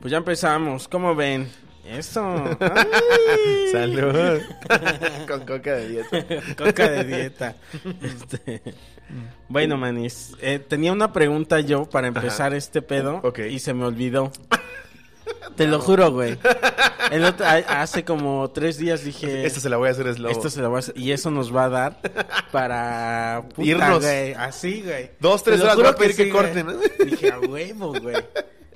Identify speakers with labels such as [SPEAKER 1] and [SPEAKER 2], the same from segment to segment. [SPEAKER 1] Pues ya empezamos, ¿cómo ven? Eso.
[SPEAKER 2] Salud. Con coca de dieta.
[SPEAKER 1] Ay, Coca de dieta. Este, Bueno, manis, eh, tenía una pregunta yo para empezar este pedo
[SPEAKER 2] Ok.
[SPEAKER 1] y se me olvidó. Te lo juro, güey. El otro- a- hace como tres días dije...
[SPEAKER 2] Esta se la voy a hacer slow.
[SPEAKER 1] Esto se la voy a hacer- y eso nos va a dar para puta,
[SPEAKER 2] Irnos.
[SPEAKER 1] güey. Así, güey.
[SPEAKER 2] Dos, tres
[SPEAKER 1] Te lo
[SPEAKER 2] horas
[SPEAKER 1] juro
[SPEAKER 2] voy a pedir que
[SPEAKER 1] güey.
[SPEAKER 2] corten, ¿no?
[SPEAKER 1] Dije, a huevo, güey.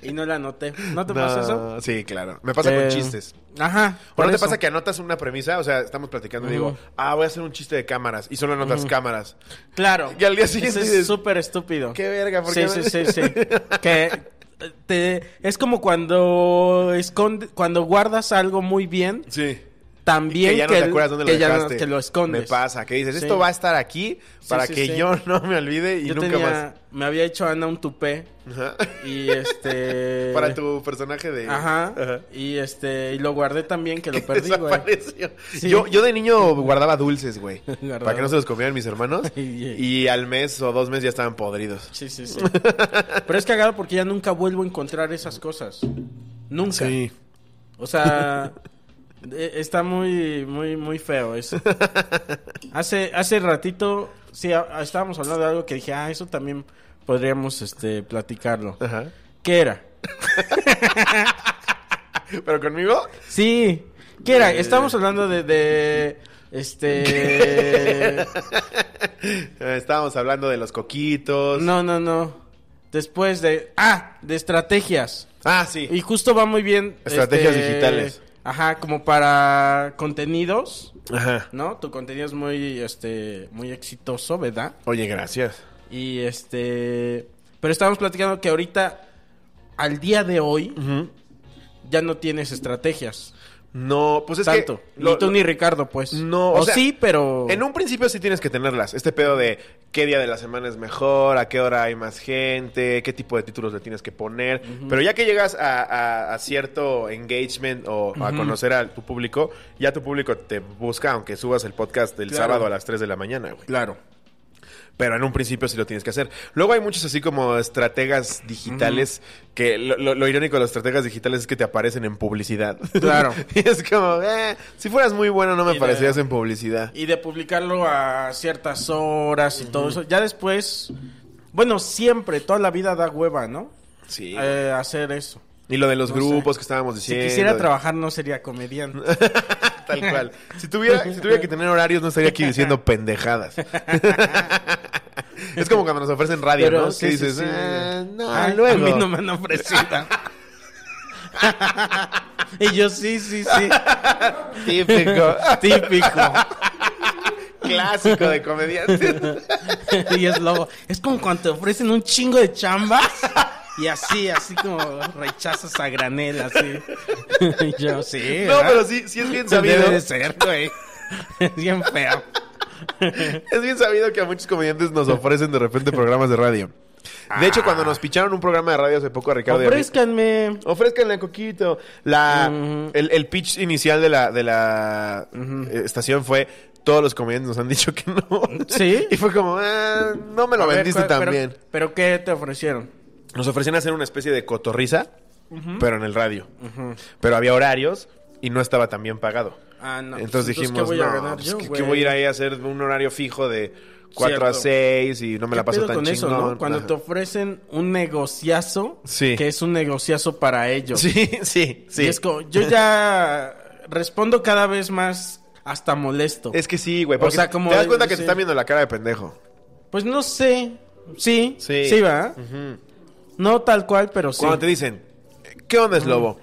[SPEAKER 1] Y no la anoté. ¿No te
[SPEAKER 2] No,
[SPEAKER 1] pasa eso?
[SPEAKER 2] Sí, claro. Me pasa
[SPEAKER 1] Eh,
[SPEAKER 2] con chistes.
[SPEAKER 1] Ajá.
[SPEAKER 2] ¿O no
[SPEAKER 1] por
[SPEAKER 2] te
[SPEAKER 1] eso.
[SPEAKER 2] pasa que anotas una premisa? O sea, estamos platicando y digo,
[SPEAKER 1] Ujú.
[SPEAKER 2] ah, voy a hacer un chiste de cámaras. Y solo anotas cámaras.
[SPEAKER 1] Claro.
[SPEAKER 2] Y al día
[SPEAKER 1] Eso
[SPEAKER 2] siguiente
[SPEAKER 1] es
[SPEAKER 2] dices,
[SPEAKER 1] súper estúpido.
[SPEAKER 2] "Qué verga, ¿por
[SPEAKER 1] sí,
[SPEAKER 2] qué
[SPEAKER 1] Sí,
[SPEAKER 2] me-"
[SPEAKER 1] sí, sí, que te, es como cuando esconde, cuando guardas algo muy bien,
[SPEAKER 2] Sí.
[SPEAKER 1] también
[SPEAKER 2] que ya no te
[SPEAKER 1] el-
[SPEAKER 2] acuerdas dónde lo
[SPEAKER 1] que ya no-
[SPEAKER 2] dejaste.
[SPEAKER 1] que lo escondes.
[SPEAKER 2] Me pasa, que dices,
[SPEAKER 1] Sí.
[SPEAKER 2] esto va a estar aquí para
[SPEAKER 1] sí,
[SPEAKER 2] que
[SPEAKER 1] sí.
[SPEAKER 2] yo no me olvide y
[SPEAKER 1] Yo
[SPEAKER 2] nunca
[SPEAKER 1] tenía,
[SPEAKER 2] más.
[SPEAKER 1] me había hecho Ana un tupé
[SPEAKER 2] Ajá.
[SPEAKER 1] y este
[SPEAKER 2] Para tu personaje de...
[SPEAKER 1] Ajá, Y este y lo guardé también que lo perdí, güey.
[SPEAKER 2] Desapareció.
[SPEAKER 1] Sí.
[SPEAKER 2] Yo, yo de niño guardaba dulces, güey.
[SPEAKER 1] Guardaba.
[SPEAKER 2] para que no se los comieran mis hermanos.
[SPEAKER 1] Ay, ay.
[SPEAKER 2] y al mes o dos meses ya estaban podridos.
[SPEAKER 1] Sí, sí, sí. Pero es cagado porque ya nunca vuelvo a encontrar esas cosas. Nunca. O sea, eh, está muy, muy, muy feo eso. Hace, hace ratito, sí, a- a- estábamos hablando de algo que dije, ah, eso también podríamos, este, platicarlo.
[SPEAKER 2] Ajá.
[SPEAKER 1] ¿Qué era?
[SPEAKER 2] ¿Pero conmigo?
[SPEAKER 1] Sí, ¿qué era? Estábamos hablando de, de, este,
[SPEAKER 2] Eh, estábamos hablando de los coquitos.
[SPEAKER 1] no, no, no. Después de, ah, de estrategias.
[SPEAKER 2] Ah, sí.
[SPEAKER 1] Y justo va muy bien. este,
[SPEAKER 2] Estrategias digitales.
[SPEAKER 1] Ajá, como para contenidos,
[SPEAKER 2] Ajá.
[SPEAKER 1] ¿no? Tu contenido es muy, este, muy exitoso, ¿verdad?
[SPEAKER 2] Oye, gracias.
[SPEAKER 1] Y este. Pero estábamos platicando que ahorita, al día de hoy, ya no tienes estrategias.
[SPEAKER 2] No, pues es
[SPEAKER 1] tanto.
[SPEAKER 2] que... lo-
[SPEAKER 1] ni tú
[SPEAKER 2] lo-
[SPEAKER 1] ni Ricardo, pues.
[SPEAKER 2] No,
[SPEAKER 1] o
[SPEAKER 2] o sea,
[SPEAKER 1] sí, pero.
[SPEAKER 2] En un principio sí tienes que tenerlas. Este pedo de qué día de la semana es mejor, a qué hora hay más gente, qué tipo de títulos le tienes que poner. Pero ya que llegas a, a- a cierto engagement o a conocer a tu público, ya tu público te busca, aunque subas el podcast del
[SPEAKER 1] Claro.
[SPEAKER 2] sábado a las 3 de la mañana, güey.
[SPEAKER 1] Claro.
[SPEAKER 2] Pero en un principio sí lo tienes que hacer. Luego hay muchos así como estrategas digitales que lo, lo- lo irónico de los estrategas digitales es que te aparecen en publicidad.
[SPEAKER 1] Claro.
[SPEAKER 2] y es como, eh, si fueras muy bueno no me
[SPEAKER 1] Y de-
[SPEAKER 2] aparecerías en publicidad.
[SPEAKER 1] Y de publicarlo a ciertas horas y todo eso. Ya después. Bueno, siempre, toda la vida da hueva, ¿no?
[SPEAKER 2] Sí.
[SPEAKER 1] Eh, hacer eso.
[SPEAKER 2] Y lo de los
[SPEAKER 1] No
[SPEAKER 2] grupos
[SPEAKER 1] sé.
[SPEAKER 2] que estábamos
[SPEAKER 1] Si
[SPEAKER 2] diciendo.
[SPEAKER 1] quisiera trabajar, no sería comediante.
[SPEAKER 2] Tal cual. Si tuviera, si tuviera que tener horarios, no estaría aquí diciendo pendejadas. es como cuando nos ofrecen radio,
[SPEAKER 1] Pero
[SPEAKER 2] ¿no?
[SPEAKER 1] sí,
[SPEAKER 2] que
[SPEAKER 1] sí,
[SPEAKER 2] dices,
[SPEAKER 1] sí.
[SPEAKER 2] "Ah, no,
[SPEAKER 1] Ay, A
[SPEAKER 2] luego.
[SPEAKER 1] mí no me han ofrecido. y yo, sí, sí, sí.
[SPEAKER 2] Típico.
[SPEAKER 1] Típico.
[SPEAKER 2] Clásico de comediantes.
[SPEAKER 1] y es lobo. Es como cuando te ofrecen un chingo de chambas. Y así, así como rechazas a granel, así. Y yo, sí.
[SPEAKER 2] No,
[SPEAKER 1] ¿verdad?
[SPEAKER 2] pero sí, sí es bien sabido.
[SPEAKER 1] Debe de ser, güey. Es bien feo.
[SPEAKER 2] Es bien sabido que a muchos comediantes nos ofrecen de repente programas de radio.
[SPEAKER 1] Ah.
[SPEAKER 2] De hecho, cuando nos picharon un programa de radio hace poco a Ricardo y a mí-
[SPEAKER 1] Ofrézcanme.
[SPEAKER 2] Ofrézcanle a Coquito. La,
[SPEAKER 1] Ujú.
[SPEAKER 2] el, el pitch inicial de la, de la eh, estación fue: todos los comediantes nos han dicho que no.
[SPEAKER 1] ¿Sí?
[SPEAKER 2] Y fue como, ah, no me lo
[SPEAKER 1] A ver,
[SPEAKER 2] vendiste
[SPEAKER 1] ¿cuál-
[SPEAKER 2] tan
[SPEAKER 1] pero-
[SPEAKER 2] bien.
[SPEAKER 1] ¿Pero qué te ofrecieron?
[SPEAKER 2] Nos ofrecían hacer una especie de cotorriza, pero en el radio. Pero había horarios y no estaba tan bien pagado.
[SPEAKER 1] Ah, no. Entonces,
[SPEAKER 2] Entonces
[SPEAKER 1] ¿qué
[SPEAKER 2] dijimos,
[SPEAKER 1] voy a
[SPEAKER 2] no,
[SPEAKER 1] ganar
[SPEAKER 2] pues,
[SPEAKER 1] yo,
[SPEAKER 2] ¿qué-
[SPEAKER 1] güey?"
[SPEAKER 2] ¿qué voy a ir ahí a hacer un horario fijo de 4 a
[SPEAKER 1] Cierto.
[SPEAKER 2] 6 y no me
[SPEAKER 1] ¿Qué
[SPEAKER 2] la paso
[SPEAKER 1] pedo
[SPEAKER 2] tan
[SPEAKER 1] con
[SPEAKER 2] chingón?
[SPEAKER 1] eso, no? Cuando
[SPEAKER 2] Ajá.
[SPEAKER 1] te ofrecen un negociazo,
[SPEAKER 2] Sí.
[SPEAKER 1] que es un negociazo para ellos.
[SPEAKER 2] Sí, sí, sí.
[SPEAKER 1] Y es como, yo ya respondo cada vez más hasta molesto.
[SPEAKER 2] Es que sí, güey.
[SPEAKER 1] O
[SPEAKER 2] porque
[SPEAKER 1] sea, como
[SPEAKER 2] te das
[SPEAKER 1] de-
[SPEAKER 2] cuenta que
[SPEAKER 1] sí.
[SPEAKER 2] te están viendo la cara de pendejo.
[SPEAKER 1] Pues no sé. Sí,
[SPEAKER 2] Sí.
[SPEAKER 1] sí, va. No tal cual, pero sí. Mm.
[SPEAKER 2] Cuando te dicen, ¿qué onda es lobo?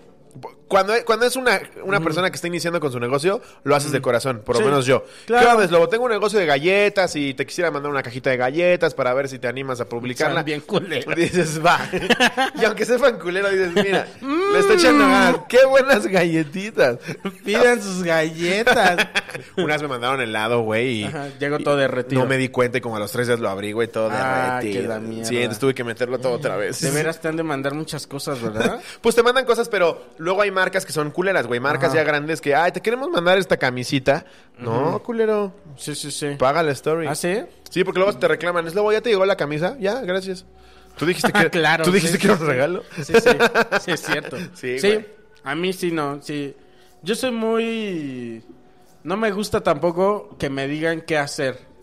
[SPEAKER 2] Cuando, e, cuando es una, una persona que está iniciando con su negocio, lo haces de corazón, por
[SPEAKER 1] Mm. Sí,
[SPEAKER 2] lo menos yo.
[SPEAKER 1] claro.
[SPEAKER 2] ¿Qué onda es lobo? Tengo un negocio de galletas y te quisiera mandar una cajita de galletas para ver si te animas a publicarla.
[SPEAKER 1] Están bien culeras.
[SPEAKER 2] Dices, va. y aunque sepan culero, dices, mira, le
[SPEAKER 1] Mm.
[SPEAKER 2] está echando ganas. ¡Qué buenas galletitas!
[SPEAKER 1] Pidan sus galletas.
[SPEAKER 2] Unas me mandaron helado, güey. y-
[SPEAKER 1] Ajá, llegó todo derretido.
[SPEAKER 2] No me di cuenta y como a los tres días lo abrí, güey, todo
[SPEAKER 1] Ah,
[SPEAKER 2] derretido.
[SPEAKER 1] que la mierda.
[SPEAKER 2] Sí, entonces tuve que meterlo todo otra vez.
[SPEAKER 1] De veras te han de mandar muchas cosas, ¿verdad?
[SPEAKER 2] Pues te mandan cosas, pero luego hay marcas que son culeras, güey. Marcas
[SPEAKER 1] Ajá.
[SPEAKER 2] ya grandes que, ay, te queremos mandar esta camisita. No, culero.
[SPEAKER 1] Sí, sí, sí.
[SPEAKER 2] Paga la story.
[SPEAKER 1] ¿Ah, sí?
[SPEAKER 2] Sí, porque luego te reclaman. Es luego, ya te llegó la camisa. Ya, gracias. Tú dijiste
[SPEAKER 1] Ah,
[SPEAKER 2] que,
[SPEAKER 1] claro,
[SPEAKER 2] ¿tú dijiste
[SPEAKER 1] sí,
[SPEAKER 2] que
[SPEAKER 1] sí,
[SPEAKER 2] era un
[SPEAKER 1] sí.
[SPEAKER 2] regalo.
[SPEAKER 1] Sí, sí, sí, es cierto.
[SPEAKER 2] Sí,
[SPEAKER 1] Sí,
[SPEAKER 2] güey.
[SPEAKER 1] a mí sí, no, sí. Yo soy muy... No me gusta tampoco que me digan qué hacer.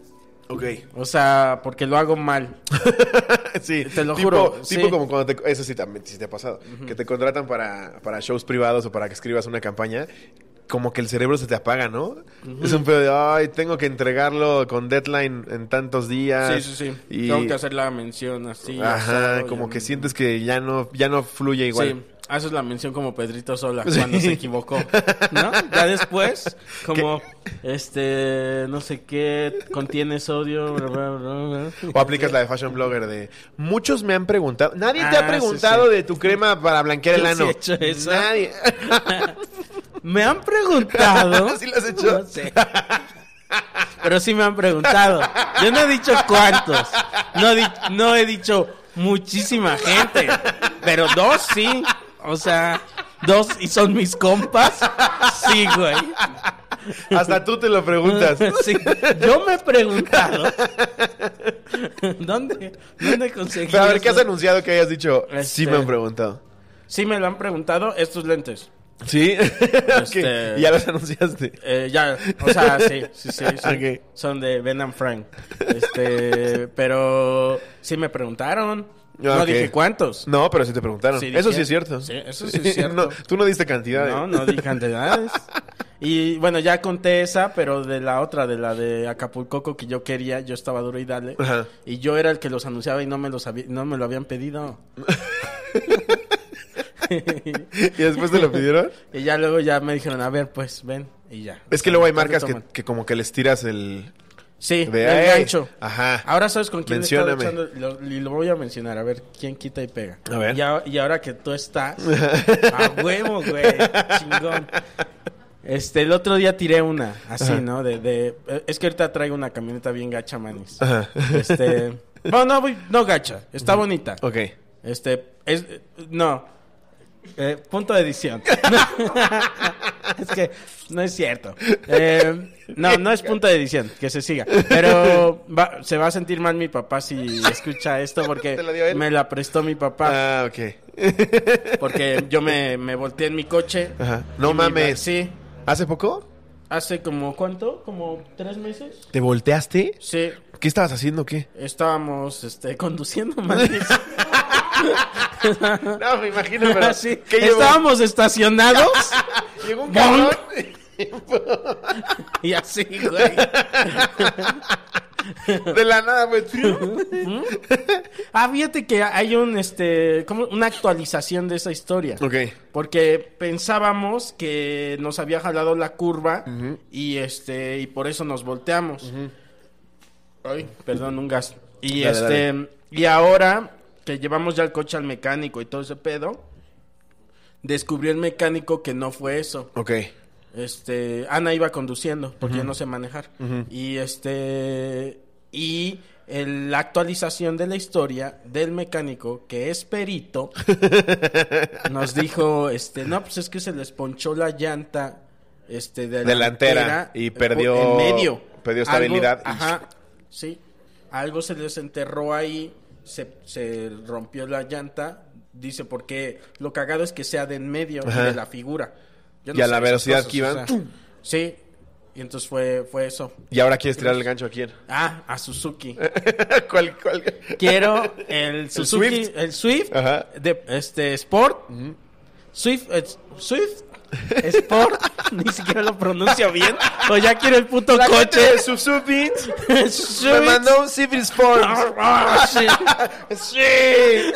[SPEAKER 2] Ok.
[SPEAKER 1] O sea, porque lo hago mal.
[SPEAKER 2] sí.
[SPEAKER 1] Te lo
[SPEAKER 2] tipo,
[SPEAKER 1] juro,
[SPEAKER 2] Tipo
[SPEAKER 1] sí.
[SPEAKER 2] como cuando te... Eso sí, también sí te ha pasado. Que te contratan para, para shows privados o para que escribas una campaña. Como que el cerebro se te apaga, ¿no? Es un pedo de, ay, tengo que entregarlo con deadline en tantos días.
[SPEAKER 1] Sí, sí, sí.
[SPEAKER 2] Y-
[SPEAKER 1] Tengo que hacer la mención así.
[SPEAKER 2] Ajá,
[SPEAKER 1] asado,
[SPEAKER 2] como
[SPEAKER 1] y-
[SPEAKER 2] que sientes que ya no, ya no fluye igual.
[SPEAKER 1] Sí, haces la mención como Pedrito Sola
[SPEAKER 2] Sí.
[SPEAKER 1] cuando se equivocó, ¿no? Ya después, como, este, no sé qué, contiene sodio, bla, bla, bla, bla.
[SPEAKER 2] O aplicas la de Fashion Blogger de... Muchos me han preguntado... Nadie te
[SPEAKER 1] Ah,
[SPEAKER 2] ha
[SPEAKER 1] sí,
[SPEAKER 2] preguntado
[SPEAKER 1] sí.
[SPEAKER 2] de tu crema para blanquear el
[SPEAKER 1] Yo sí
[SPEAKER 2] ano.
[SPEAKER 1] he hecho eso.
[SPEAKER 2] Nadie.
[SPEAKER 1] Me han preguntado.
[SPEAKER 2] ¿Sí lo has hecho?
[SPEAKER 1] No sé. Pero sí me han preguntado. Yo no he dicho cuántos. No, he di- no he dicho muchísima gente. Pero dos sí. O sea, dos y son mis compas. Sí, güey.
[SPEAKER 2] Hasta tú te lo preguntas.
[SPEAKER 1] Sí. Yo me he preguntado. ¿Dónde, dónde conseguí?
[SPEAKER 2] Pero a ver, ¿qué has
[SPEAKER 1] eso?
[SPEAKER 2] anunciado que hayas dicho? Sí
[SPEAKER 1] Este-
[SPEAKER 2] me han preguntado.
[SPEAKER 1] Sí me lo han preguntado estos lentes.
[SPEAKER 2] ¿Sí?
[SPEAKER 1] Este-
[SPEAKER 2] Ok, Ya los anunciaste.
[SPEAKER 1] Eh, ya, o sea, sí, sí, sí. sí.
[SPEAKER 2] Ok.
[SPEAKER 1] Son de Ben and Frank. Este, pero sí me preguntaron. No
[SPEAKER 2] Ok.
[SPEAKER 1] dije cuántos.
[SPEAKER 2] No, pero sí te preguntaron.
[SPEAKER 1] Sí,
[SPEAKER 2] eso
[SPEAKER 1] dije-
[SPEAKER 2] sí es cierto.
[SPEAKER 1] Sí, eso sí es cierto.
[SPEAKER 2] No, tú no diste cantidades.
[SPEAKER 1] No, no dije cantidades. Y bueno, ya conté esa, pero de la otra, de la de Acapulcoco que yo quería, yo estaba duro y dale.
[SPEAKER 2] Ajá.
[SPEAKER 1] Y yo era el que los anunciaba y no me, los había- no me lo habían pedido.
[SPEAKER 2] ¿Y después te lo pidieron?
[SPEAKER 1] y ya luego ya me dijeron, a ver, pues ven. Y ya.
[SPEAKER 2] Es que luego hay marcas
[SPEAKER 1] Entonces,
[SPEAKER 2] que,
[SPEAKER 1] toman.
[SPEAKER 2] que como que les tiras el...
[SPEAKER 1] Sí,
[SPEAKER 2] De
[SPEAKER 1] el
[SPEAKER 2] ahí.
[SPEAKER 1] gancho.
[SPEAKER 2] Ajá.
[SPEAKER 1] Ahora sabes con quién estaba
[SPEAKER 2] Mencióname.
[SPEAKER 1] echando- lo- y lo voy a mencionar, a ver quién quita y pega.
[SPEAKER 2] A ver.
[SPEAKER 1] Y, a- y ahora que tú estás, a huevo, güey, chingón. Este, el otro día tiré una, así, ¿no? De, de- eh, es que ahorita traigo una camioneta bien gacha, manis.
[SPEAKER 2] Ajá.
[SPEAKER 1] Este, bueno, no, voy- no gacha, está bonita.
[SPEAKER 2] Ok.
[SPEAKER 1] Este, es, eh, no, Eh, punto de edición. es que no es cierto. Eh, no, no es punto de edición, que se siga. Pero va- se va a sentir mal mi papá si escucha esto porque
[SPEAKER 2] ¿Te lo dio él?
[SPEAKER 1] me la prestó mi papá.
[SPEAKER 2] Ah, ok.
[SPEAKER 1] Porque yo me, me volteé en mi coche.
[SPEAKER 2] Ajá.
[SPEAKER 1] y
[SPEAKER 2] No
[SPEAKER 1] mi-
[SPEAKER 2] mames.
[SPEAKER 1] Sí.
[SPEAKER 2] ¿Hace poco?
[SPEAKER 1] Hace como, ¿cuánto? ¿Como tres meses?
[SPEAKER 2] ¿Te volteaste?
[SPEAKER 1] Sí.
[SPEAKER 2] ¿Qué estabas haciendo? o ¿Qué?
[SPEAKER 1] Estábamos este, conduciendo, manis.
[SPEAKER 2] No, me imagino,
[SPEAKER 1] Sí, Estábamos estacionados.
[SPEAKER 2] Llegó un
[SPEAKER 1] cabrón.
[SPEAKER 2] cabrón
[SPEAKER 1] Y así, güey.
[SPEAKER 2] de la nada, güey.
[SPEAKER 1] Ah, fíjate que hay un, este, como una actualización de esa historia.
[SPEAKER 2] Ok.
[SPEAKER 1] Porque pensábamos que nos había jalado la curva y este y por eso nos volteamos. Ay, perdón, un gas. Y
[SPEAKER 2] Dale,
[SPEAKER 1] este y ahora que llevamos ya el coche al mecánico y todo ese pedo, descubrió el mecánico que no fue eso.
[SPEAKER 2] Ok.
[SPEAKER 1] Este, Ana iba conduciendo porque yo no sé manejar. Y este y el- la actualización de la historia del mecánico que es perito nos dijo este, no, pues es que se les ponchó la llanta este delantera,
[SPEAKER 2] Delantera y
[SPEAKER 1] eh,
[SPEAKER 2] perdió
[SPEAKER 1] en medio.
[SPEAKER 2] perdió estabilidad. y-
[SPEAKER 1] Algo, ajá, sí. Algo se les enterró ahí, se, se rompió la llanta. Dice, porque lo cagado es que sea de en medio y
[SPEAKER 2] Ajá.
[SPEAKER 1] de la figura. Yo
[SPEAKER 2] Y a
[SPEAKER 1] sé
[SPEAKER 2] la
[SPEAKER 1] esas
[SPEAKER 2] velocidad que iban, ¡tum!
[SPEAKER 1] sí, y entonces fue, fue eso.
[SPEAKER 2] Y ahora quieres tirar el gancho a quién.
[SPEAKER 1] Ah, a Suzuki.
[SPEAKER 2] ¿Cuál, cuál?
[SPEAKER 1] Quiero el Suzuki, el Swift,
[SPEAKER 2] Swift. Ajá.
[SPEAKER 1] de, este, Sport. Swift, eh, Swift, Sport. Ni siquiera lo pronuncio bien. O ya quiero el puto
[SPEAKER 2] La
[SPEAKER 1] coche.
[SPEAKER 2] gente de Suzuki me
[SPEAKER 1] Swift.
[SPEAKER 2] mandó un Civil Sports.
[SPEAKER 1] Ah, sí.
[SPEAKER 2] ¡Sí!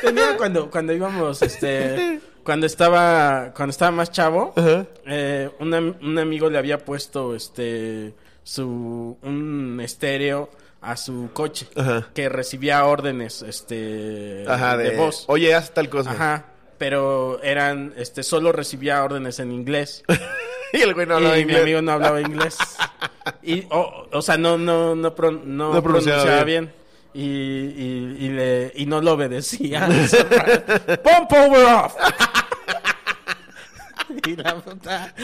[SPEAKER 1] Tenía cuando, cuando íbamos, este, cuando estaba, cuando estaba más chavo, eh, un, am- un amigo le había puesto, este, su, un estéreo a su coche,
[SPEAKER 2] Ajá.
[SPEAKER 1] que recibía órdenes, este,
[SPEAKER 2] Ajá,
[SPEAKER 1] de,
[SPEAKER 2] de,
[SPEAKER 1] voz.
[SPEAKER 2] Oye, haz tal cosa.
[SPEAKER 1] Ajá, pero eran, este, solo recibía órdenes en inglés.
[SPEAKER 2] Y el güey no
[SPEAKER 1] y
[SPEAKER 2] hablaba
[SPEAKER 1] mi
[SPEAKER 2] inglés.
[SPEAKER 1] amigo no hablaba inglés. Y, o, o sea, no, no, no, pron- no
[SPEAKER 2] No
[SPEAKER 1] pronunciaba,
[SPEAKER 2] pronunciaba
[SPEAKER 1] bien. Y, y, y le, y no lo obedecía. ¡Pon power off! y la puta.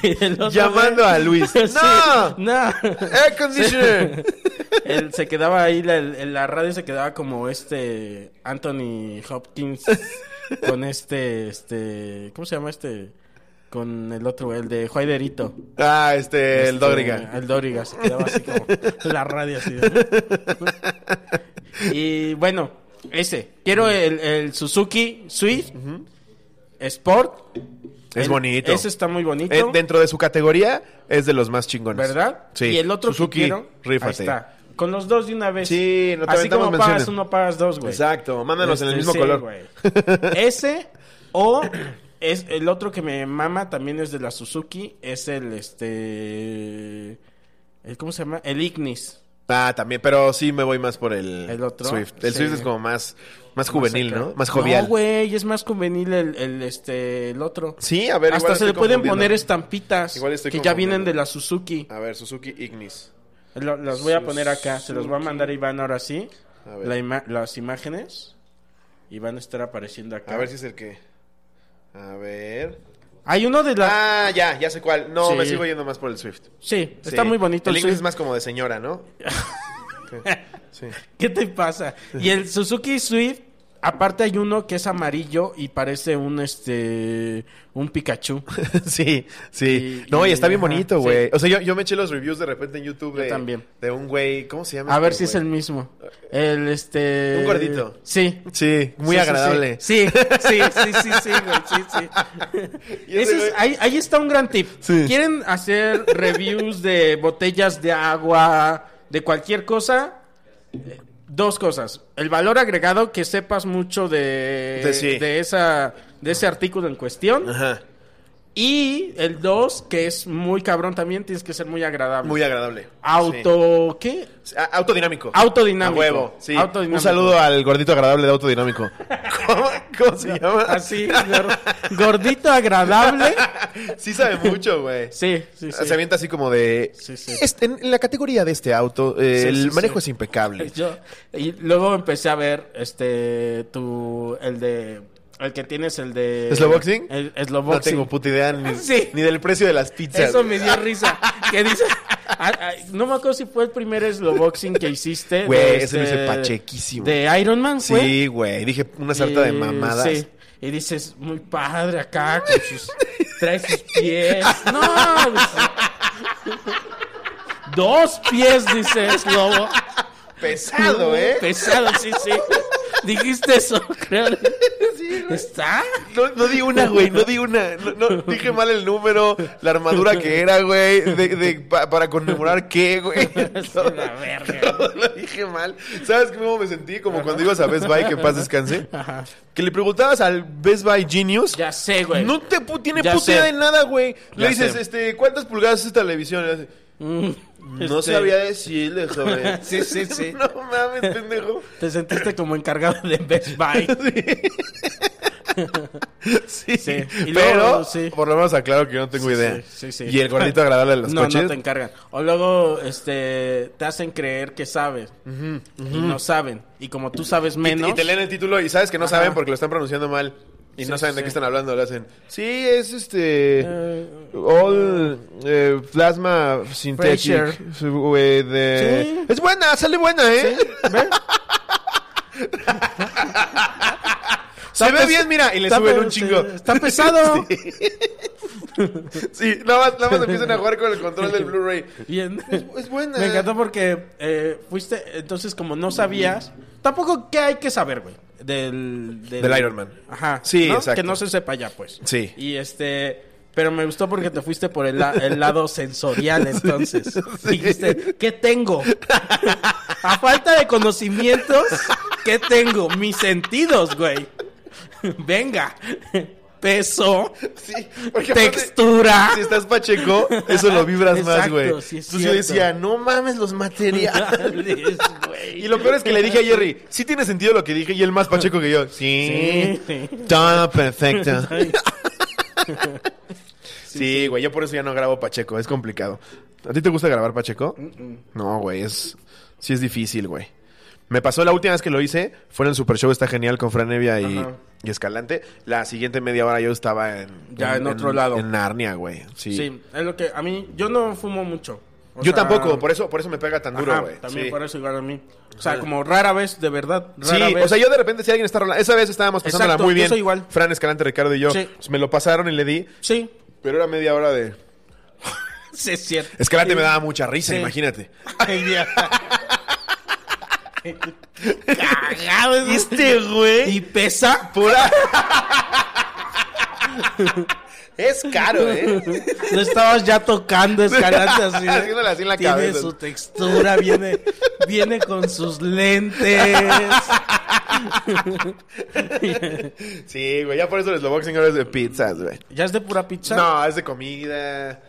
[SPEAKER 1] Y el otro
[SPEAKER 2] Llamando
[SPEAKER 1] güey-
[SPEAKER 2] a Luis.
[SPEAKER 1] Sí,
[SPEAKER 2] ¡No!
[SPEAKER 1] ¡No!
[SPEAKER 2] ¡Air conditioner!
[SPEAKER 1] Él se quedaba ahí, la, la radio se quedaba como este Anthony Hopkins con este, este, ¿cómo se llama este? Con el otro, el de Juaiderito.
[SPEAKER 2] Ah, este, el
[SPEAKER 1] Este,
[SPEAKER 2] Dóriga.
[SPEAKER 1] El Dóriga, se quedaba así como la radio así. y bueno, ese. Quiero el, el Suzuki Swift Sport.
[SPEAKER 2] Es
[SPEAKER 1] El-
[SPEAKER 2] bonito.
[SPEAKER 1] Ese está muy bonito.
[SPEAKER 2] Eh, dentro de su categoría, es de los más chingones.
[SPEAKER 1] ¿Verdad?
[SPEAKER 2] Sí.
[SPEAKER 1] Y el otro que
[SPEAKER 2] Suzuki,
[SPEAKER 1] quiero,
[SPEAKER 2] rífate.
[SPEAKER 1] Ahí está. Con los dos de una vez.
[SPEAKER 2] Sí, no te
[SPEAKER 1] Así
[SPEAKER 2] aventamos
[SPEAKER 1] como pagas
[SPEAKER 2] menciones.
[SPEAKER 1] uno, pagas dos, güey.
[SPEAKER 2] Exacto, mándanos en el
[SPEAKER 1] Este,
[SPEAKER 2] mismo
[SPEAKER 1] sí,
[SPEAKER 2] color.
[SPEAKER 1] güey. Ese o es el otro que me mama también es de la Suzuki, es el este el- ¿cómo se llama? El Ignis.
[SPEAKER 2] Ah, también, pero sí me voy más por el,
[SPEAKER 1] ¿El otro?
[SPEAKER 2] Swift. El
[SPEAKER 1] Sí.
[SPEAKER 2] Swift es como más, más juvenil,
[SPEAKER 1] Más acá.
[SPEAKER 2] ¿no? Más jovial.
[SPEAKER 1] No, güey, es más juvenil el, el, este el otro.
[SPEAKER 2] Sí, a ver, igual
[SPEAKER 1] Hasta se
[SPEAKER 2] estoy
[SPEAKER 1] le pueden
[SPEAKER 2] confundiendo.
[SPEAKER 1] poner este- estampitas
[SPEAKER 2] Igual estoy
[SPEAKER 1] que ya vienen
[SPEAKER 2] confundiendo.
[SPEAKER 1] de la Suzuki.
[SPEAKER 2] A ver, Suzuki Ignis.
[SPEAKER 1] Lo- las voy a poner acá, se los va a mandar Iván ahora sí.
[SPEAKER 2] A ver.
[SPEAKER 1] La ima- las imágenes. Y van a estar apareciendo acá.
[SPEAKER 2] A ver si es el que. A ver.
[SPEAKER 1] Hay uno de la...
[SPEAKER 2] Ah, ya, ya sé cuál. No,
[SPEAKER 1] Sí.
[SPEAKER 2] me sigo yendo más por el Swift.
[SPEAKER 1] sí,
[SPEAKER 2] Sí.
[SPEAKER 1] está muy bonito.
[SPEAKER 2] El
[SPEAKER 1] el
[SPEAKER 2] Ignis
[SPEAKER 1] Swift.
[SPEAKER 2] es más como de señora, ¿no? Sí.
[SPEAKER 1] ¿Qué te pasa? Y el Suzuki Swift, aparte hay uno que es amarillo y parece un este un Pikachu.
[SPEAKER 2] sí, sí.
[SPEAKER 1] Y-
[SPEAKER 2] no, y
[SPEAKER 1] y-
[SPEAKER 2] está bien
[SPEAKER 1] ajá,
[SPEAKER 2] bonito,
[SPEAKER 1] sí.
[SPEAKER 2] güey. O sea, yo, yo me eché los reviews de repente en YouTube
[SPEAKER 1] Yo
[SPEAKER 2] de,
[SPEAKER 1] también.
[SPEAKER 2] de un güey. ¿Cómo se llama?
[SPEAKER 1] A ver si
[SPEAKER 2] este
[SPEAKER 1] es el mismo. El este
[SPEAKER 2] Un gordito.
[SPEAKER 1] Sí.
[SPEAKER 2] güey? Sí, muy
[SPEAKER 1] Sí, sí,
[SPEAKER 2] agradable.
[SPEAKER 1] Sí, sí, sí, sí, sí, sí, güey, sí, sí.
[SPEAKER 2] Y ese
[SPEAKER 1] Ese es-
[SPEAKER 2] güey-
[SPEAKER 1] ahí, ahí está un gran tip.
[SPEAKER 2] Sí.
[SPEAKER 1] ¿Quieren hacer reviews de botellas de agua, de cualquier cosa? Eh, Dos cosas. El valor agregado, que sepas mucho de,
[SPEAKER 2] De sí.
[SPEAKER 1] de esa, de ese artículo en cuestión.
[SPEAKER 2] Ajá.
[SPEAKER 1] Y el dos, que es muy cabrón también, tienes que ser muy agradable.
[SPEAKER 2] Muy agradable. Sí.
[SPEAKER 1] Auto... ¿Qué?
[SPEAKER 2] Ah, Autodinámico.
[SPEAKER 1] Autodinámico.
[SPEAKER 2] A huevo, sí.
[SPEAKER 1] Autodinámico.
[SPEAKER 2] Un saludo al gordito agradable de Autodinámico. ¿Cómo, cómo se llama?
[SPEAKER 1] Así, gor- gordito, agradable.
[SPEAKER 2] Sí sabe mucho, güey.
[SPEAKER 1] Sí, sí, sí.
[SPEAKER 2] Se avienta así como de...
[SPEAKER 1] Sí, sí.
[SPEAKER 2] Este, en la categoría de este auto, eh,
[SPEAKER 1] Sí,
[SPEAKER 2] el
[SPEAKER 1] sí,
[SPEAKER 2] manejo
[SPEAKER 1] sí.
[SPEAKER 2] es impecable.
[SPEAKER 1] Yo- y luego empecé a ver este tu el de el que tienes el de
[SPEAKER 2] ¿Slowboxing?
[SPEAKER 1] El,
[SPEAKER 2] No
[SPEAKER 1] Slowboxing.
[SPEAKER 2] tengo puta idea ni,
[SPEAKER 1] Sí.
[SPEAKER 2] ni del precio de las pizzas.
[SPEAKER 1] Eso me dio risa. Que dice Ah, ah, no me acuerdo si fue el primer Slowboxing que hiciste. de
[SPEAKER 2] Güey, ese
[SPEAKER 1] este-
[SPEAKER 2] lo hice pachequísimo.
[SPEAKER 1] De Iron Man, güey.
[SPEAKER 2] Sí, güey. Dije una sarta de
[SPEAKER 1] Y-
[SPEAKER 2] mamadas.
[SPEAKER 1] sí. Y dices, muy padre acá, con sus, trae sus pies. No, pues, dos pies, dices, lobo.
[SPEAKER 2] Pesado, ¿eh?
[SPEAKER 1] Pesado, sí, sí. Dijiste eso, creo. ¿Está?
[SPEAKER 2] No, no di una, güey, no di una. No, no, dije mal el número, la armadura que era, güey, de, de- pa- para conmemorar qué, güey.
[SPEAKER 1] Es una verga.
[SPEAKER 2] Todo lo dije mal. ¿Sabes cómo me sentí? Como cuando ibas a Best Buy, que en paz descanse. Que le preguntabas al Best Buy Genius.
[SPEAKER 1] Ya sé, güey.
[SPEAKER 2] No te pu- tiene
[SPEAKER 1] Ya
[SPEAKER 2] puta
[SPEAKER 1] sé.
[SPEAKER 2] idea de nada, güey.
[SPEAKER 1] Ya
[SPEAKER 2] Le dices,
[SPEAKER 1] sé.
[SPEAKER 2] este, ¿cuántas pulgadas es esta televisión? Y hace, No
[SPEAKER 1] este-
[SPEAKER 2] sabía decirle, joven.
[SPEAKER 1] Sí, sí, sí.
[SPEAKER 2] No mames, pendejo.
[SPEAKER 1] Te sentiste como encargado de Best Buy.
[SPEAKER 2] Sí,
[SPEAKER 1] Sí. Y
[SPEAKER 2] pero
[SPEAKER 1] luego, sí.
[SPEAKER 2] por lo menos aclaro que yo no tengo
[SPEAKER 1] Sí,
[SPEAKER 2] idea.
[SPEAKER 1] sí, sí, sí.
[SPEAKER 2] Y el gordito agradable de los
[SPEAKER 1] no,
[SPEAKER 2] coches.
[SPEAKER 1] no te encargan. O luego este, te hacen creer que sabes. Y no saben. Y como tú sabes
[SPEAKER 2] Y-
[SPEAKER 1] menos.
[SPEAKER 2] Y te leen el título y sabes que no
[SPEAKER 1] Ajá.
[SPEAKER 2] saben porque lo están pronunciando mal. Y
[SPEAKER 1] Sí,
[SPEAKER 2] no saben
[SPEAKER 1] sí.
[SPEAKER 2] de
[SPEAKER 1] Eh,
[SPEAKER 2] qué están hablando, le hacen. Sí, es este. all eh, plasma synthetic.
[SPEAKER 1] Frasier.
[SPEAKER 2] with, eh,
[SPEAKER 1] Sí.
[SPEAKER 2] Es buena, sale buena, ¿eh?
[SPEAKER 1] ¿Ve?
[SPEAKER 2] Se ve bien, mira, y le
[SPEAKER 1] Está
[SPEAKER 2] suben
[SPEAKER 1] pe-
[SPEAKER 2] un chingo.
[SPEAKER 1] sí, Está pesado.
[SPEAKER 2] Sí, nada más, nada más empiezan a jugar con el control del Blu-ray.
[SPEAKER 1] Bien.
[SPEAKER 2] Es buena.
[SPEAKER 1] Me encantó porque eh, fuiste, entonces como no sabías, tampoco qué hay que saber, güey, del,
[SPEAKER 2] Del Iron Man.
[SPEAKER 1] Ajá.
[SPEAKER 2] Sí,
[SPEAKER 1] ¿no?
[SPEAKER 2] exacto.
[SPEAKER 1] Que no se sepa ya, pues.
[SPEAKER 2] Sí.
[SPEAKER 1] Y este, pero me gustó porque te fuiste por el, la- el lado sensorial, entonces. Dijiste, ¿qué tengo? A falta de conocimientos, ¿qué tengo? Mis sentidos, güey. Venga. Peso,
[SPEAKER 2] Sí, porque aparte,
[SPEAKER 1] textura.
[SPEAKER 2] si estás pacheco, eso lo vibras más,
[SPEAKER 1] Exacto,
[SPEAKER 2] güey.
[SPEAKER 1] sí es
[SPEAKER 2] Entonces yo
[SPEAKER 1] cierto.
[SPEAKER 2] decía, no mames los materiales.
[SPEAKER 1] Reales, güey.
[SPEAKER 2] Y lo peor es que le dije a Jerry, sí tiene sentido lo que dije, y él más pacheco que yo. Sí.
[SPEAKER 1] Sí.
[SPEAKER 2] Todo perfecto. Sí, güey, yo por eso ya no grabo pacheco, es complicado. ¿A ti te gusta grabar pacheco?
[SPEAKER 1] Mm,
[SPEAKER 2] No, güey, es... Sí es difícil, güey. Me pasó la última vez que lo hice, fue en el Super Show, está genial con Franevia y,
[SPEAKER 1] Ajá.
[SPEAKER 2] y Escalante. La siguiente media hora yo estaba en...
[SPEAKER 1] Ya, en otro lado.
[SPEAKER 2] En Narnia, güey. Sí.
[SPEAKER 1] Sí, es lo que a mí yo no fumo mucho. O
[SPEAKER 2] Yo
[SPEAKER 1] sea,
[SPEAKER 2] tampoco, por eso, por eso me pega tan duro,
[SPEAKER 1] ajá,
[SPEAKER 2] güey.
[SPEAKER 1] También
[SPEAKER 2] Sí.
[SPEAKER 1] por eso igual a mí. O sea, como rara vez, de verdad,
[SPEAKER 2] Sí,
[SPEAKER 1] rara vez.
[SPEAKER 2] o sea, yo de repente si alguien está rolando, esa vez estábamos pasándola
[SPEAKER 1] Exacto,
[SPEAKER 2] muy
[SPEAKER 1] yo
[SPEAKER 2] bien.
[SPEAKER 1] soy igual.
[SPEAKER 2] Fran Escalante, Ricardo y yo.
[SPEAKER 1] Sí.
[SPEAKER 2] Pues me lo pasaron y le di,
[SPEAKER 1] Sí,
[SPEAKER 2] pero era media hora de
[SPEAKER 1] sí es cierto.
[SPEAKER 2] Escalante me daba mucha risa,
[SPEAKER 1] Sí.
[SPEAKER 2] imagínate.
[SPEAKER 1] Ay, ya. Cagado es-
[SPEAKER 2] Este güey
[SPEAKER 1] y pesa.
[SPEAKER 2] pura Es caro, ¿eh?
[SPEAKER 1] Lo estabas ya tocando escalante así. ¿no?
[SPEAKER 2] Haciéndole así en la
[SPEAKER 1] Tiene
[SPEAKER 2] cabeza.
[SPEAKER 1] su textura, viene, viene con sus lentes.
[SPEAKER 2] Sí, güey, ya por eso el slowboxing ahora es de pizzas, güey.
[SPEAKER 1] Ya es de pura pizza.
[SPEAKER 2] No, es de comida.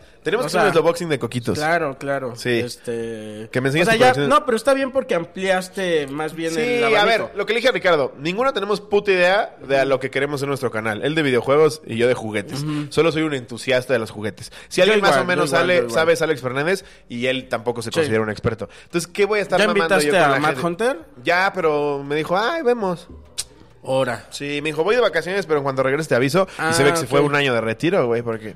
[SPEAKER 1] O
[SPEAKER 2] Tenemos que hacer un
[SPEAKER 1] sea,
[SPEAKER 2] slowboxing de coquitos.
[SPEAKER 1] Claro, claro.
[SPEAKER 2] Sí.
[SPEAKER 1] Este...
[SPEAKER 2] Que me enseñes
[SPEAKER 1] o sea,
[SPEAKER 2] tus
[SPEAKER 1] ya-
[SPEAKER 2] colecciones.
[SPEAKER 1] No, pero está bien porque ampliaste más bien
[SPEAKER 2] Sí,
[SPEAKER 1] el
[SPEAKER 2] a
[SPEAKER 1] abanico.
[SPEAKER 2] ver, lo que le dije a Ricardo, ninguno tenemos puta idea de a lo que queremos en nuestro canal. Él de videojuegos y yo de juguetes. Solo soy un entusiasta de los juguetes. Si alguien más
[SPEAKER 1] igual,
[SPEAKER 2] o
[SPEAKER 1] yo
[SPEAKER 2] menos
[SPEAKER 1] igual,
[SPEAKER 2] sale,
[SPEAKER 1] yo igual.
[SPEAKER 2] sabe es Alex Fernández y él tampoco se considera un experto. Entonces, ¿qué voy a estar
[SPEAKER 1] ¿Ya
[SPEAKER 2] mamando yo
[SPEAKER 1] invitaste
[SPEAKER 2] con
[SPEAKER 1] a
[SPEAKER 2] la
[SPEAKER 1] Matt
[SPEAKER 2] gente?
[SPEAKER 1] Hunter?
[SPEAKER 2] Ya, pero me dijo, ay, vemos.
[SPEAKER 1] Ahora.
[SPEAKER 2] Sí, me dijo, voy de vacaciones, pero en cuanto regrese te aviso. y
[SPEAKER 1] Ah,
[SPEAKER 2] se ve que se
[SPEAKER 1] ok.
[SPEAKER 2] fue un año de retiro, güey, porque...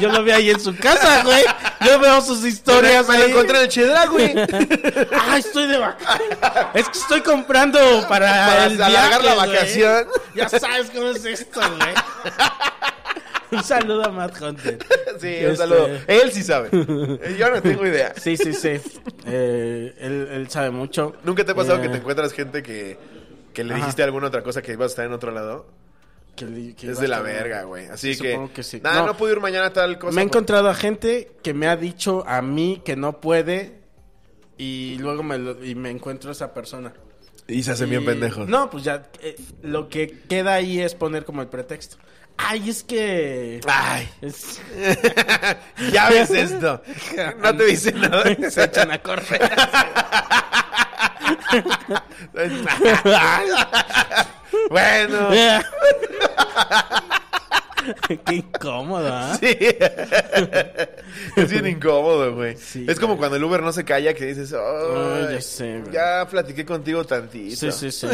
[SPEAKER 1] Yo lo vi ahí en su casa, güey. Yo veo sus historias
[SPEAKER 2] me lo
[SPEAKER 1] ahí.
[SPEAKER 2] encontré en el Chedra, güey.
[SPEAKER 1] Ah, estoy de vacaciones. Es que estoy comprando para,
[SPEAKER 2] Para
[SPEAKER 1] el
[SPEAKER 2] alargar
[SPEAKER 1] viaje,
[SPEAKER 2] la
[SPEAKER 1] güey.
[SPEAKER 2] vacación.
[SPEAKER 1] Ya sabes cómo es esto, güey. Un saludo a Matt Hunter.
[SPEAKER 2] sí, un
[SPEAKER 1] Este,
[SPEAKER 2] saludo. Él sí sabe. Yo no tengo idea.
[SPEAKER 1] Sí, sí, sí. Eh, él, él sabe mucho.
[SPEAKER 2] ¿Nunca te ha pasado
[SPEAKER 1] Eh,
[SPEAKER 2] que te encuentras gente que, que le
[SPEAKER 1] Ajá.
[SPEAKER 2] dijiste alguna otra cosa que ibas a estar en otro lado?
[SPEAKER 1] que li- que
[SPEAKER 2] es
[SPEAKER 1] iba
[SPEAKER 2] de
[SPEAKER 1] a
[SPEAKER 2] la
[SPEAKER 1] estar-
[SPEAKER 2] verga, güey. Así
[SPEAKER 1] Sí,
[SPEAKER 2] que.
[SPEAKER 1] supongo que sí.
[SPEAKER 2] Nah, no.
[SPEAKER 1] No.
[SPEAKER 2] pude ir mañana a tal cosa.
[SPEAKER 1] Me he
[SPEAKER 2] por-
[SPEAKER 1] encontrado a gente que me ha dicho a mí que no puede y luego me, lo- y me encuentro a esa persona.
[SPEAKER 2] Y se hacen
[SPEAKER 1] Y-
[SPEAKER 2] bien pendejos.
[SPEAKER 1] No, pues ya eh, lo que queda ahí es poner como el pretexto. Ay, es que...
[SPEAKER 2] Ay,
[SPEAKER 1] es-
[SPEAKER 2] ya ves esto. No te dice nada.
[SPEAKER 1] se echan a correr.
[SPEAKER 2] bueno.
[SPEAKER 1] Qué incómodo, ¿ah?
[SPEAKER 2] Sí. es bien incómodo, güey.
[SPEAKER 1] Sí,
[SPEAKER 2] es como
[SPEAKER 1] güey.
[SPEAKER 2] cuando el Uber no se calla que dices, "Ay,
[SPEAKER 1] Ay, ya sé, güey".
[SPEAKER 2] ya platiqué contigo tantito.
[SPEAKER 1] Sí, sí, sí.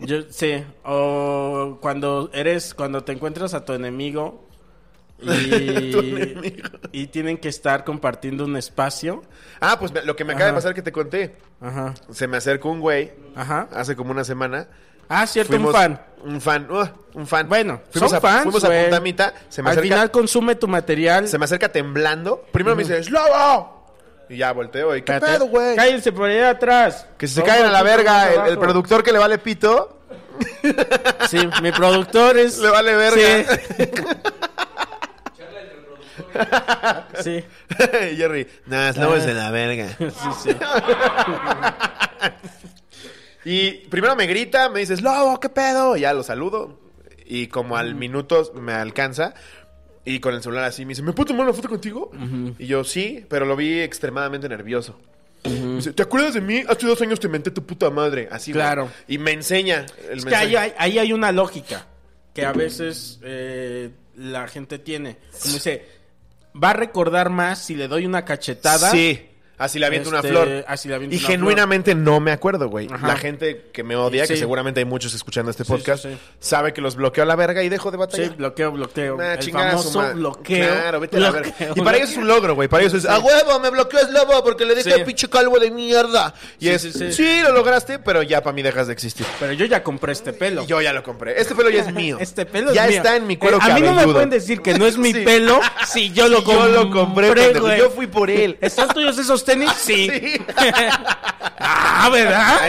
[SPEAKER 1] Yo, sí. O cuando eres, cuando te encuentras a tu enemigo y,
[SPEAKER 2] Tu enemigo.
[SPEAKER 1] y tienen que estar compartiendo un espacio.
[SPEAKER 2] Ah, pues me- lo que me acaba de
[SPEAKER 1] Ajá.
[SPEAKER 2] pasar que te conté.
[SPEAKER 1] Ajá.
[SPEAKER 2] Se me acercó un güey
[SPEAKER 1] Ajá.
[SPEAKER 2] hace como una semana.
[SPEAKER 1] Ah, cierto,
[SPEAKER 2] Fuimos-
[SPEAKER 1] un fan.
[SPEAKER 2] Un fan, uh, un fan.
[SPEAKER 1] Bueno,
[SPEAKER 2] fuimos
[SPEAKER 1] son
[SPEAKER 2] a,
[SPEAKER 1] fans,
[SPEAKER 2] Fuimos a
[SPEAKER 1] güey.
[SPEAKER 2] Puntamita, se me,
[SPEAKER 1] Al
[SPEAKER 2] acerca,
[SPEAKER 1] final consume tu material.
[SPEAKER 2] se me acerca temblando. Primero me dice, ¡Slobo! Y ya volteo y, ¿qué
[SPEAKER 1] Espérate.
[SPEAKER 2] pedo, güey?
[SPEAKER 1] Cállense por allá atrás.
[SPEAKER 2] Que si se
[SPEAKER 1] Vamos
[SPEAKER 2] caen a la
[SPEAKER 1] aquí,
[SPEAKER 2] verga,
[SPEAKER 1] vamos
[SPEAKER 2] el, el
[SPEAKER 1] abajo.
[SPEAKER 2] productor que le vale pito,
[SPEAKER 1] Sí, mi productor es...
[SPEAKER 2] le vale verga.
[SPEAKER 1] Sí. sí.
[SPEAKER 2] Y Jerry, nah, Slobo es de la verga.
[SPEAKER 1] Sí, sí.
[SPEAKER 2] Y primero me grita, me dice, Slobo, ¿qué pedo? Y ya lo saludo. Y como al minuto me alcanza. Y con el celular así me dice, ¿me puedo tomar una foto contigo? Y yo, sí, pero lo vi extremadamente nervioso. Me dice, ¿te acuerdas de mí? Hace dos años te menté tu puta madre. Así, güey.
[SPEAKER 1] Claro.
[SPEAKER 2] Y me enseña el
[SPEAKER 1] Es que
[SPEAKER 2] mensaje.
[SPEAKER 1] ahí, hay- ahí hay una lógica que a veces eh, la gente tiene. Como dice, va a recordar más si le doy una cachetada
[SPEAKER 2] Sí. Así le aviento
[SPEAKER 1] Este,
[SPEAKER 2] una flor.
[SPEAKER 1] así le aviento
[SPEAKER 2] y
[SPEAKER 1] una
[SPEAKER 2] genuinamente no me acuerdo, güey.
[SPEAKER 1] Ajá.
[SPEAKER 2] La gente que me odia, que
[SPEAKER 1] Sí.
[SPEAKER 2] seguramente hay muchos escuchando este podcast,
[SPEAKER 1] sí, sí.
[SPEAKER 2] sabe que los bloqueo a la verga y dejo de
[SPEAKER 1] Sí,
[SPEAKER 2] batallar.
[SPEAKER 1] bloqueo, bloqueo.
[SPEAKER 2] Ah,
[SPEAKER 1] el
[SPEAKER 2] chingar a su
[SPEAKER 1] famoso
[SPEAKER 2] madre.
[SPEAKER 1] bloqueo.
[SPEAKER 2] Claro, vete a la verga.
[SPEAKER 1] bloqueo,
[SPEAKER 2] Y para ellos es un logro, güey. Para ellos es, a huevo, me bloqueó es lobo porque le dije
[SPEAKER 1] Sí.
[SPEAKER 2] pinche calvo de mierda. Y
[SPEAKER 1] Sí,
[SPEAKER 2] es, sí,
[SPEAKER 1] sí, sí.
[SPEAKER 2] lo lograste, pero ya para mí dejas de existir.
[SPEAKER 1] Pero yo ya compré este pelo.
[SPEAKER 2] Y yo ya lo compré. Este pelo ya es mío.
[SPEAKER 1] Este pelo
[SPEAKER 2] ya
[SPEAKER 1] es mío.
[SPEAKER 2] está en mi cuero
[SPEAKER 1] Eh, A mí no me
[SPEAKER 2] cabelludo.
[SPEAKER 1] pueden decir que no es mi
[SPEAKER 2] Sí.
[SPEAKER 1] pelo si yo lo
[SPEAKER 2] Y yo
[SPEAKER 1] compré.
[SPEAKER 2] lo compré, pendejo.
[SPEAKER 1] güey.
[SPEAKER 2] Yo fui por él.
[SPEAKER 1] ¿Están tuyos esos tenis? Sí.
[SPEAKER 2] Sí.
[SPEAKER 1] Ah, ¿verdad?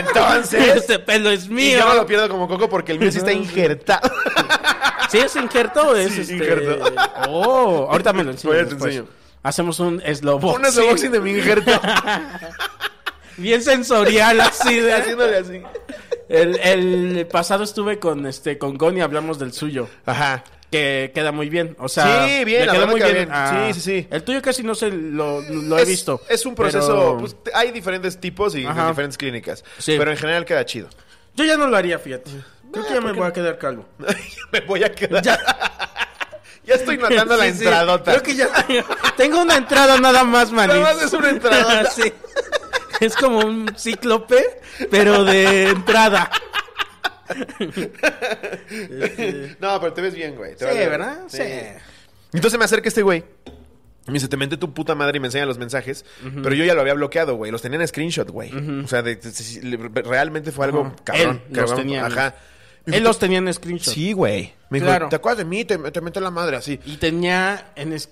[SPEAKER 2] Entonces-
[SPEAKER 1] Este pelo es
[SPEAKER 2] Y
[SPEAKER 1] mío.
[SPEAKER 2] yo no lo pierdo como coco porque el mío sí está injertado.
[SPEAKER 1] ¿Sí es injerto o es
[SPEAKER 2] Sí,
[SPEAKER 1] este?
[SPEAKER 2] injerto.
[SPEAKER 1] Oh, ahorita me lo enseño.
[SPEAKER 2] Ahorita te
[SPEAKER 1] después.
[SPEAKER 2] enseño.
[SPEAKER 1] Hacemos un slow
[SPEAKER 2] Un
[SPEAKER 1] boxing.
[SPEAKER 2] unboxing de mi injerto.
[SPEAKER 1] Bien sensorial así de.
[SPEAKER 2] haciéndole así.
[SPEAKER 1] El, el pasado estuve con este con Goni hablamos del suyo.
[SPEAKER 2] Ajá.
[SPEAKER 1] Que queda muy bien. O sea,
[SPEAKER 2] Sí, bien,
[SPEAKER 1] le
[SPEAKER 2] la
[SPEAKER 1] quedó
[SPEAKER 2] verdad
[SPEAKER 1] muy
[SPEAKER 2] queda
[SPEAKER 1] bien.
[SPEAKER 2] bien.
[SPEAKER 1] Ah,
[SPEAKER 2] Sí, sí, sí.
[SPEAKER 1] El tuyo casi no sé, lo, lo he
[SPEAKER 2] Es-
[SPEAKER 1] visto.
[SPEAKER 2] Es un proceso.
[SPEAKER 1] pero
[SPEAKER 2] pues, te- hay diferentes tipos y de
[SPEAKER 1] Ajá.
[SPEAKER 2] diferentes clínicas.
[SPEAKER 1] Sí.
[SPEAKER 2] Pero en general queda chido.
[SPEAKER 1] Yo ya no lo haría, fíjate. Creo que
[SPEAKER 2] Ah,
[SPEAKER 1] ya me voy a quedar calvo.
[SPEAKER 2] me voy a quedar. Ya, estoy notando la
[SPEAKER 1] Sí, sí.
[SPEAKER 2] entradota.
[SPEAKER 1] Creo que ya. Tengo una entrada nada más, man.
[SPEAKER 2] Nada más es una entradota.
[SPEAKER 1] sí. Es como un cíclope, pero de entrada.
[SPEAKER 2] No, pero te ves bien, güey. Te
[SPEAKER 1] Sí,
[SPEAKER 2] vas bien.
[SPEAKER 1] ¿verdad? Sí.
[SPEAKER 2] Entonces me acerca este güey. Me dice, te menté tu puta madre y me enseña los mensajes. Pero yo ya lo había bloqueado, güey. Los tenía en screenshot, güey. O sea, de- de- de- de- realmente fue algo
[SPEAKER 1] Ajá.
[SPEAKER 2] cabrón.
[SPEAKER 1] Él los
[SPEAKER 2] cabrón.
[SPEAKER 1] tenía,
[SPEAKER 2] Ajá.
[SPEAKER 1] Él los tenía en screenshot.
[SPEAKER 2] Sí, güey. Me dijo,
[SPEAKER 1] Claro.
[SPEAKER 2] ¿te acuerdas de mí? Te, te menté la madre así.
[SPEAKER 1] Y tenía. En es-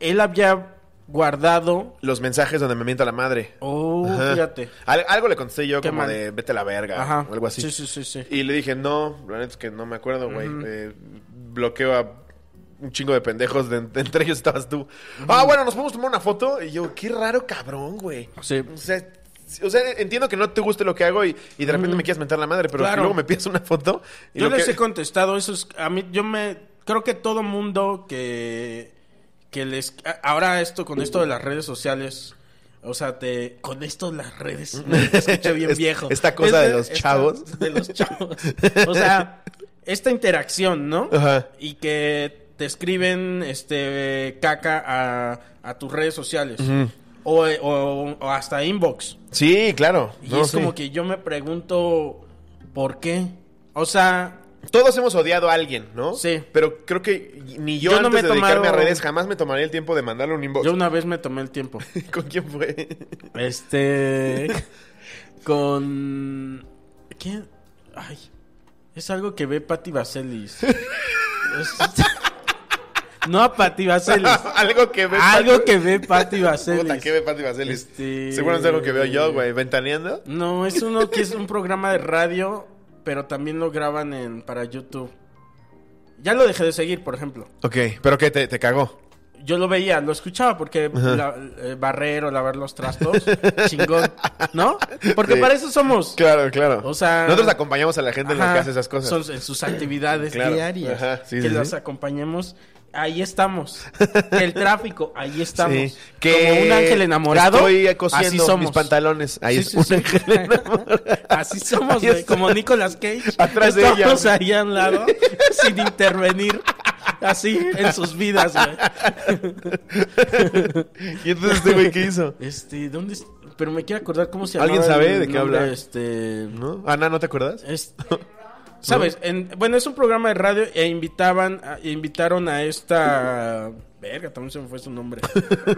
[SPEAKER 1] Él había guardado.
[SPEAKER 2] Los mensajes donde me mienta la madre.
[SPEAKER 1] Oh,
[SPEAKER 2] Ajá.
[SPEAKER 1] fíjate.
[SPEAKER 2] Al- algo le contesté yo
[SPEAKER 1] Qué
[SPEAKER 2] como
[SPEAKER 1] mal.
[SPEAKER 2] de vete a la verga
[SPEAKER 1] Ajá.
[SPEAKER 2] o algo así.
[SPEAKER 1] Sí, sí, sí, sí.
[SPEAKER 2] Y le dije, no, la neta es que no me acuerdo, güey. Eh, bloqueo a un chingo de pendejos, de- de- entre ellos estabas tú. Ah, bueno, nos podemos tomar una foto. Y yo, qué raro cabrón, güey.
[SPEAKER 1] Sí.
[SPEAKER 2] O sea, sí, o sea, entiendo que no te guste lo que hago y, y de repente me quieras mentar la madre, pero
[SPEAKER 1] Claro.
[SPEAKER 2] luego me pides una foto. Y
[SPEAKER 1] Yo
[SPEAKER 2] lo
[SPEAKER 1] les
[SPEAKER 2] que-
[SPEAKER 1] he contestado eso. es- a mí, yo me. Creo que todo mundo que. que les. a- Ahora, esto con esto de las redes sociales. O sea, te, con esto de las redes. Me escuché bien
[SPEAKER 2] Es-
[SPEAKER 1] viejo.
[SPEAKER 2] esta cosa de los
[SPEAKER 1] esta-
[SPEAKER 2] chavos.
[SPEAKER 1] De los chavos. O sea, esta interacción, ¿no?
[SPEAKER 2] Ajá.
[SPEAKER 1] Y que te escriben este caca a, a tus redes sociales. o, o- o hasta inbox.
[SPEAKER 2] Sí, claro.
[SPEAKER 1] Y
[SPEAKER 2] No,
[SPEAKER 1] es
[SPEAKER 2] sí.
[SPEAKER 1] como que yo me pregunto. ¿Por qué? O sea.
[SPEAKER 2] Todos hemos odiado a alguien, ¿no?
[SPEAKER 1] Sí.
[SPEAKER 2] Pero creo que ni yo,
[SPEAKER 1] Yo no
[SPEAKER 2] antes
[SPEAKER 1] me he
[SPEAKER 2] de dedicarme
[SPEAKER 1] tomado-
[SPEAKER 2] a redes jamás me tomaría el tiempo de mandarle un inbox.
[SPEAKER 1] Yo una vez me tomé el tiempo.
[SPEAKER 2] ¿Con quién fue?
[SPEAKER 1] Este. con. ¿Qué? Ay. Es algo que ve Patti Vaselis. Es- No a Patti Vaselis.
[SPEAKER 2] algo que ve
[SPEAKER 1] Algo
[SPEAKER 2] Pati-
[SPEAKER 1] que ve Patti
[SPEAKER 2] Puta,
[SPEAKER 1] Vaselis.
[SPEAKER 2] ¿qué ve Pati Vaselis?
[SPEAKER 1] Este-
[SPEAKER 2] Seguramente es algo que veo yo, güey. ¿Ventaneando?
[SPEAKER 1] No, es uno que es un programa de radio, pero también lo graban en para YouTube. Ya lo dejé de seguir, por ejemplo.
[SPEAKER 2] Ok, pero que te, te cagó.
[SPEAKER 1] Yo lo veía, lo escuchaba porque la- eh, barrer o lavar los trastos, chingón, ¿no? Porque
[SPEAKER 2] Sí.
[SPEAKER 1] para eso somos.
[SPEAKER 2] Claro, claro.
[SPEAKER 1] O sea-
[SPEAKER 2] Nosotros acompañamos a la gente en
[SPEAKER 1] Ajá,
[SPEAKER 2] la que hace esas cosas.
[SPEAKER 1] son- en sus actividades
[SPEAKER 2] Claro,
[SPEAKER 1] diarias.
[SPEAKER 2] ajá, sí,
[SPEAKER 1] que
[SPEAKER 2] sí,
[SPEAKER 1] los
[SPEAKER 2] sí.
[SPEAKER 1] acompañemos. Ahí estamos. El tráfico, ahí estamos.
[SPEAKER 2] Sí.
[SPEAKER 1] Como un ángel enamorado.
[SPEAKER 2] Estoy cosiendo
[SPEAKER 1] así somos.
[SPEAKER 2] mis pantalones. Ahí
[SPEAKER 1] Sí,
[SPEAKER 2] es
[SPEAKER 1] sí,
[SPEAKER 2] un
[SPEAKER 1] sí.
[SPEAKER 2] ángel enamorado.
[SPEAKER 1] Así somos,
[SPEAKER 2] Ahí
[SPEAKER 1] güey,
[SPEAKER 2] está.
[SPEAKER 1] Como Nicolas Cage.
[SPEAKER 2] Atrás de
[SPEAKER 1] estamos
[SPEAKER 2] ella, güey.
[SPEAKER 1] ahí al lado, sin intervenir. Así en sus vidas, güey.
[SPEAKER 2] ¿Y entonces este güey qué hizo?
[SPEAKER 1] Este, ¿dónde? es? Pero me quiero acordar cómo se llama.
[SPEAKER 2] ¿Alguien sabe de qué habla?
[SPEAKER 1] Este.
[SPEAKER 2] ¿No? Ana, ¿no te acuerdas?
[SPEAKER 1] Es- ¿Sabes? En- bueno, es un programa de radio e invitaban, a- invitaron a esta... Verga, también se me fue su nombre.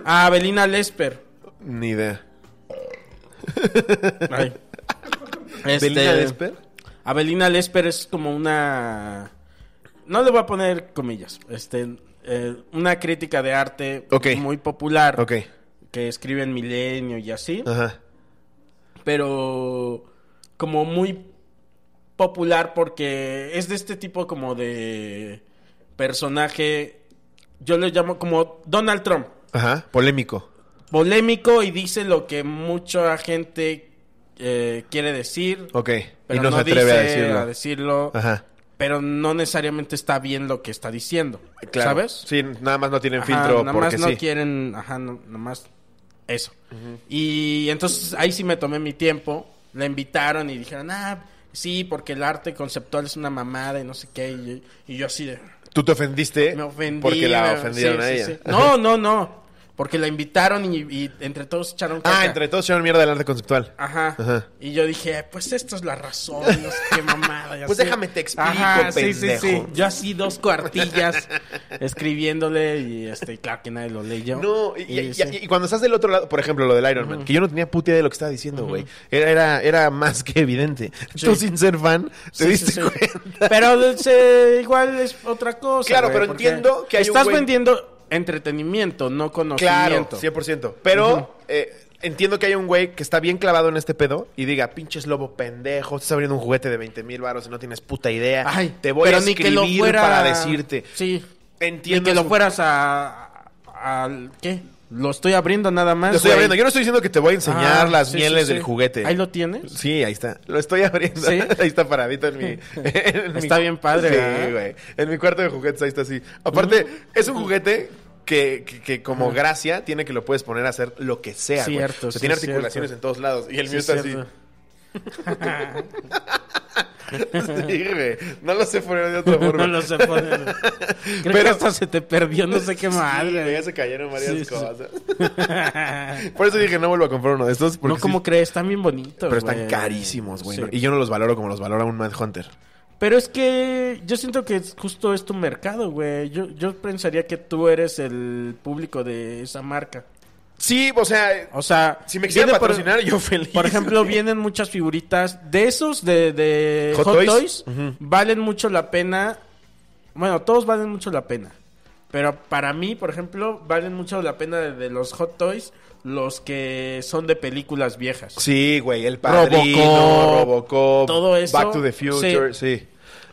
[SPEAKER 1] A Abelina Lesper.
[SPEAKER 2] Ni idea.
[SPEAKER 1] Ay. Este,
[SPEAKER 2] ¿Belina Desper?
[SPEAKER 1] Abelina Lesper es como una... No le voy a poner comillas. Este, eh, una crítica de arte
[SPEAKER 2] Ok.
[SPEAKER 1] muy popular.
[SPEAKER 2] Ok.
[SPEAKER 1] Que escribe en Milenio y así.
[SPEAKER 2] Ajá.
[SPEAKER 1] pero como muy popular porque es de este tipo como de personaje, yo lo llamo como Donald Trump,
[SPEAKER 2] Ajá. Polémico.
[SPEAKER 1] polémico y dice lo que mucha gente eh, quiere decir,
[SPEAKER 2] Ok.
[SPEAKER 1] pero
[SPEAKER 2] y no, se atreve a decirlo.
[SPEAKER 1] a decirlo,
[SPEAKER 2] Ajá.
[SPEAKER 1] pero no necesariamente está bien lo que está diciendo,
[SPEAKER 2] Claro.
[SPEAKER 1] ¿sabes?
[SPEAKER 2] Sí, nada más no tienen
[SPEAKER 1] Ajá,
[SPEAKER 2] filtro
[SPEAKER 1] nada
[SPEAKER 2] porque
[SPEAKER 1] más no
[SPEAKER 2] sí.
[SPEAKER 1] quieren, ajá, no- nada más eso. Y entonces ahí sí me tomé mi tiempo, la invitaron y dijeron, ah, sí, porque el arte conceptual es una mamada y no sé qué. Y, y yo así de,
[SPEAKER 2] Tú te ofendiste
[SPEAKER 1] me ofendí.
[SPEAKER 2] Eh, porque la
[SPEAKER 1] me-
[SPEAKER 2] ofendieron
[SPEAKER 1] sí,
[SPEAKER 2] a
[SPEAKER 1] sí,
[SPEAKER 2] ella.
[SPEAKER 1] sí. No, no, no. Porque la invitaron y, y entre todos echaron caca.
[SPEAKER 2] Ah, entre todos echaron mierda del arte conceptual.
[SPEAKER 1] Ajá.
[SPEAKER 2] Ajá.
[SPEAKER 1] Y yo dije, pues esta es la razón, no sé qué mamada. y
[SPEAKER 2] Pues
[SPEAKER 1] así.
[SPEAKER 2] déjame te explico,
[SPEAKER 1] sí, sí, sí.
[SPEAKER 2] pendejo.
[SPEAKER 1] Yo así dos cuartillas escribiéndole y este, claro que nadie lo leyó.
[SPEAKER 2] No, y, y-
[SPEAKER 1] sí.
[SPEAKER 2] y- y cuando estás del otro lado, por ejemplo, lo del Iron Man, que yo no tenía puta idea de lo que estaba diciendo, güey. Era, era, era más que evidente. Tú sin ser fan, te
[SPEAKER 1] Sí, sí,
[SPEAKER 2] diste
[SPEAKER 1] sí.
[SPEAKER 2] cuenta.
[SPEAKER 1] Pero este, igual es otra cosa.
[SPEAKER 2] Claro,
[SPEAKER 1] güey,
[SPEAKER 2] pero
[SPEAKER 1] porque
[SPEAKER 2] entiendo que hay un
[SPEAKER 1] Estás
[SPEAKER 2] güey-
[SPEAKER 1] vendiendo entretenimiento, no
[SPEAKER 2] Claro,
[SPEAKER 1] conocimiento.
[SPEAKER 2] 100%. Pero eh, entiendo que hay un güey que está bien clavado en este pedo y diga, pinches lobo pendejo, estás abriendo un juguete de 20 mil baros y no tienes puta idea.
[SPEAKER 1] Ay,
[SPEAKER 2] te voy
[SPEAKER 1] pero
[SPEAKER 2] a
[SPEAKER 1] ni
[SPEAKER 2] escribir
[SPEAKER 1] que lo fuera-
[SPEAKER 2] para decirte.
[SPEAKER 1] Sí.
[SPEAKER 2] Entiendo
[SPEAKER 1] Ni que lo
[SPEAKER 2] su-
[SPEAKER 1] fueras a, a- al- ¿Qué? Lo estoy abriendo nada más.
[SPEAKER 2] Lo estoy
[SPEAKER 1] güey.
[SPEAKER 2] abriendo. Yo no estoy diciendo que te voy a enseñar
[SPEAKER 1] Ah,
[SPEAKER 2] las
[SPEAKER 1] sí, sí,
[SPEAKER 2] mieles
[SPEAKER 1] sí.
[SPEAKER 2] del juguete.
[SPEAKER 1] Ahí lo tienes.
[SPEAKER 2] Sí, ahí está. Lo estoy abriendo.
[SPEAKER 1] ¿Sí?
[SPEAKER 2] ahí está paradito en mi. en mi-
[SPEAKER 1] Está bien padre,
[SPEAKER 2] Sí,
[SPEAKER 1] ¿verdad? Mm.
[SPEAKER 2] güey. En mi cuarto de juguetes ahí está así. Aparte, es un juguete. Que, que- que como gracia tiene que lo puedes poner a hacer lo que sea. güey.
[SPEAKER 1] Cierto,
[SPEAKER 2] O sea,
[SPEAKER 1] sí,
[SPEAKER 2] tiene
[SPEAKER 1] es cierto.
[SPEAKER 2] articulaciones en todos lados. Y el
[SPEAKER 1] Sí,
[SPEAKER 2] mío está así.
[SPEAKER 1] cierto.
[SPEAKER 2] Sí, güey. No lo sé poner de otra
[SPEAKER 1] No
[SPEAKER 2] forma.
[SPEAKER 1] lo sé poner. Creo que
[SPEAKER 2] Pero-
[SPEAKER 1] hasta se te perdió, no sé qué
[SPEAKER 2] Sí, güey,
[SPEAKER 1] madre.
[SPEAKER 2] ya se cayeron varias
[SPEAKER 1] Sí, sí.
[SPEAKER 2] cosas. Por eso dije, no vuelvo a comprar uno de estos. Porque
[SPEAKER 1] No, como
[SPEAKER 2] sí-
[SPEAKER 1] crees? Están bien bonitos,
[SPEAKER 2] Pero están
[SPEAKER 1] güey.
[SPEAKER 2] carísimos, güey.
[SPEAKER 1] Sí.
[SPEAKER 2] ¿no? Y yo no los valoro como los valora un Manhunter.
[SPEAKER 1] Pero es que yo siento que es- justo es tu mercado, güey. Yo, yo pensaría que tú eres el público de esa marca.
[SPEAKER 2] Sí, o sea,
[SPEAKER 1] O sea,
[SPEAKER 2] si me quisieran
[SPEAKER 1] viene por-
[SPEAKER 2] patrocinar, yo feliz.
[SPEAKER 1] Por ejemplo, vienen muchas figuritas de esos de, de
[SPEAKER 2] Hot
[SPEAKER 1] Hot, Toys.
[SPEAKER 2] Toys.
[SPEAKER 1] Valen mucho la pena. Bueno, todos valen mucho la pena. Pero para mí, por ejemplo, valen mucho la pena de, de los Hot Toys los que son de películas viejas.
[SPEAKER 2] Sí, güey, el padrino, Robocop,
[SPEAKER 1] Robocop, todo eso.
[SPEAKER 2] Back to the Future, sí.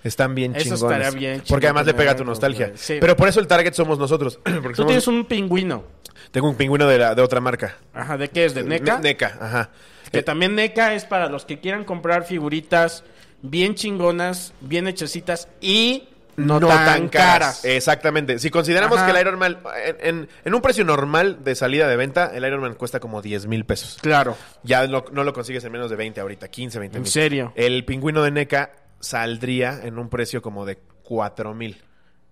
[SPEAKER 2] Están bien
[SPEAKER 1] Eso
[SPEAKER 2] chingones.
[SPEAKER 1] estaría bien
[SPEAKER 2] Porque además le
[SPEAKER 1] chingón
[SPEAKER 2] pega tu
[SPEAKER 1] tenerlo,
[SPEAKER 2] nostalgia.
[SPEAKER 1] güey. Sí.
[SPEAKER 2] Pero por eso el target somos nosotros. Porque
[SPEAKER 1] Tú
[SPEAKER 2] somos-
[SPEAKER 1] tienes un pingüino.
[SPEAKER 2] Tengo un pingüino de, la, de otra marca.
[SPEAKER 1] Ajá, ¿de qué es? ¿De NECA?
[SPEAKER 2] Ne- Neca, ajá.
[SPEAKER 1] Que
[SPEAKER 2] Eh,
[SPEAKER 1] también NECA es para los que quieran comprar figuritas bien chingonas, bien hechecitas y no, tan, caras.
[SPEAKER 2] Exactamente. Si consideramos
[SPEAKER 1] Ajá.
[SPEAKER 2] que el Iron Man, en, en- en un precio normal de salida de venta, el Iron Man cuesta como 10 mil pesos.
[SPEAKER 1] Claro.
[SPEAKER 2] Ya lo- no lo consigues en menos de 20 ahorita, 15, 20
[SPEAKER 1] ¿En
[SPEAKER 2] mil.
[SPEAKER 1] serio?
[SPEAKER 2] El pingüino de NECA saldría en un precio como de 4 mil.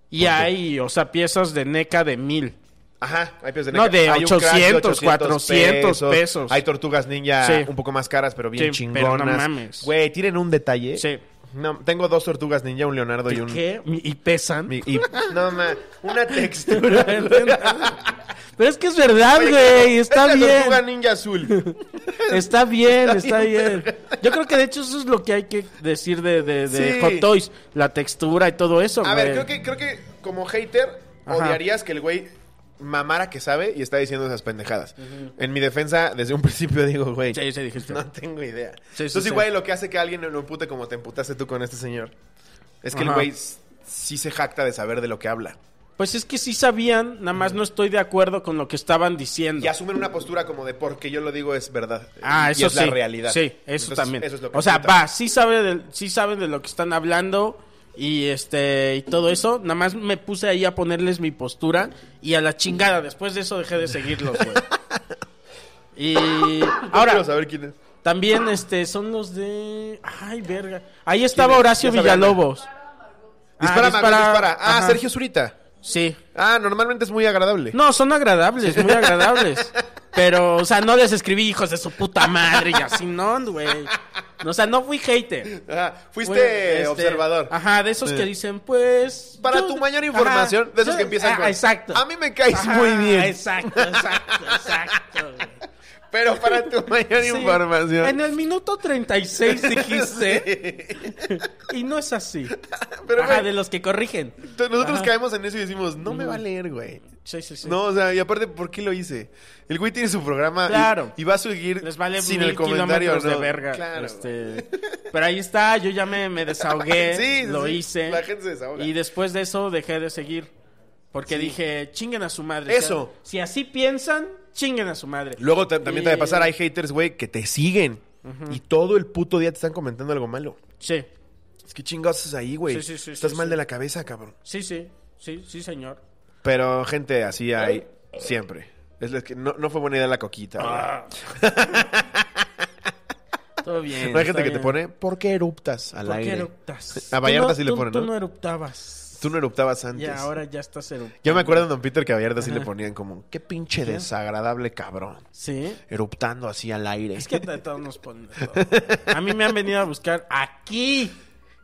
[SPEAKER 1] Y hay, o sea, piezas de NECA de mil.
[SPEAKER 2] Ajá, hay pies de
[SPEAKER 1] No,
[SPEAKER 2] NECA.
[SPEAKER 1] de
[SPEAKER 2] Hay un crack
[SPEAKER 1] 800, 400 pesos.
[SPEAKER 2] Hay tortugas ninja
[SPEAKER 1] Sí.
[SPEAKER 2] un poco más caras, pero bien
[SPEAKER 1] Sí,
[SPEAKER 2] chingonas.
[SPEAKER 1] pero no mames.
[SPEAKER 2] Güey, tienen un detalle.
[SPEAKER 1] Sí.
[SPEAKER 2] No, tengo dos tortugas ninja, un Leonardo y un...
[SPEAKER 1] ¿Qué? ¿Y pesan?
[SPEAKER 2] mi- y- no, ma, una textura.
[SPEAKER 1] Pero es que es verdad,
[SPEAKER 2] Oye, este
[SPEAKER 1] güey. Está
[SPEAKER 2] es la
[SPEAKER 1] bien.
[SPEAKER 2] tortuga ninja azul.
[SPEAKER 1] Está bien, está
[SPEAKER 2] bien.
[SPEAKER 1] bien. Yo creo que de hecho eso es lo que hay que decir de, de, de
[SPEAKER 2] Sí.
[SPEAKER 1] Hot Toys. La textura y todo eso,
[SPEAKER 2] A ver,
[SPEAKER 1] güey.
[SPEAKER 2] creo que, creo que como hater
[SPEAKER 1] Ajá.
[SPEAKER 2] odiarías que el güey mamara que sabe y está diciendo esas pendejadas. En mi defensa, desde un principio digo, güey,
[SPEAKER 1] Sí, sí, dijiste.
[SPEAKER 2] no tengo idea.
[SPEAKER 1] sí,
[SPEAKER 2] Entonces,
[SPEAKER 1] sí.
[SPEAKER 2] igual lo que hace que alguien lo empute como te emputaste tú con este señor es que el
[SPEAKER 1] Ajá.
[SPEAKER 2] güey s- sí se jacta de saber de lo que habla.
[SPEAKER 1] Pues es que sí sabían, nada más no estoy de acuerdo con lo que estaban diciendo.
[SPEAKER 2] Y asumen una postura como de porque yo lo digo es verdad. eh,
[SPEAKER 1] Ah,
[SPEAKER 2] Y
[SPEAKER 1] eso
[SPEAKER 2] es la
[SPEAKER 1] sí.
[SPEAKER 2] realidad.
[SPEAKER 1] Sí, eso
[SPEAKER 2] Entonces,
[SPEAKER 1] también.
[SPEAKER 2] eso es lo que
[SPEAKER 1] o sea,
[SPEAKER 2] emputa.
[SPEAKER 1] va, sí, sabe de, sí saben de lo que están hablando y este y todo eso. Nada más me puse ahí a ponerles mi postura y a la chingada. Después de eso dejé de seguirlos, güey. Y
[SPEAKER 2] Yo
[SPEAKER 1] ahora,
[SPEAKER 2] quiero saber quién es.
[SPEAKER 1] también este son los de... Ay, verga. Ahí estaba
[SPEAKER 2] es?
[SPEAKER 1] Horacio
[SPEAKER 2] Ya sabía, ¿no?
[SPEAKER 1] Villalobos.
[SPEAKER 2] Dispara, Manuel,
[SPEAKER 1] dispara.
[SPEAKER 2] dispara. Ah,
[SPEAKER 1] Ajá.
[SPEAKER 2] Sergio Zurita.
[SPEAKER 1] Sí.
[SPEAKER 2] Ah, normalmente es muy agradable.
[SPEAKER 1] No, son agradables, muy agradables. Pero, o sea, no les escribí hijos de su puta madre y así, no, güey. O sea, no fui hater.
[SPEAKER 2] Ajá, fuiste
[SPEAKER 1] Fue, este,
[SPEAKER 2] observador.
[SPEAKER 1] Ajá, de esos que dicen, pues.
[SPEAKER 2] Para
[SPEAKER 1] yo-
[SPEAKER 2] tu mayor
[SPEAKER 1] ajá,
[SPEAKER 2] información, de esos
[SPEAKER 1] yo-
[SPEAKER 2] que empiezan
[SPEAKER 1] ah,
[SPEAKER 2] con,
[SPEAKER 1] Exacto.
[SPEAKER 2] "A mí me caes
[SPEAKER 1] Ajá,
[SPEAKER 2] muy bien".
[SPEAKER 1] Exacto, exacto, exacto. güey.
[SPEAKER 2] Pero para tu mayor
[SPEAKER 1] Sí.
[SPEAKER 2] información.
[SPEAKER 1] En el minuto 36 dijiste. y no es así.
[SPEAKER 2] Pero,
[SPEAKER 1] ajá,
[SPEAKER 2] güey.
[SPEAKER 1] de los que corrigen.
[SPEAKER 2] Entonces, Nosotros caemos en eso y decimos, no me va a leer, güey.
[SPEAKER 1] Sí, sí, sí.
[SPEAKER 2] No, o sea, y aparte, ¿por qué lo hice? El güey tiene su programa y-
[SPEAKER 1] Claro.
[SPEAKER 2] y, va a seguir
[SPEAKER 1] Les vale
[SPEAKER 2] sin
[SPEAKER 1] mil
[SPEAKER 2] el comentario.
[SPEAKER 1] kilómetros de
[SPEAKER 2] ¿no?
[SPEAKER 1] verga.
[SPEAKER 2] Claro.
[SPEAKER 1] Este, pero ahí está, yo ya me, me desahogué,
[SPEAKER 2] Sí, sí,
[SPEAKER 1] lo
[SPEAKER 2] sí,
[SPEAKER 1] hice.
[SPEAKER 2] la gente se desahoga.
[SPEAKER 1] Y después de eso dejé de seguir. Porque dije, chinguen a su madre.
[SPEAKER 2] Eso.
[SPEAKER 1] Si, si así piensan, chinguen a su madre.
[SPEAKER 2] Luego ta- también te va a
[SPEAKER 1] Y-
[SPEAKER 2] pasar, hay haters, güey, que te siguen. Y todo el puto día te están comentando algo malo.
[SPEAKER 1] Sí,
[SPEAKER 2] Es que chingados haces ahí, güey.
[SPEAKER 1] Sí, sí, sí,
[SPEAKER 2] Estás
[SPEAKER 1] sí,
[SPEAKER 2] mal
[SPEAKER 1] sí.
[SPEAKER 2] de la cabeza, cabrón.
[SPEAKER 1] sí, sí, sí, sí, señor.
[SPEAKER 2] Pero gente así hay siempre. Es lo que no, no fue buena idea la coquita.
[SPEAKER 1] Ah,
[SPEAKER 2] ¿verdad?
[SPEAKER 1] Todo bien.
[SPEAKER 2] no hay gente
[SPEAKER 1] está
[SPEAKER 2] que te
[SPEAKER 1] bien.
[SPEAKER 2] pone, ¿por qué eruptas al
[SPEAKER 1] ¿Por qué
[SPEAKER 2] aire?
[SPEAKER 1] eructas?
[SPEAKER 2] A Vallarta
[SPEAKER 1] Tú no-
[SPEAKER 2] sí le
[SPEAKER 1] tú-
[SPEAKER 2] ponen,
[SPEAKER 1] Tú
[SPEAKER 2] ¿no?
[SPEAKER 1] no eruptabas.
[SPEAKER 2] Tú no eruptabas
[SPEAKER 1] Y
[SPEAKER 2] antes.
[SPEAKER 1] ahora ya estás eruptando.
[SPEAKER 2] Yo me acuerdo en Don Peter que a Vallarta sí le
[SPEAKER 1] Ajá.
[SPEAKER 2] ponían como, qué pinche desagradable cabrón.
[SPEAKER 1] Sí.
[SPEAKER 2] Eruptando así al aire.
[SPEAKER 1] Es que a todos nos ponen. de todo. A mí me han venido a buscar aquí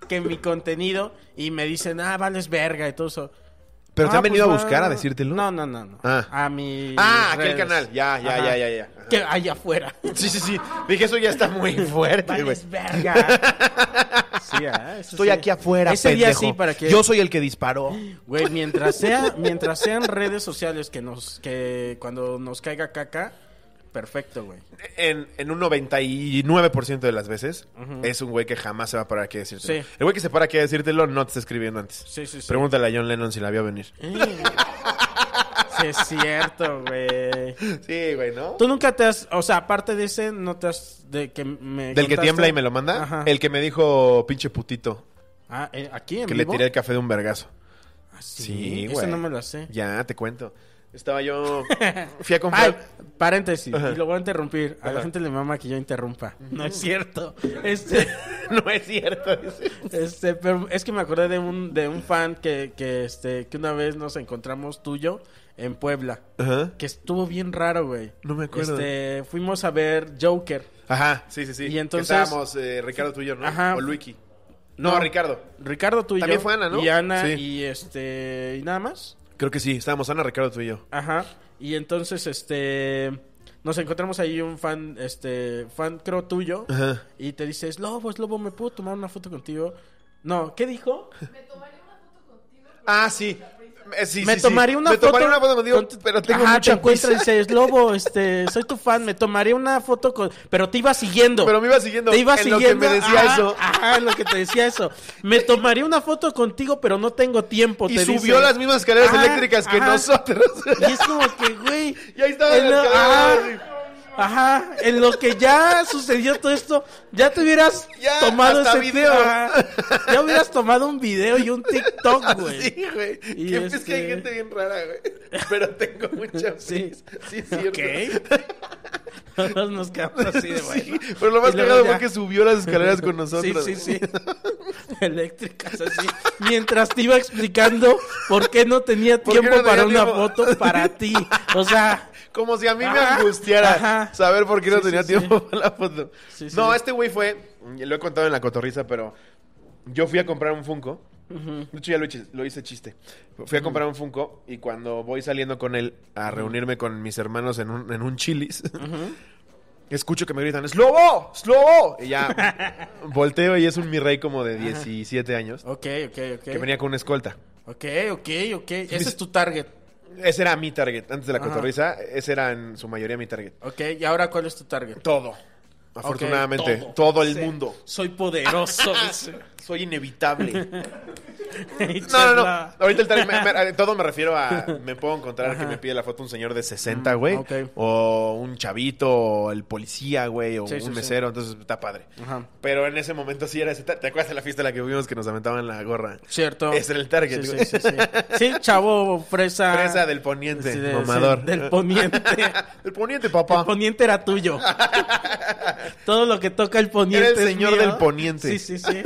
[SPEAKER 1] que mi contenido y me dicen, ah, vales verga y todo eso.
[SPEAKER 2] Pero te
[SPEAKER 1] Ah,
[SPEAKER 2] han venido
[SPEAKER 1] pues,
[SPEAKER 2] a buscar
[SPEAKER 1] va.
[SPEAKER 2] a decírtelo.
[SPEAKER 1] No, no, no. no.
[SPEAKER 2] Ah.
[SPEAKER 1] A mi.
[SPEAKER 2] Ah, aquel canal. Ya, ya, ya, ya, ya. Ajá.
[SPEAKER 1] Que allá afuera.
[SPEAKER 2] Sí, sí, sí. Dije, eso ya está muy fuerte, güey.
[SPEAKER 1] Vales verga. Sí, ah, eso
[SPEAKER 2] Estoy
[SPEAKER 1] sí.
[SPEAKER 2] aquí afuera,
[SPEAKER 1] Ese día
[SPEAKER 2] pendejo.
[SPEAKER 1] sí, para que.
[SPEAKER 2] Yo soy el que disparó.
[SPEAKER 1] Güey, mientras, sea, mientras sean redes sociales que nos. que cuando nos caiga caca, perfecto, güey.
[SPEAKER 2] En, en un 99% de las veces, es un güey que jamás se va a parar aquí a decírtelo.
[SPEAKER 1] Sí.
[SPEAKER 2] El güey que se para aquí a decírtelo no te está escribiendo antes.
[SPEAKER 1] Sí, sí, sí.
[SPEAKER 2] Pregúntale a John Lennon si la vio venir.
[SPEAKER 1] Sí, es cierto, güey.
[SPEAKER 2] Sí, güey, ¿no?
[SPEAKER 1] Tú nunca te has, o sea, aparte de ese, no te has de que me
[SPEAKER 2] Del que
[SPEAKER 1] contaste?
[SPEAKER 2] tiembla y me lo manda.
[SPEAKER 1] Ajá.
[SPEAKER 2] El que me dijo pinche putito.
[SPEAKER 1] Ah, eh, aquí en
[SPEAKER 2] Que
[SPEAKER 1] vivo?
[SPEAKER 2] le tiré el café de un vergazo.
[SPEAKER 1] Ah,
[SPEAKER 2] Sí,
[SPEAKER 1] sí,
[SPEAKER 2] güey.
[SPEAKER 1] Ese no me lo sé.
[SPEAKER 2] Ya, te cuento. Estaba yo. Fui a
[SPEAKER 1] Ay,
[SPEAKER 2] comprar.
[SPEAKER 1] paréntesis,
[SPEAKER 2] Ajá.
[SPEAKER 1] y lo voy a interrumpir. A la
[SPEAKER 2] Ajá.
[SPEAKER 1] gente le mama que yo interrumpa. No es cierto. Este,
[SPEAKER 2] no es cierto.
[SPEAKER 1] este, pero es que me acordé de un, de un fan que, que, este, que una vez nos encontramos tuyo en Puebla.
[SPEAKER 2] Ajá.
[SPEAKER 1] Que estuvo bien raro, güey.
[SPEAKER 2] No me acuerdo.
[SPEAKER 1] Este, fuimos a ver Joker.
[SPEAKER 2] Ajá, sí, sí, sí.
[SPEAKER 1] Y
[SPEAKER 2] Que
[SPEAKER 1] entonces-
[SPEAKER 2] Estábamos eh, Ricardo tú y yo, ¿no?
[SPEAKER 1] Ajá.
[SPEAKER 2] O Luiki. No,
[SPEAKER 1] No.
[SPEAKER 2] Ricardo.
[SPEAKER 1] Ricardo, tú y
[SPEAKER 2] También
[SPEAKER 1] yo.
[SPEAKER 2] fue Ana, ¿no?
[SPEAKER 1] Y Ana,
[SPEAKER 2] Sí.
[SPEAKER 1] y este, y nada más.
[SPEAKER 2] Creo que sí, estábamos Ana, Ricardo tú y yo.
[SPEAKER 1] Ajá. Y entonces, este. Nos encontramos ahí un fan, este. Fan, creo, tuyo.
[SPEAKER 2] Ajá.
[SPEAKER 1] Y te dices, Lobos, Lobo, ¿me puedo tomar una foto contigo? No, ¿qué dijo?
[SPEAKER 2] Ah, sí. Eh, sí,
[SPEAKER 1] me
[SPEAKER 2] sí, sí.
[SPEAKER 1] tomaría una
[SPEAKER 2] me
[SPEAKER 1] foto.
[SPEAKER 2] tomaría una foto contigo,
[SPEAKER 1] con-
[SPEAKER 2] pero tengo
[SPEAKER 1] Ajá, te
[SPEAKER 2] mucha prisa.
[SPEAKER 1] encuentras y dices, Lobo, este, soy tu fan, me tomaría una foto con. Pero te iba siguiendo.
[SPEAKER 2] Pero me iba siguiendo.
[SPEAKER 1] te iba
[SPEAKER 2] en
[SPEAKER 1] siguiendo. Ah,
[SPEAKER 2] Lo que me decía
[SPEAKER 1] ajá,
[SPEAKER 2] eso.
[SPEAKER 1] Ajá, en lo que te decía eso. Me tomaría una foto contigo, pero no tengo tiempo.
[SPEAKER 2] y
[SPEAKER 1] te
[SPEAKER 2] subió
[SPEAKER 1] dice.
[SPEAKER 2] las mismas escaleras
[SPEAKER 1] Ajá,
[SPEAKER 2] eléctricas que
[SPEAKER 1] ajá.
[SPEAKER 2] nosotros.
[SPEAKER 1] Y es ah, como que, güey.
[SPEAKER 2] Y ahí estaba
[SPEAKER 1] en
[SPEAKER 2] el
[SPEAKER 1] lo-
[SPEAKER 2] escalón,
[SPEAKER 1] ajá, ajá, en lo que ya sucedió todo esto, ya te hubieras
[SPEAKER 2] Ya,
[SPEAKER 1] tomado
[SPEAKER 2] hasta
[SPEAKER 1] ese
[SPEAKER 2] video.
[SPEAKER 1] ajá. Ya hubieras tomado un video y un TikTok, güey.
[SPEAKER 2] Sí, güey.
[SPEAKER 1] Y
[SPEAKER 2] Que es que hay
[SPEAKER 1] este-
[SPEAKER 2] gente bien rara, güey. Pero tengo mucha
[SPEAKER 1] Sí.
[SPEAKER 2] prisa. Sí, es cierto.
[SPEAKER 1] Todos nos quedamos así de bueno.
[SPEAKER 2] Sí, Pero lo más
[SPEAKER 1] Y luego
[SPEAKER 2] cagado
[SPEAKER 1] ya.
[SPEAKER 2] fue que subió las escaleras con nosotros.
[SPEAKER 1] Sí, sí, sí. Eléctricas así. Mientras te iba explicando por qué no tenía
[SPEAKER 2] ¿Por qué
[SPEAKER 1] tiempo
[SPEAKER 2] no
[SPEAKER 1] para
[SPEAKER 2] tenía
[SPEAKER 1] una
[SPEAKER 2] tiempo?
[SPEAKER 1] foto para ti. O sea,
[SPEAKER 2] Como si a mí me
[SPEAKER 1] Ajá,
[SPEAKER 2] angustiara
[SPEAKER 1] ajá.
[SPEAKER 2] saber por qué no
[SPEAKER 1] Sí, sí,
[SPEAKER 2] tenía
[SPEAKER 1] sí.
[SPEAKER 2] tiempo para la foto.
[SPEAKER 1] Sí, sí,
[SPEAKER 2] no,
[SPEAKER 1] sí.
[SPEAKER 2] este güey fue, lo he contado en la cotorriza, pero yo fui a comprar un Funko. De hecho, ya lo, hice- lo hice chiste. Fui a comprar un Funko y cuando voy saliendo con él a reunirme con mis hermanos en un, en un chilis, escucho que me gritan, ¡Slobo! ¡Slobo! Y ya volteo y es un mi rey como de 17 años
[SPEAKER 1] ok, ok, ok.
[SPEAKER 2] que venía con una escolta.
[SPEAKER 1] Ok, ok, ok. Ese es tu target.
[SPEAKER 2] Ese era mi target. Antes de la
[SPEAKER 1] Ajá.
[SPEAKER 2] cotorriza, ese era en su mayoría mi target.
[SPEAKER 1] Ok, ¿y ahora cuál es tu target?
[SPEAKER 2] Todo. Afortunadamente,
[SPEAKER 1] Ok,
[SPEAKER 2] todo. el
[SPEAKER 1] Sí.
[SPEAKER 2] mundo.
[SPEAKER 1] Soy poderoso. dice.
[SPEAKER 2] Soy inevitable.
[SPEAKER 1] Y
[SPEAKER 2] No, no, no.
[SPEAKER 1] charla.
[SPEAKER 2] Ahorita el tar- me- me- todo me refiero a. Me puedo encontrar que me pide la foto un señor de 60, güey.
[SPEAKER 1] ok.
[SPEAKER 2] O un chavito, o el policía, güey, o
[SPEAKER 1] Sí,
[SPEAKER 2] un
[SPEAKER 1] sí, sí.
[SPEAKER 2] mesero. Entonces está padre.
[SPEAKER 1] Ajá.
[SPEAKER 2] Pero en ese momento sí era ese. tar- ¿Te acuerdas de la fiesta en la que vimos que nos aventaban la gorra?
[SPEAKER 1] Cierto.
[SPEAKER 2] Ese era el target,
[SPEAKER 1] Sí,
[SPEAKER 2] güey.
[SPEAKER 1] sí, sí, sí. Sí, chavo, fresa.
[SPEAKER 2] Presa del poniente,
[SPEAKER 1] Sí, de-
[SPEAKER 2] mamador.
[SPEAKER 1] sí, del poniente.
[SPEAKER 2] El poniente,
[SPEAKER 1] El
[SPEAKER 2] papá.
[SPEAKER 1] poniente era tuyo. Todo lo que toca el poniente.
[SPEAKER 2] Era el
[SPEAKER 1] es
[SPEAKER 2] señor
[SPEAKER 1] mío.
[SPEAKER 2] del
[SPEAKER 1] Sí,
[SPEAKER 2] poniente.
[SPEAKER 1] sí, sí.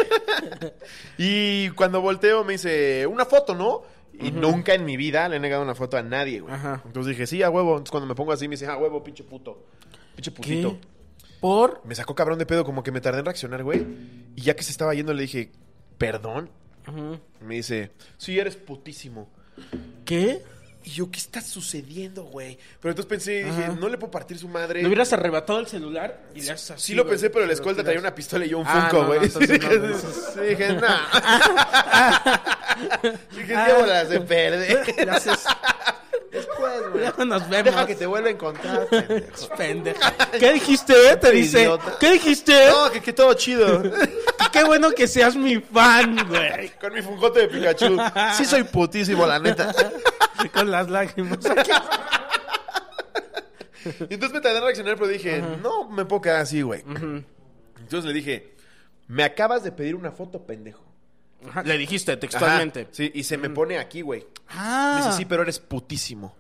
[SPEAKER 2] Y cuando volteo me dice, una foto, ¿no? Y nunca en mi vida le he negado una foto a nadie, güey.
[SPEAKER 1] Ajá.
[SPEAKER 2] Entonces dije, sí, a huevo. Entonces cuando me pongo así me dice, a huevo, pinche puto. Pinche putito.
[SPEAKER 1] ¿Qué? Por.
[SPEAKER 2] Me sacó cabrón de pedo, como que me tardé en reaccionar, güey. Y ya que se estaba yendo le dije, perdón.
[SPEAKER 1] Ujú.
[SPEAKER 2] Me dice, sí, eres putísimo.
[SPEAKER 1] ¿Qué?
[SPEAKER 2] Y yo, ¿qué está sucediendo, güey? Pero entonces pensé, dije, no le puedo partir su madre.
[SPEAKER 1] ¿Le hubieras arrebatado el celular? Y le haces así,
[SPEAKER 2] Eh. Sí lo
[SPEAKER 1] güey,
[SPEAKER 2] pensé, pero
[SPEAKER 1] se
[SPEAKER 2] la
[SPEAKER 1] lo
[SPEAKER 2] escolta
[SPEAKER 1] tiras.
[SPEAKER 2] traía una pistola y yo un
[SPEAKER 1] Ah,
[SPEAKER 2] Funko,
[SPEAKER 1] no,
[SPEAKER 2] güey.
[SPEAKER 1] no,
[SPEAKER 2] Sí,
[SPEAKER 1] entonces
[SPEAKER 2] dije,
[SPEAKER 1] no, no.
[SPEAKER 2] sí, dije, no. dije, qué bolas
[SPEAKER 1] Ah.
[SPEAKER 2] de perder.
[SPEAKER 1] Le haces. Después, güey. Nos vemos.
[SPEAKER 2] Deja que te vuelva a encontrar, pendejo.
[SPEAKER 1] Pendeja. ¿Qué dijiste? Te dice.
[SPEAKER 2] Idiota.
[SPEAKER 1] ¿Qué dijiste?
[SPEAKER 2] No, que, que todo chido.
[SPEAKER 1] Qué bueno que seas mi fan, güey.
[SPEAKER 2] Con mi funcote de Pikachu. Sí soy putísimo, la neta.
[SPEAKER 1] Con las lágrimas.
[SPEAKER 2] Y entonces me tardé en reaccionar, pero dije, no me puedo quedar así, güey. Entonces le dije, me acabas de pedir una foto, pendejo.
[SPEAKER 1] Le dijiste
[SPEAKER 2] Ajá. Sí, y se me pone aquí, güey. Me
[SPEAKER 1] Ah,
[SPEAKER 2] dice, sí, pero eres putísimo.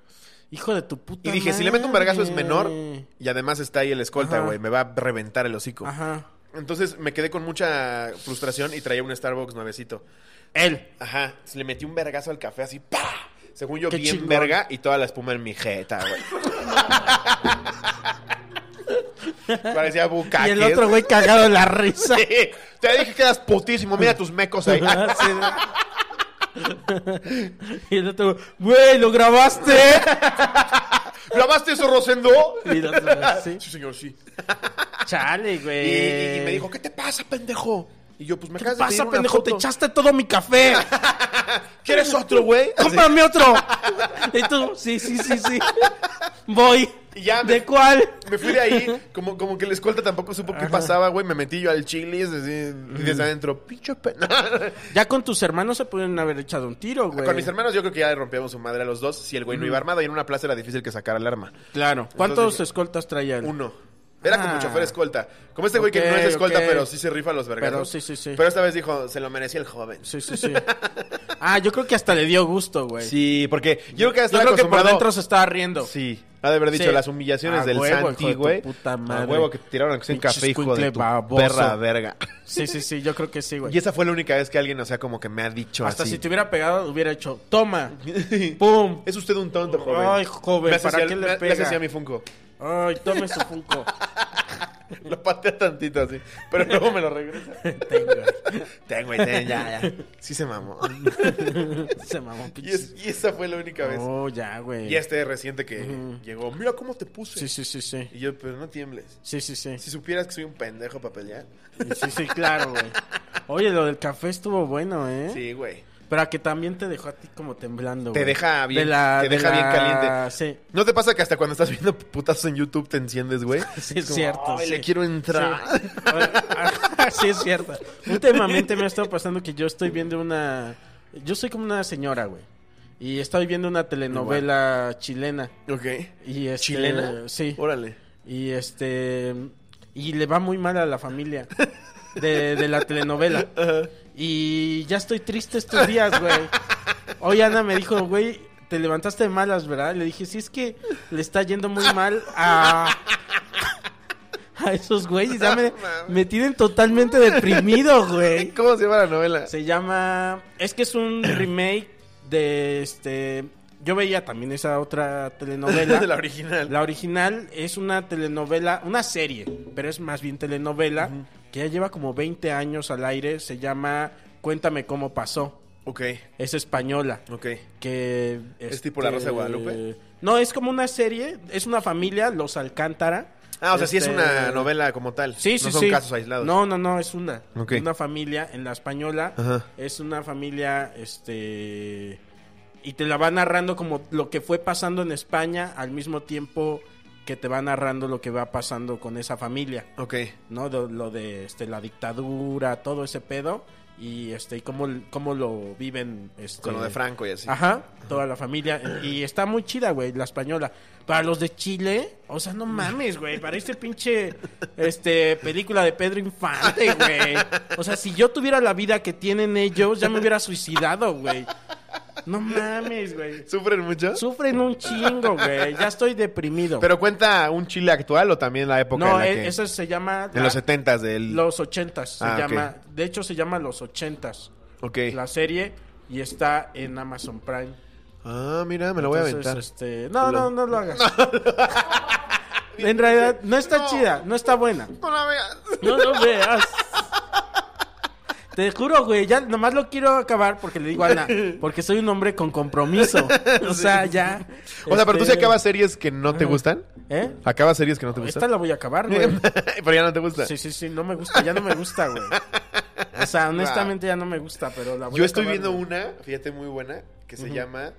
[SPEAKER 1] hijo de tu puta.
[SPEAKER 2] Y dije, si le meto un vergazo es
[SPEAKER 1] madre.
[SPEAKER 2] menor. Y además está ahí el escolta,
[SPEAKER 1] Ajá.
[SPEAKER 2] güey. Me va a reventar el hocico.
[SPEAKER 1] Ajá.
[SPEAKER 2] Entonces me quedé con mucha frustración y traía un Starbucks nuevecito.
[SPEAKER 1] Él.
[SPEAKER 2] Ajá, se le metí un vergazo al café así, ¡pa! Según yo,
[SPEAKER 1] Qué
[SPEAKER 2] bien
[SPEAKER 1] chingón.
[SPEAKER 2] verga y toda la espuma en mi jeta, güey. Parecía bucaque.
[SPEAKER 1] Y el otro güey cagado en la risa. Ah,
[SPEAKER 2] Sí, te dije que eras putísimo, mira tus mecos ahí.
[SPEAKER 1] y el otro güey, "Güey, ¿lo grabaste?
[SPEAKER 2] ¿Grabaste eso, Rosendo?
[SPEAKER 1] Y el otro, sí.
[SPEAKER 2] Sí, señor, sí.
[SPEAKER 1] Chale,
[SPEAKER 2] Y,
[SPEAKER 1] güey.
[SPEAKER 2] y- y me dijo, ¿qué te pasa, pendejo? Y yo, pues me
[SPEAKER 1] ¿Qué
[SPEAKER 2] acabas de pedir
[SPEAKER 1] pasa,
[SPEAKER 2] una
[SPEAKER 1] pendejo? Te
[SPEAKER 2] foto.
[SPEAKER 1] echaste todo mi café.
[SPEAKER 2] ¿Quieres otro, güey?
[SPEAKER 1] ¡Cómprame otro! Y tú, sí, sí, sí, sí. Voy.
[SPEAKER 2] Y ya me-
[SPEAKER 1] ¿De cuál?
[SPEAKER 2] Me fui de ahí, como, como que la escolta tampoco supo qué pasaba, güey. Me metí yo al chilis, así, y desde adentro, pincho pe-
[SPEAKER 1] Ya con tus hermanos se pudieron haber echado un tiro, güey.
[SPEAKER 2] Ah, Con mis hermanos yo creo que ya le rompíamos su madre a los dos si el güey no iba armado y en una plaza era difícil que sacara el arma.
[SPEAKER 1] Claro. ¿Cuántos
[SPEAKER 2] Entonces,
[SPEAKER 1] escoltas traía él?
[SPEAKER 2] Uno. Era como
[SPEAKER 1] Ah.
[SPEAKER 2] chofer escolta. Como este güey
[SPEAKER 1] Ok,
[SPEAKER 2] que no es escolta,
[SPEAKER 1] ok.
[SPEAKER 2] pero sí se rifa a los vergas.
[SPEAKER 1] Pero sí, sí, sí.
[SPEAKER 2] Pero esta vez dijo, se lo merecía el joven.
[SPEAKER 1] Sí, sí, sí. Ah, yo creo que hasta le dio gusto, güey.
[SPEAKER 2] Sí, porque yo creo que
[SPEAKER 1] Yo
[SPEAKER 2] hasta
[SPEAKER 1] creo que por dentro se estaba riendo.
[SPEAKER 2] Sí. Ha de haber dicho
[SPEAKER 1] Sí.
[SPEAKER 2] las humillaciones
[SPEAKER 1] A
[SPEAKER 2] del
[SPEAKER 1] huevo, hijo
[SPEAKER 2] Santi,
[SPEAKER 1] de tu
[SPEAKER 2] güey.
[SPEAKER 1] puta
[SPEAKER 2] A
[SPEAKER 1] madre.
[SPEAKER 2] huevo que te tiraron aunque sea en
[SPEAKER 1] Pinche
[SPEAKER 2] café, hijo de
[SPEAKER 1] escuincle
[SPEAKER 2] tu
[SPEAKER 1] baboso.
[SPEAKER 2] perra verga.
[SPEAKER 1] Sí, sí, sí, yo creo que sí, güey.
[SPEAKER 2] Y esa fue la única vez que alguien, o sea, como que me ha dicho
[SPEAKER 1] Hasta
[SPEAKER 2] así.
[SPEAKER 1] si te hubiera pegado, hubiera hecho, toma, pum,
[SPEAKER 2] Es usted un tonto, joven.
[SPEAKER 1] Ay, joven,
[SPEAKER 2] me hace
[SPEAKER 1] ¿para
[SPEAKER 2] así al-
[SPEAKER 1] qué le
[SPEAKER 2] me- me hace
[SPEAKER 1] pega?
[SPEAKER 2] así a mi Funko.
[SPEAKER 1] ay, tome su punco.
[SPEAKER 2] Lo patea tantito así, pero luego me lo regresa. Tengo, y ten, ya, ya. Sí se mamó.
[SPEAKER 1] Se mamó,
[SPEAKER 2] Y,
[SPEAKER 1] pinche.
[SPEAKER 2] es- y esa fue la única vez.
[SPEAKER 1] Oh, ya, güey.
[SPEAKER 2] Y este reciente que llegó, mira cómo te puse.
[SPEAKER 1] Sí, sí, sí, sí.
[SPEAKER 2] Y yo, pero no tiembles.
[SPEAKER 1] Sí, sí, sí.
[SPEAKER 2] Si supieras que soy un pendejo para pelear.
[SPEAKER 1] Sí, sí, claro, güey. Oye, lo del café estuvo bueno, ¿eh?
[SPEAKER 2] Sí, güey.
[SPEAKER 1] Pero a que también te dejó a ti como temblando,
[SPEAKER 2] Te
[SPEAKER 1] güey.
[SPEAKER 2] deja bien,
[SPEAKER 1] De la-
[SPEAKER 2] te
[SPEAKER 1] de
[SPEAKER 2] deja bien
[SPEAKER 1] la-
[SPEAKER 2] caliente.
[SPEAKER 1] Sí.
[SPEAKER 2] ¿No te pasa que hasta cuando estás viendo putazos en YouTube te enciendes, güey?
[SPEAKER 1] Sí, es cierto.
[SPEAKER 2] Ay,
[SPEAKER 1] sí.
[SPEAKER 2] le quiero entrar.
[SPEAKER 1] Sí. Ah, sí, es cierto. Últimamente me ha estado pasando que yo estoy viendo una... Yo soy como una señora, güey. Y estoy viendo una telenovela chilena.
[SPEAKER 2] Ok.
[SPEAKER 1] Y este,
[SPEAKER 2] ¿Chilena?
[SPEAKER 1] Sí.
[SPEAKER 2] Órale.
[SPEAKER 1] Y este... Y le va muy mal a la familia de, de la telenovela. Y ya estoy triste estos días, güey. Hoy Ana me dijo, güey, te levantaste de malas, ¿verdad? Le dije, sí, es que le está yendo muy mal a... A esos güeyes, ya me, me tienen totalmente deprimido, güey.
[SPEAKER 2] ¿Cómo se llama la novela?
[SPEAKER 1] Se llama. Es que es un remake de este. Yo veía también esa otra telenovela.
[SPEAKER 2] de la original.
[SPEAKER 1] La original es una telenovela, una serie, pero es más bien telenovela, que ya lleva como 20 años al aire. Se llama Cuéntame cómo pasó.
[SPEAKER 2] Ok,
[SPEAKER 1] Es española.
[SPEAKER 2] ok.
[SPEAKER 1] Que, este,
[SPEAKER 2] tipo La Rosa de Guadalupe?
[SPEAKER 1] No, es como una serie, es una familia, Los Alcántara.
[SPEAKER 2] Ah, o sea, sí es
[SPEAKER 1] Este,
[SPEAKER 2] una novela como tal.
[SPEAKER 1] Sí, sí,
[SPEAKER 2] No son
[SPEAKER 1] sí.
[SPEAKER 2] casos aislados.
[SPEAKER 1] No, no, no, es una.
[SPEAKER 2] Ok.
[SPEAKER 1] Una familia en la española.
[SPEAKER 2] Ajá.
[SPEAKER 1] Es una familia, este... Y te la va narrando como lo que fue pasando en España al mismo tiempo que te va narrando lo que va pasando con esa familia.
[SPEAKER 2] Ok.
[SPEAKER 1] ¿No? Lo, lo de este, la dictadura, todo ese pedo. Y este, y cómo, cómo lo viven. Este,
[SPEAKER 2] Con lo de Franco y así.
[SPEAKER 1] Ajá, toda la familia. Y está muy chida, güey, la española. Para los de Chile, o sea, no mames, güey. Para este pinche este, película de Pedro Infante, güey. O sea, si yo tuviera la vida que tienen ellos, ya me hubiera suicidado, güey. No mames, güey.
[SPEAKER 2] ¿Sufren mucho?
[SPEAKER 1] Sufren un chingo, güey. Ya estoy deprimido.
[SPEAKER 2] ¿Pero cuenta un Chile actual o también la época
[SPEAKER 1] no,
[SPEAKER 2] en la
[SPEAKER 1] e-
[SPEAKER 2] que...
[SPEAKER 1] eso se llama...
[SPEAKER 2] En
[SPEAKER 1] la-
[SPEAKER 2] los setentas del...
[SPEAKER 1] Los ochentas. Se
[SPEAKER 2] Ah, ok.
[SPEAKER 1] llama... De hecho, se llama Los ochentas.
[SPEAKER 2] Ok.
[SPEAKER 1] La serie y está en Amazon Prime.
[SPEAKER 2] Ah, mira, me lo voy a
[SPEAKER 1] Entonces,
[SPEAKER 2] aventar.
[SPEAKER 1] este, No,
[SPEAKER 2] Lo-
[SPEAKER 1] no, no lo hagas. en realidad, no está chida, no está buena.
[SPEAKER 2] No la veas.
[SPEAKER 1] No lo veas. Te juro, güey, ya nomás lo quiero acabar porque le digo a Ana, porque soy un hombre con compromiso. O sea, ya.
[SPEAKER 2] O sea, pero tú sí
[SPEAKER 1] este,
[SPEAKER 2] acabas Ah, series que no te gustan.
[SPEAKER 1] ¿Eh?
[SPEAKER 2] ¿Acabas series que no te
[SPEAKER 1] Esta
[SPEAKER 2] gustan?
[SPEAKER 1] la voy a acabar, güey.
[SPEAKER 2] pero ya no te gusta.
[SPEAKER 1] Sí, sí, sí, no me gusta, ya no me gusta, güey. O sea, honestamente ya no me gusta, pero la voy
[SPEAKER 2] Yo
[SPEAKER 1] a
[SPEAKER 2] estoy
[SPEAKER 1] acabar,
[SPEAKER 2] viendo
[SPEAKER 1] güey.
[SPEAKER 2] una, fíjate, muy buena, que se llama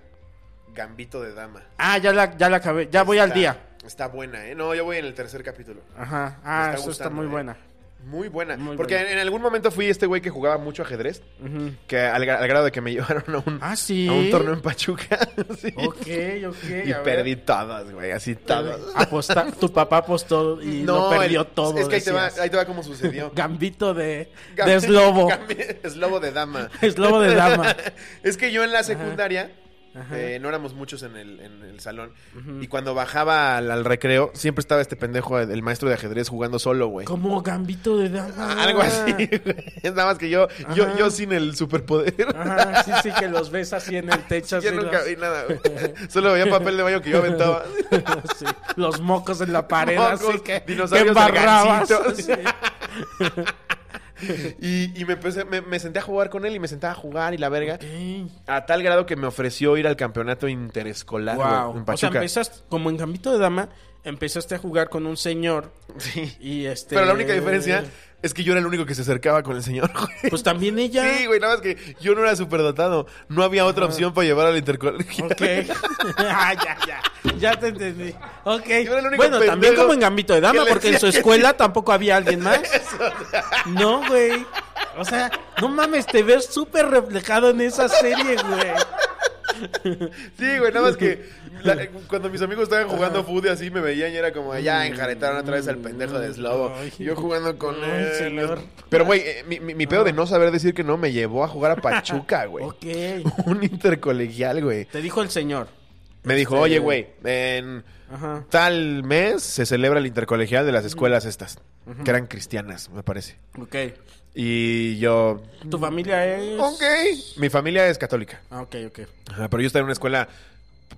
[SPEAKER 2] Gambito de Dama.
[SPEAKER 1] Ah, ya la, ya la acabé, ya voy al
[SPEAKER 2] Está-
[SPEAKER 1] día.
[SPEAKER 2] Está buena, ¿eh? No, yo voy en el tercer capítulo.
[SPEAKER 1] Ajá, ah, eso está
[SPEAKER 2] gustando,
[SPEAKER 1] muy
[SPEAKER 2] eh.
[SPEAKER 1] buena.
[SPEAKER 2] Muy buena.
[SPEAKER 1] Muy
[SPEAKER 2] Porque
[SPEAKER 1] buena. Mm.
[SPEAKER 2] En, en algún momento fui este güey que jugaba mucho ajedrez, que al, gra- al grado de que me llevaron a un,
[SPEAKER 1] Ah, ¿sí?
[SPEAKER 2] a un torneo en Pachuca. sí.
[SPEAKER 1] Ok, ok.
[SPEAKER 2] y
[SPEAKER 1] a ver.
[SPEAKER 2] perdí todas, güey, así todas.
[SPEAKER 1] Aposta- tu papá apostó y lo perdió
[SPEAKER 2] el-
[SPEAKER 1] todo.
[SPEAKER 2] Es que ahí te, va,
[SPEAKER 1] decías.
[SPEAKER 2] ahí te va como sucedió.
[SPEAKER 1] Gambito de, de eslobo.
[SPEAKER 2] Gambi- Eslobo de dama.
[SPEAKER 1] Eslobo de dama.
[SPEAKER 2] es que yo en la secundaria eh, no éramos muchos en el, en el salón. Y cuando bajaba al, al recreo, siempre estaba este pendejo, el, el maestro de ajedrez, jugando solo, güey.
[SPEAKER 1] Como gambito de dama.
[SPEAKER 2] Algo así, güey. Es nada más que yo, yo, yo sin el superpoder.
[SPEAKER 1] Ajá, sí, sí, que los ves así en el techo.
[SPEAKER 2] Yo
[SPEAKER 1] así
[SPEAKER 2] nunca
[SPEAKER 1] los-
[SPEAKER 2] vi nada, güey. Solo veía papel de baño que yo aventaba.
[SPEAKER 1] Sí, los mocos en la pared, así
[SPEAKER 2] Mocos,
[SPEAKER 1] que, que
[SPEAKER 2] dinosaurios
[SPEAKER 1] embarrabas.
[SPEAKER 2] gargancitos.
[SPEAKER 1] Sí.
[SPEAKER 2] Y, y me, empecé- me, me senté a jugar con él y me sentaba a jugar y la verga.
[SPEAKER 1] Ey,
[SPEAKER 2] A tal grado que me ofreció ir al campeonato interescolar güey,
[SPEAKER 1] guau.
[SPEAKER 2] en
[SPEAKER 1] O sea,
[SPEAKER 2] Pachuca.
[SPEAKER 1] empezaste, como en gambito de dama, empezaste a jugar con un señor
[SPEAKER 2] Sí.
[SPEAKER 1] y este...
[SPEAKER 2] Pero la única diferencia es que yo era el único que se acercaba con el señor, güey.
[SPEAKER 1] Pues también ella...
[SPEAKER 2] Sí, güey, nada más que yo no era superdotado. No había otra opción para llevar al intercolar.
[SPEAKER 1] Ok. ah, ya, ya. Ya te entendí. Ok.
[SPEAKER 2] Yo era el único
[SPEAKER 1] Bueno, también
[SPEAKER 2] pendejo
[SPEAKER 1] como en Gambito de
[SPEAKER 2] que
[SPEAKER 1] Dama,
[SPEAKER 2] le
[SPEAKER 1] porque en
[SPEAKER 2] decía
[SPEAKER 1] su
[SPEAKER 2] que
[SPEAKER 1] escuela tampoco había alguien más. No, güey. O sea, no mames, te ves súper reflejado en esa serie, güey.
[SPEAKER 2] Sí, güey, nada más que la- cuando mis amigos estaban jugando fútbol así me veían y era como, ya enjaretaron otra vez al pendejo de Slobo.
[SPEAKER 1] Ay.
[SPEAKER 2] Y yo jugando con
[SPEAKER 1] Ay,
[SPEAKER 2] él.
[SPEAKER 1] señor.
[SPEAKER 2] Pero, güey, eh, mi, mi- mi pedo de no saber decir que no me llevó a jugar a Pachuca, güey.
[SPEAKER 1] Ok.
[SPEAKER 2] Un intercolegial, güey.
[SPEAKER 1] Te dijo el señor.
[SPEAKER 2] Me
[SPEAKER 1] Este,
[SPEAKER 2] dijo, oye, güey, en
[SPEAKER 1] Ajá.
[SPEAKER 2] tal mes se celebra el intercolegial de las escuelas estas, que eran cristianas, me parece.
[SPEAKER 1] Ok.
[SPEAKER 2] Y yo,
[SPEAKER 1] Tu familia es.
[SPEAKER 2] Mm. ok, mi familia es católica,
[SPEAKER 1] Ah, ok, ok.
[SPEAKER 2] Ajá, pero yo estaba en una escuela,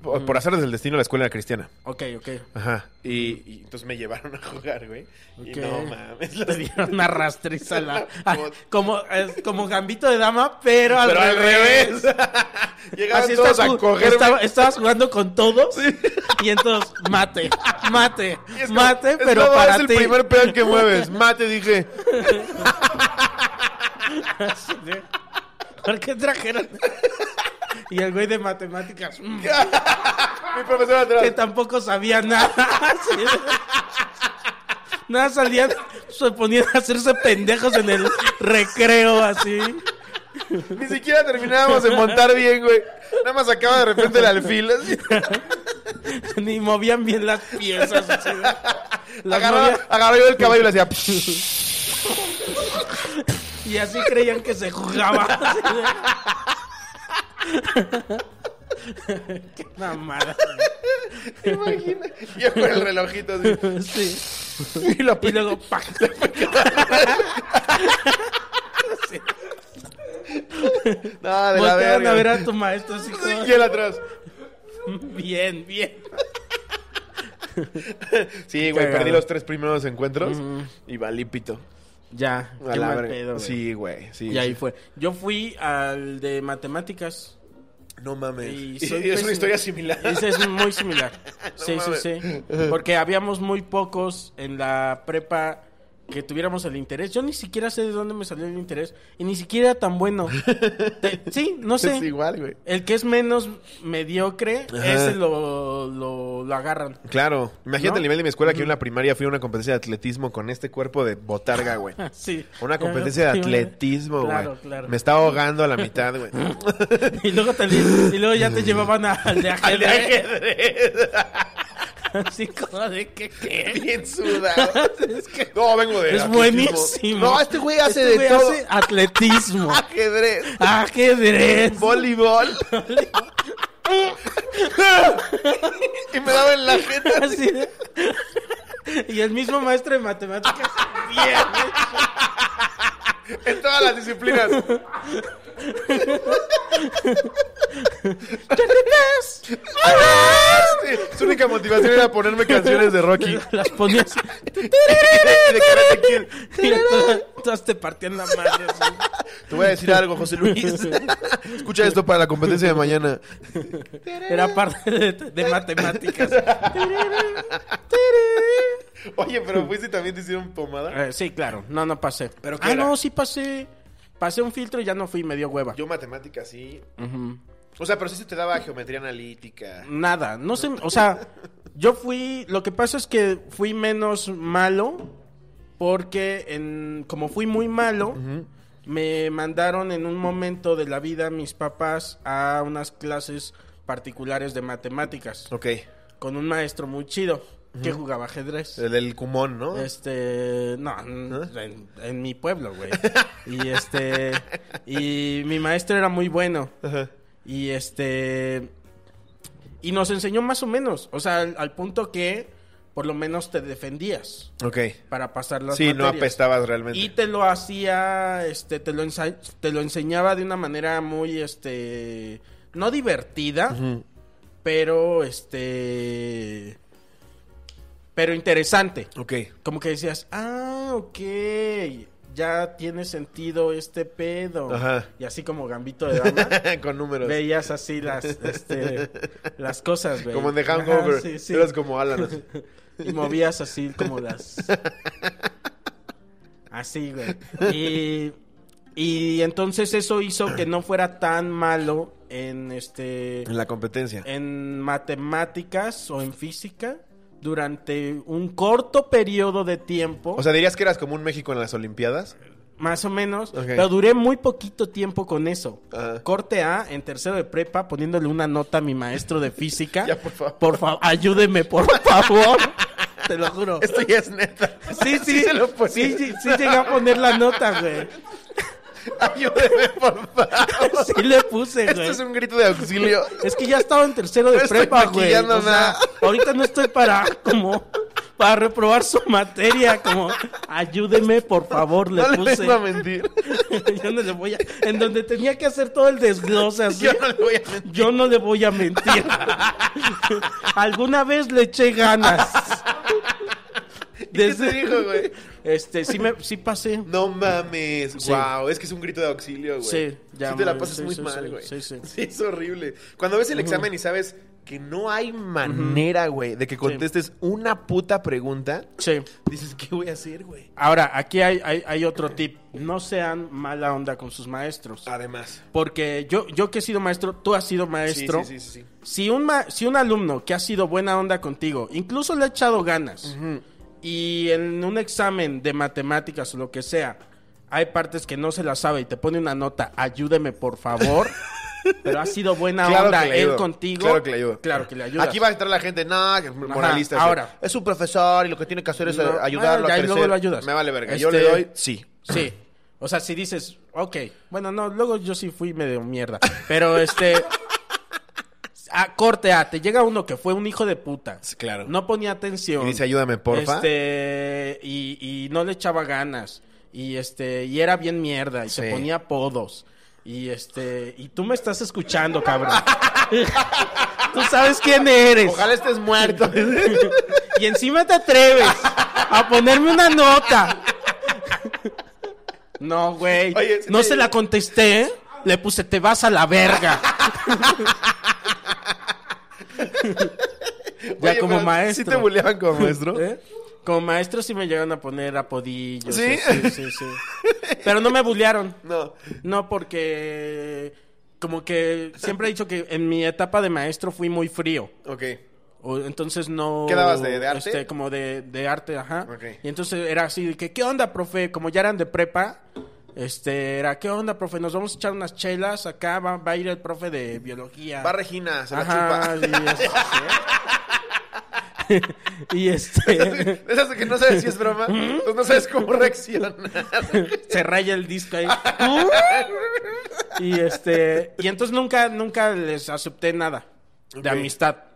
[SPEAKER 2] por, por azares del destino, la escuela era cristiana.
[SPEAKER 1] Ok, ok.
[SPEAKER 2] Ajá. Y, y entonces me llevaron a jugar, güey. Y
[SPEAKER 1] Ok.
[SPEAKER 2] no mames,
[SPEAKER 1] Te
[SPEAKER 2] los
[SPEAKER 1] dieron una rastriza a la-
[SPEAKER 2] La
[SPEAKER 1] a-
[SPEAKER 2] puta.
[SPEAKER 1] como, es como gambito de dama, pero al
[SPEAKER 2] Pero al
[SPEAKER 1] revés.
[SPEAKER 2] revés. Llegaban
[SPEAKER 1] Así
[SPEAKER 2] todos
[SPEAKER 1] estás,
[SPEAKER 2] a
[SPEAKER 1] ju-
[SPEAKER 2] coger.
[SPEAKER 1] estaba- estabas jugando con todos y entonces mate, mate, mate, pero para
[SPEAKER 2] es el
[SPEAKER 1] ti.
[SPEAKER 2] primer peón que mueves. Mate, dije.
[SPEAKER 1] ¿Por qué trajeron? Y el güey de matemáticas mm,
[SPEAKER 2] Mi profesora
[SPEAKER 1] que
[SPEAKER 2] atrás.
[SPEAKER 1] tampoco sabía nada. así. Nada salían, se ponían a hacerse pendejos en el recreo así.
[SPEAKER 2] Ni siquiera terminábamos de montar bien, güey. Nada más acaba de repente el alfil. así.
[SPEAKER 1] Ni movían bien las piezas. así. Las
[SPEAKER 2] Agarraba,
[SPEAKER 1] movían-
[SPEAKER 2] agarraba yo el caballo y le hacía.
[SPEAKER 1] y así creían que se jugaba. así de- Qué mamada.
[SPEAKER 2] ¿Te imaginas? Y Yo con el relojito así.
[SPEAKER 1] Sí.
[SPEAKER 2] Y la
[SPEAKER 1] Y luego, ¡pac! Sí.
[SPEAKER 2] No, de la
[SPEAKER 1] Volteaban
[SPEAKER 2] verga.
[SPEAKER 1] a ver a tu maestro así como,
[SPEAKER 2] Y él atrás.
[SPEAKER 1] Bien, bien.
[SPEAKER 2] Sí, güey,
[SPEAKER 1] Cagado.
[SPEAKER 2] perdí los tres primeros encuentros y valí pito.
[SPEAKER 1] Ya,
[SPEAKER 2] A
[SPEAKER 1] qué
[SPEAKER 2] la
[SPEAKER 1] mal
[SPEAKER 2] verga.
[SPEAKER 1] pedo, güey.
[SPEAKER 2] Sí, güey, sí.
[SPEAKER 1] Y ahí fue. Yo fui al de matemáticas.
[SPEAKER 2] No mames.
[SPEAKER 1] Y
[SPEAKER 2] Y,
[SPEAKER 1] soy
[SPEAKER 2] es
[SPEAKER 1] pésimo.
[SPEAKER 2] una historia similar.
[SPEAKER 1] Ese es muy similar. sí,
[SPEAKER 2] mames.
[SPEAKER 1] sí, sí. Porque habíamos muy pocos en la prepa que tuviéramos el interés. Yo ni siquiera sé de dónde me salió el interés. Y ni siquiera era tan bueno. Te- sí, no sé.
[SPEAKER 2] Es igual, güey.
[SPEAKER 1] El que es menos mediocre,
[SPEAKER 2] Ajá.
[SPEAKER 1] ese lo, lo, lo agarran.
[SPEAKER 2] Claro. Imagínate
[SPEAKER 1] ¿No?
[SPEAKER 2] el nivel de mi escuela que yo en la primaria fui a una competencia de atletismo con este cuerpo de botarga, güey.
[SPEAKER 1] Sí.
[SPEAKER 2] Una competencia de atletismo, güey.
[SPEAKER 1] Claro, claro.
[SPEAKER 2] Me está ahogando a la mitad, güey.
[SPEAKER 1] Y luego, te, y luego ya te llevaban a- al de
[SPEAKER 2] Al de
[SPEAKER 1] ajedrez.
[SPEAKER 2] ajedrez.
[SPEAKER 1] Así como de que qué.
[SPEAKER 2] Bien sudado. No, vengo de
[SPEAKER 1] Es
[SPEAKER 2] atletismo.
[SPEAKER 1] buenísimo.
[SPEAKER 2] No, este güey hace
[SPEAKER 1] Este
[SPEAKER 2] de
[SPEAKER 1] güey
[SPEAKER 2] todo.
[SPEAKER 1] hace atletismo.
[SPEAKER 2] Ajedrez.
[SPEAKER 1] Ajedrez.
[SPEAKER 2] Voleibol. y me daba en la jeta.
[SPEAKER 1] Así de- Y el mismo maestro de matemáticas.
[SPEAKER 2] En todas las disciplinas. Sí, Este, su única motivación era ponerme canciones de Rocky.
[SPEAKER 1] Las ponías.
[SPEAKER 2] De Karate Kid.
[SPEAKER 1] Y todas, todas te partían la madre. así.
[SPEAKER 2] Te voy a decir algo, José Luis. Escucha esto para la competencia de mañana.
[SPEAKER 1] Era parte de, de matemáticas.
[SPEAKER 2] Oye, pero fuiste y también te hicieron pomada.
[SPEAKER 1] Eh, sí, claro. No, no pasé.
[SPEAKER 2] ¿Pero qué
[SPEAKER 1] ah,
[SPEAKER 2] era?
[SPEAKER 1] no, sí pasé. Pasé un filtro y ya no fui, me dio hueva.
[SPEAKER 2] Yo matemáticas, sí.
[SPEAKER 1] Ujú. Mm.
[SPEAKER 2] O sea, pero sí se te daba geometría analítica.
[SPEAKER 1] Nada, no sé, o sea, yo fui, lo que pasa es que fui menos malo porque en, como fui muy malo, me mandaron en un momento de la vida mis papás a unas clases particulares de matemáticas
[SPEAKER 2] Ok.
[SPEAKER 1] con un maestro muy chido que jugaba ajedrez.
[SPEAKER 2] El, el cumón, ¿no?
[SPEAKER 1] Este, no,
[SPEAKER 2] ¿Eh?
[SPEAKER 1] en, en mi pueblo, güey. Y este, y mi maestro era muy bueno.
[SPEAKER 2] Ajá.
[SPEAKER 1] Y este, Y nos enseñó más o menos, o sea, al, al punto que por lo menos te defendías
[SPEAKER 2] Ok.
[SPEAKER 1] para pasar las
[SPEAKER 2] Sí, no
[SPEAKER 1] materias.
[SPEAKER 2] apestabas realmente.
[SPEAKER 1] Y te lo hacía, este, te lo, ensa- te lo enseñaba de una manera muy, este, no divertida, pero, este, pero interesante.
[SPEAKER 2] Ok.
[SPEAKER 1] Como que decías, ah, ok, ya tiene sentido este pedo.
[SPEAKER 2] Ajá.
[SPEAKER 1] Y así como gambito de dama,
[SPEAKER 2] Con números.
[SPEAKER 1] veías así las, este, las cosas, güey.
[SPEAKER 2] Como en The
[SPEAKER 1] Ajá,
[SPEAKER 2] Hangover.
[SPEAKER 1] sí, sí.
[SPEAKER 2] Eras como Alan. así.
[SPEAKER 1] Y movías así como las. Así, güey. Y, y entonces eso hizo que no fuera tan malo en este.
[SPEAKER 2] En la competencia.
[SPEAKER 1] En matemáticas o en física. Durante un corto periodo de tiempo.
[SPEAKER 2] O sea, dirías que eras como un México en las Olimpiadas.
[SPEAKER 1] Más o menos.
[SPEAKER 2] Ok.
[SPEAKER 1] Pero duré muy poquito tiempo con eso.
[SPEAKER 2] Ajá.
[SPEAKER 1] Corte A en tercero de prepa poniéndole una nota a mi maestro de física.
[SPEAKER 2] Ya, por favor.
[SPEAKER 1] Por favor, ayúdeme, por favor. Te lo juro.
[SPEAKER 2] Esto ya es neta.
[SPEAKER 1] Sí, sí,
[SPEAKER 2] se lo ponía.
[SPEAKER 1] sí, sí, sí llegué a poner la nota, güey.
[SPEAKER 2] Ayúdeme, por favor.
[SPEAKER 1] Sí le puse,
[SPEAKER 2] Esto
[SPEAKER 1] güey.
[SPEAKER 2] es un grito de auxilio.
[SPEAKER 1] Es que ya estaba en tercero de
[SPEAKER 2] No estoy
[SPEAKER 1] prepa, güey.
[SPEAKER 2] maquillando
[SPEAKER 1] O sea,
[SPEAKER 2] nada.
[SPEAKER 1] ahorita no estoy para como para reprobar su materia, como ayúdeme, por favor, le
[SPEAKER 2] no le
[SPEAKER 1] puse.
[SPEAKER 2] vengo a mentir.
[SPEAKER 1] Yo no le voy a en donde tenía que hacer todo el desglose así.
[SPEAKER 2] Yo no le voy a mentir.
[SPEAKER 1] Yo no le voy a mentir. Alguna vez le eché ganas.
[SPEAKER 2] ¿Qué
[SPEAKER 1] Desde-
[SPEAKER 2] te dijo, güey?
[SPEAKER 1] Este, sí me sí pasé.
[SPEAKER 2] No mames.
[SPEAKER 1] Sí.
[SPEAKER 2] Wow, es que es un grito de auxilio, güey.
[SPEAKER 1] Sí, ya,
[SPEAKER 2] Sí te la
[SPEAKER 1] güey.
[SPEAKER 2] pasas
[SPEAKER 1] Sí,
[SPEAKER 2] muy
[SPEAKER 1] sí,
[SPEAKER 2] mal,
[SPEAKER 1] sí,
[SPEAKER 2] güey.
[SPEAKER 1] sí, sí.
[SPEAKER 2] es horrible. Cuando ves el examen y sabes que no hay manera, güey, de que contestes una puta pregunta,
[SPEAKER 1] Sí.
[SPEAKER 2] dices, ¿qué voy a hacer, güey?
[SPEAKER 1] Ahora, aquí hay, hay, hay otro tip. No sean mala onda con sus maestros.
[SPEAKER 2] Además.
[SPEAKER 1] Porque yo, yo que he sido maestro, tú has sido maestro.
[SPEAKER 2] Sí, sí, sí, sí, sí.
[SPEAKER 1] Si, un ma- si un alumno que ha sido buena onda contigo, incluso le ha echado ganas, y en un examen de matemáticas o lo que sea, hay partes que no se las sabe y te pone una nota, ayúdeme por favor. Pero ha sido buena onda
[SPEAKER 2] que le
[SPEAKER 1] él
[SPEAKER 2] ayudo.
[SPEAKER 1] contigo.
[SPEAKER 2] Claro que le ayuda.
[SPEAKER 1] Claro que le ayudas.
[SPEAKER 2] Aquí va a entrar la gente, no, que es moralista.
[SPEAKER 1] Ajá,
[SPEAKER 2] o sea,
[SPEAKER 1] ahora.
[SPEAKER 2] Es un profesor y lo que tiene que hacer es
[SPEAKER 1] No,
[SPEAKER 2] eh, ayudarlo
[SPEAKER 1] ah,
[SPEAKER 2] a
[SPEAKER 1] ya, y
[SPEAKER 2] crecer.
[SPEAKER 1] luego lo ayudas.
[SPEAKER 2] Me vale verga. Yo
[SPEAKER 1] Este-
[SPEAKER 2] le doy, sí.
[SPEAKER 1] Sí. O sea, si dices, ok, bueno, no, luego yo sí fui medio mierda. Pero este. A, corte A, te llega uno que fue un hijo de puta.
[SPEAKER 2] Sí, claro.
[SPEAKER 1] No ponía atención.
[SPEAKER 2] Y dice, ayúdame, porfa.
[SPEAKER 1] Este. Y, y no le echaba ganas. Y este. Y era bien mierda. Y se
[SPEAKER 2] Sí.
[SPEAKER 1] ponía apodos. Y este. Y tú me estás escuchando, cabrón. tú sabes quién eres.
[SPEAKER 2] Ojalá estés muerto.
[SPEAKER 1] Y encima te atreves a ponerme una nota. No, güey.
[SPEAKER 2] Oye,
[SPEAKER 1] No
[SPEAKER 2] sí.
[SPEAKER 1] se la contesté. ¿eh? Le puse, te vas a la verga. ya
[SPEAKER 2] Oye,
[SPEAKER 1] como
[SPEAKER 2] pero,
[SPEAKER 1] maestro.
[SPEAKER 2] ¿Sí te buleaban como maestro?
[SPEAKER 1] ¿Eh? Como maestro sí me llegan a poner apodillos.
[SPEAKER 2] ¿Sí?
[SPEAKER 1] Sí, sí, sí. Pero no me bullearon.
[SPEAKER 2] No.
[SPEAKER 1] No, porque... Como que siempre he dicho que en mi etapa de maestro fui muy frío.
[SPEAKER 2] Ok.
[SPEAKER 1] O- entonces no...
[SPEAKER 2] ¿Qué dabas, de- de arte?
[SPEAKER 1] este, como de, de arte, ajá.
[SPEAKER 2] Ok.
[SPEAKER 1] Y entonces era así, de que, ¿qué onda, profe? Como ya eran de prepa, este, era, ¿qué onda, profe? Nos vamos a echar unas chelas, acá va, va a ir el profe de biología.
[SPEAKER 2] Va Regina, se la
[SPEAKER 1] Ah. Ajá,
[SPEAKER 2] chupa.
[SPEAKER 1] Y, este, y este,
[SPEAKER 2] De Esas que no sabes si es broma, entonces no sabes cómo reaccionar.
[SPEAKER 1] se raya el disco ahí. y este, y entonces nunca, nunca les acepté nada de
[SPEAKER 2] Ok.
[SPEAKER 1] amistad.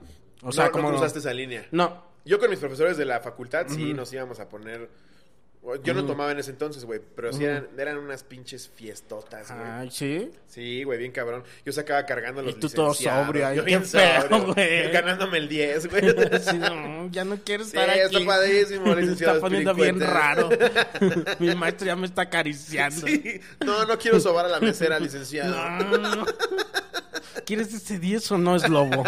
[SPEAKER 1] O sea, como...
[SPEAKER 2] no cruzaste esa línea.
[SPEAKER 1] no,
[SPEAKER 2] Yo con mis profesores de la facultad sí nos íbamos a poner. Yo no tomaba en ese entonces, güey, pero sí eran, eran unas pinches fiestotas, güey.
[SPEAKER 1] ay, sí.
[SPEAKER 2] Sí, güey, bien cabrón. Yo sacaba cargando a los
[SPEAKER 1] Y tú todo
[SPEAKER 2] licenciados,
[SPEAKER 1] sobrio ahí,
[SPEAKER 2] yo
[SPEAKER 1] qué
[SPEAKER 2] bien
[SPEAKER 1] feo,
[SPEAKER 2] sobrio,
[SPEAKER 1] güey.
[SPEAKER 2] Ganándome el 10, güey.
[SPEAKER 1] Sí, no, ya no quiero
[SPEAKER 2] Sí,
[SPEAKER 1] estar aquí.
[SPEAKER 2] está padrísimo,
[SPEAKER 1] Me
[SPEAKER 2] licenciado.
[SPEAKER 1] está poniendo bien
[SPEAKER 2] Espiricueta.
[SPEAKER 1] raro. Mi maestro ya me está acariciando.
[SPEAKER 2] Sí. No, no quiero sobar a la mesera, licenciado.
[SPEAKER 1] No. ¿Quieres ese 10 o no es lobo?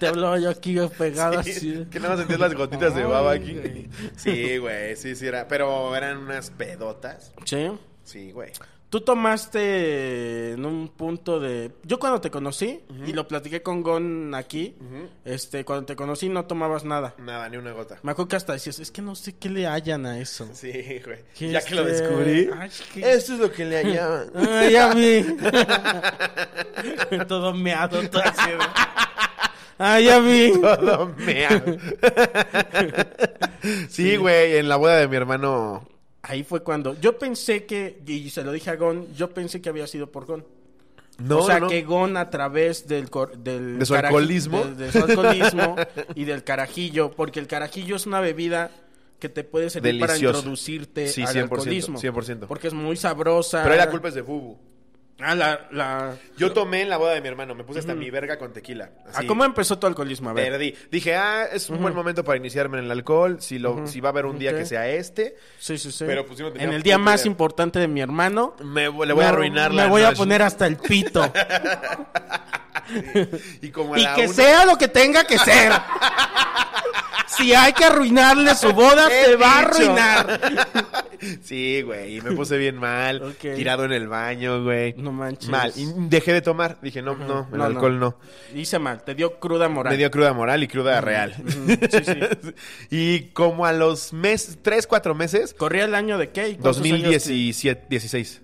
[SPEAKER 1] Te hablaba yo aquí pegado
[SPEAKER 2] Sí,
[SPEAKER 1] así.
[SPEAKER 2] Que nada más sentías las gotitas de baba aquí.
[SPEAKER 1] Ay, güey.
[SPEAKER 2] Sí, güey, sí, sí era. Pero eran unas pedotas.
[SPEAKER 1] Sí.
[SPEAKER 2] Sí, güey.
[SPEAKER 1] Tú tomaste en un punto de... Yo cuando te conocí, y lo platiqué con Gon aquí, este, cuando te conocí no tomabas nada.
[SPEAKER 2] Nada, ni una gota.
[SPEAKER 1] Me acuerdo que hasta decías, es que no sé qué le hallan a eso.
[SPEAKER 2] Sí, güey.
[SPEAKER 1] ¿Qué
[SPEAKER 2] Ya que lo
[SPEAKER 1] este?
[SPEAKER 2] descubrí.
[SPEAKER 1] Ay, qué-
[SPEAKER 2] Esto es lo que le hallaban.
[SPEAKER 1] Ah, ya vi. todo meado, todo así. ¿no? Ah, ya vi.
[SPEAKER 2] Todo mea. Sí, güey, en la boda de mi hermano.
[SPEAKER 1] Ahí fue cuando yo pensé que, y se lo dije a Gon, yo pensé que había sido por Gon.
[SPEAKER 2] No,
[SPEAKER 1] o sea,
[SPEAKER 2] no, no.
[SPEAKER 1] que Gon a través del... cor- del
[SPEAKER 2] ¿De su
[SPEAKER 1] caraji-
[SPEAKER 2] alcoholismo?
[SPEAKER 1] de- de su alcoholismo y del carajillo, porque el carajillo es una bebida que te puede servir para
[SPEAKER 2] Deliciosa.
[SPEAKER 1] introducirte
[SPEAKER 2] Sí,
[SPEAKER 1] al
[SPEAKER 2] 100%,
[SPEAKER 1] alcoholismo.
[SPEAKER 2] 100%.
[SPEAKER 1] Porque es muy sabrosa.
[SPEAKER 2] Pero ahí la culpa es de Bubu.
[SPEAKER 1] Ah, la... la-
[SPEAKER 2] Yo tomé en la boda de mi hermano, me puse hasta mi verga con tequila.
[SPEAKER 1] ¿A
[SPEAKER 2] Así,
[SPEAKER 1] Ah, ¿Cómo empezó tu alcoholismo? A ver.
[SPEAKER 2] Perdí. Dije, ah, es un buen momento para iniciarme en el alcohol. Si, lo, si va a haber un día
[SPEAKER 1] Ok.
[SPEAKER 2] que sea este,
[SPEAKER 1] Sí, sí, sí.
[SPEAKER 2] Pero, pues, yo no tenía
[SPEAKER 1] en el día más
[SPEAKER 2] puta idea.
[SPEAKER 1] importante de mi hermano...
[SPEAKER 2] me, le voy a
[SPEAKER 1] no,
[SPEAKER 2] arruinar
[SPEAKER 1] Me
[SPEAKER 2] la
[SPEAKER 1] voy a
[SPEAKER 2] noche.
[SPEAKER 1] poner hasta el pito.
[SPEAKER 2] Y como a
[SPEAKER 1] Y
[SPEAKER 2] la
[SPEAKER 1] que
[SPEAKER 2] una-
[SPEAKER 1] sea lo que tenga que ser. si hay que arruinarle su boda,
[SPEAKER 2] He
[SPEAKER 1] se va a
[SPEAKER 2] dicho.
[SPEAKER 1] arruinar.
[SPEAKER 2] Sí, güey, y me puse bien mal,
[SPEAKER 1] Ok.
[SPEAKER 2] tirado en el baño, güey.
[SPEAKER 1] No manches.
[SPEAKER 2] Mal. Y dejé de tomar. Dije, no, no, el
[SPEAKER 1] No,
[SPEAKER 2] alcohol no.
[SPEAKER 1] Hice mal, te dio cruda moral.
[SPEAKER 2] Me dio cruda moral y cruda real.
[SPEAKER 1] sí, sí.
[SPEAKER 2] y como a los meses, tres, cuatro meses,
[SPEAKER 1] Corría el año de qué? ¿Y cuántos años te-
[SPEAKER 2] 2017, 16.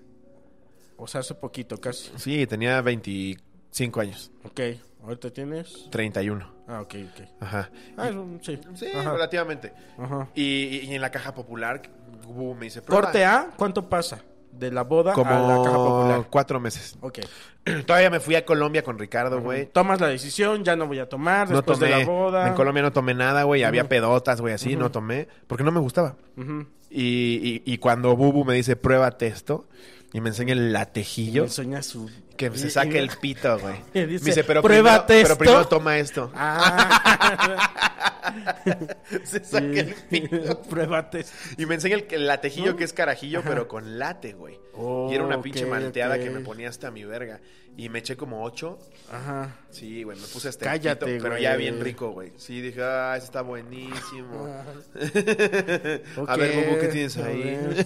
[SPEAKER 1] O sea, hace poquito, casi.
[SPEAKER 2] Sí, tenía 25 años,
[SPEAKER 1] Ok, ahorita tienes.
[SPEAKER 2] 31.
[SPEAKER 1] Ah, ok, ok.
[SPEAKER 2] Ajá.
[SPEAKER 1] Ah, es un- sí.
[SPEAKER 2] Sí,
[SPEAKER 1] Ajá.
[SPEAKER 2] relativamente.
[SPEAKER 1] Ajá.
[SPEAKER 2] Y, y en la caja popular, uh, me hice prueba.
[SPEAKER 1] Corte A, ¿cuánto pasa? De la boda a la caja
[SPEAKER 2] Como
[SPEAKER 1] popular.
[SPEAKER 2] cuatro meses.
[SPEAKER 1] Ok.
[SPEAKER 2] Todavía me fui a Colombia con Ricardo, güey.
[SPEAKER 1] Tomas la decisión, ya no voy a tomar
[SPEAKER 2] No
[SPEAKER 1] después
[SPEAKER 2] tomé.
[SPEAKER 1] de la boda.
[SPEAKER 2] En Colombia no tomé nada, güey. Había pedotas, güey, así. No tomé. Porque no me gustaba.
[SPEAKER 1] Ujú.
[SPEAKER 2] Y, y- y cuando Bubu me dice, pruébate esto. Y me enseña el
[SPEAKER 1] Me
[SPEAKER 2] latejillo.
[SPEAKER 1] enseña su.
[SPEAKER 2] Que
[SPEAKER 1] y-
[SPEAKER 2] se saque
[SPEAKER 1] y-
[SPEAKER 2] el pito, güey.
[SPEAKER 1] Y
[SPEAKER 2] Me
[SPEAKER 1] dice,
[SPEAKER 2] dice, pero
[SPEAKER 1] "Pruébate
[SPEAKER 2] primero,
[SPEAKER 1] esto".
[SPEAKER 2] Pero primero toma esto.
[SPEAKER 1] Ah.
[SPEAKER 2] se saca el pito.
[SPEAKER 1] Pruébate.
[SPEAKER 2] Y me enseña el, el latejillo que es carajillo, pero con late, güey.
[SPEAKER 1] Oh,
[SPEAKER 2] y era una pinche
[SPEAKER 1] ok,
[SPEAKER 2] malteada
[SPEAKER 1] ok.
[SPEAKER 2] que me ponía hasta mi verga. Y me eché como ocho.
[SPEAKER 1] Ajá.
[SPEAKER 2] Sí, güey, me puse hasta
[SPEAKER 1] Cállate,
[SPEAKER 2] el pito, pero
[SPEAKER 1] güey. Ah.
[SPEAKER 2] ya bien rico, güey. Sí, dije, ah, ese está buenísimo.
[SPEAKER 1] Ok,
[SPEAKER 2] A ver, Bubu, ¿qué tienes
[SPEAKER 1] a
[SPEAKER 2] ahí?
[SPEAKER 1] ver.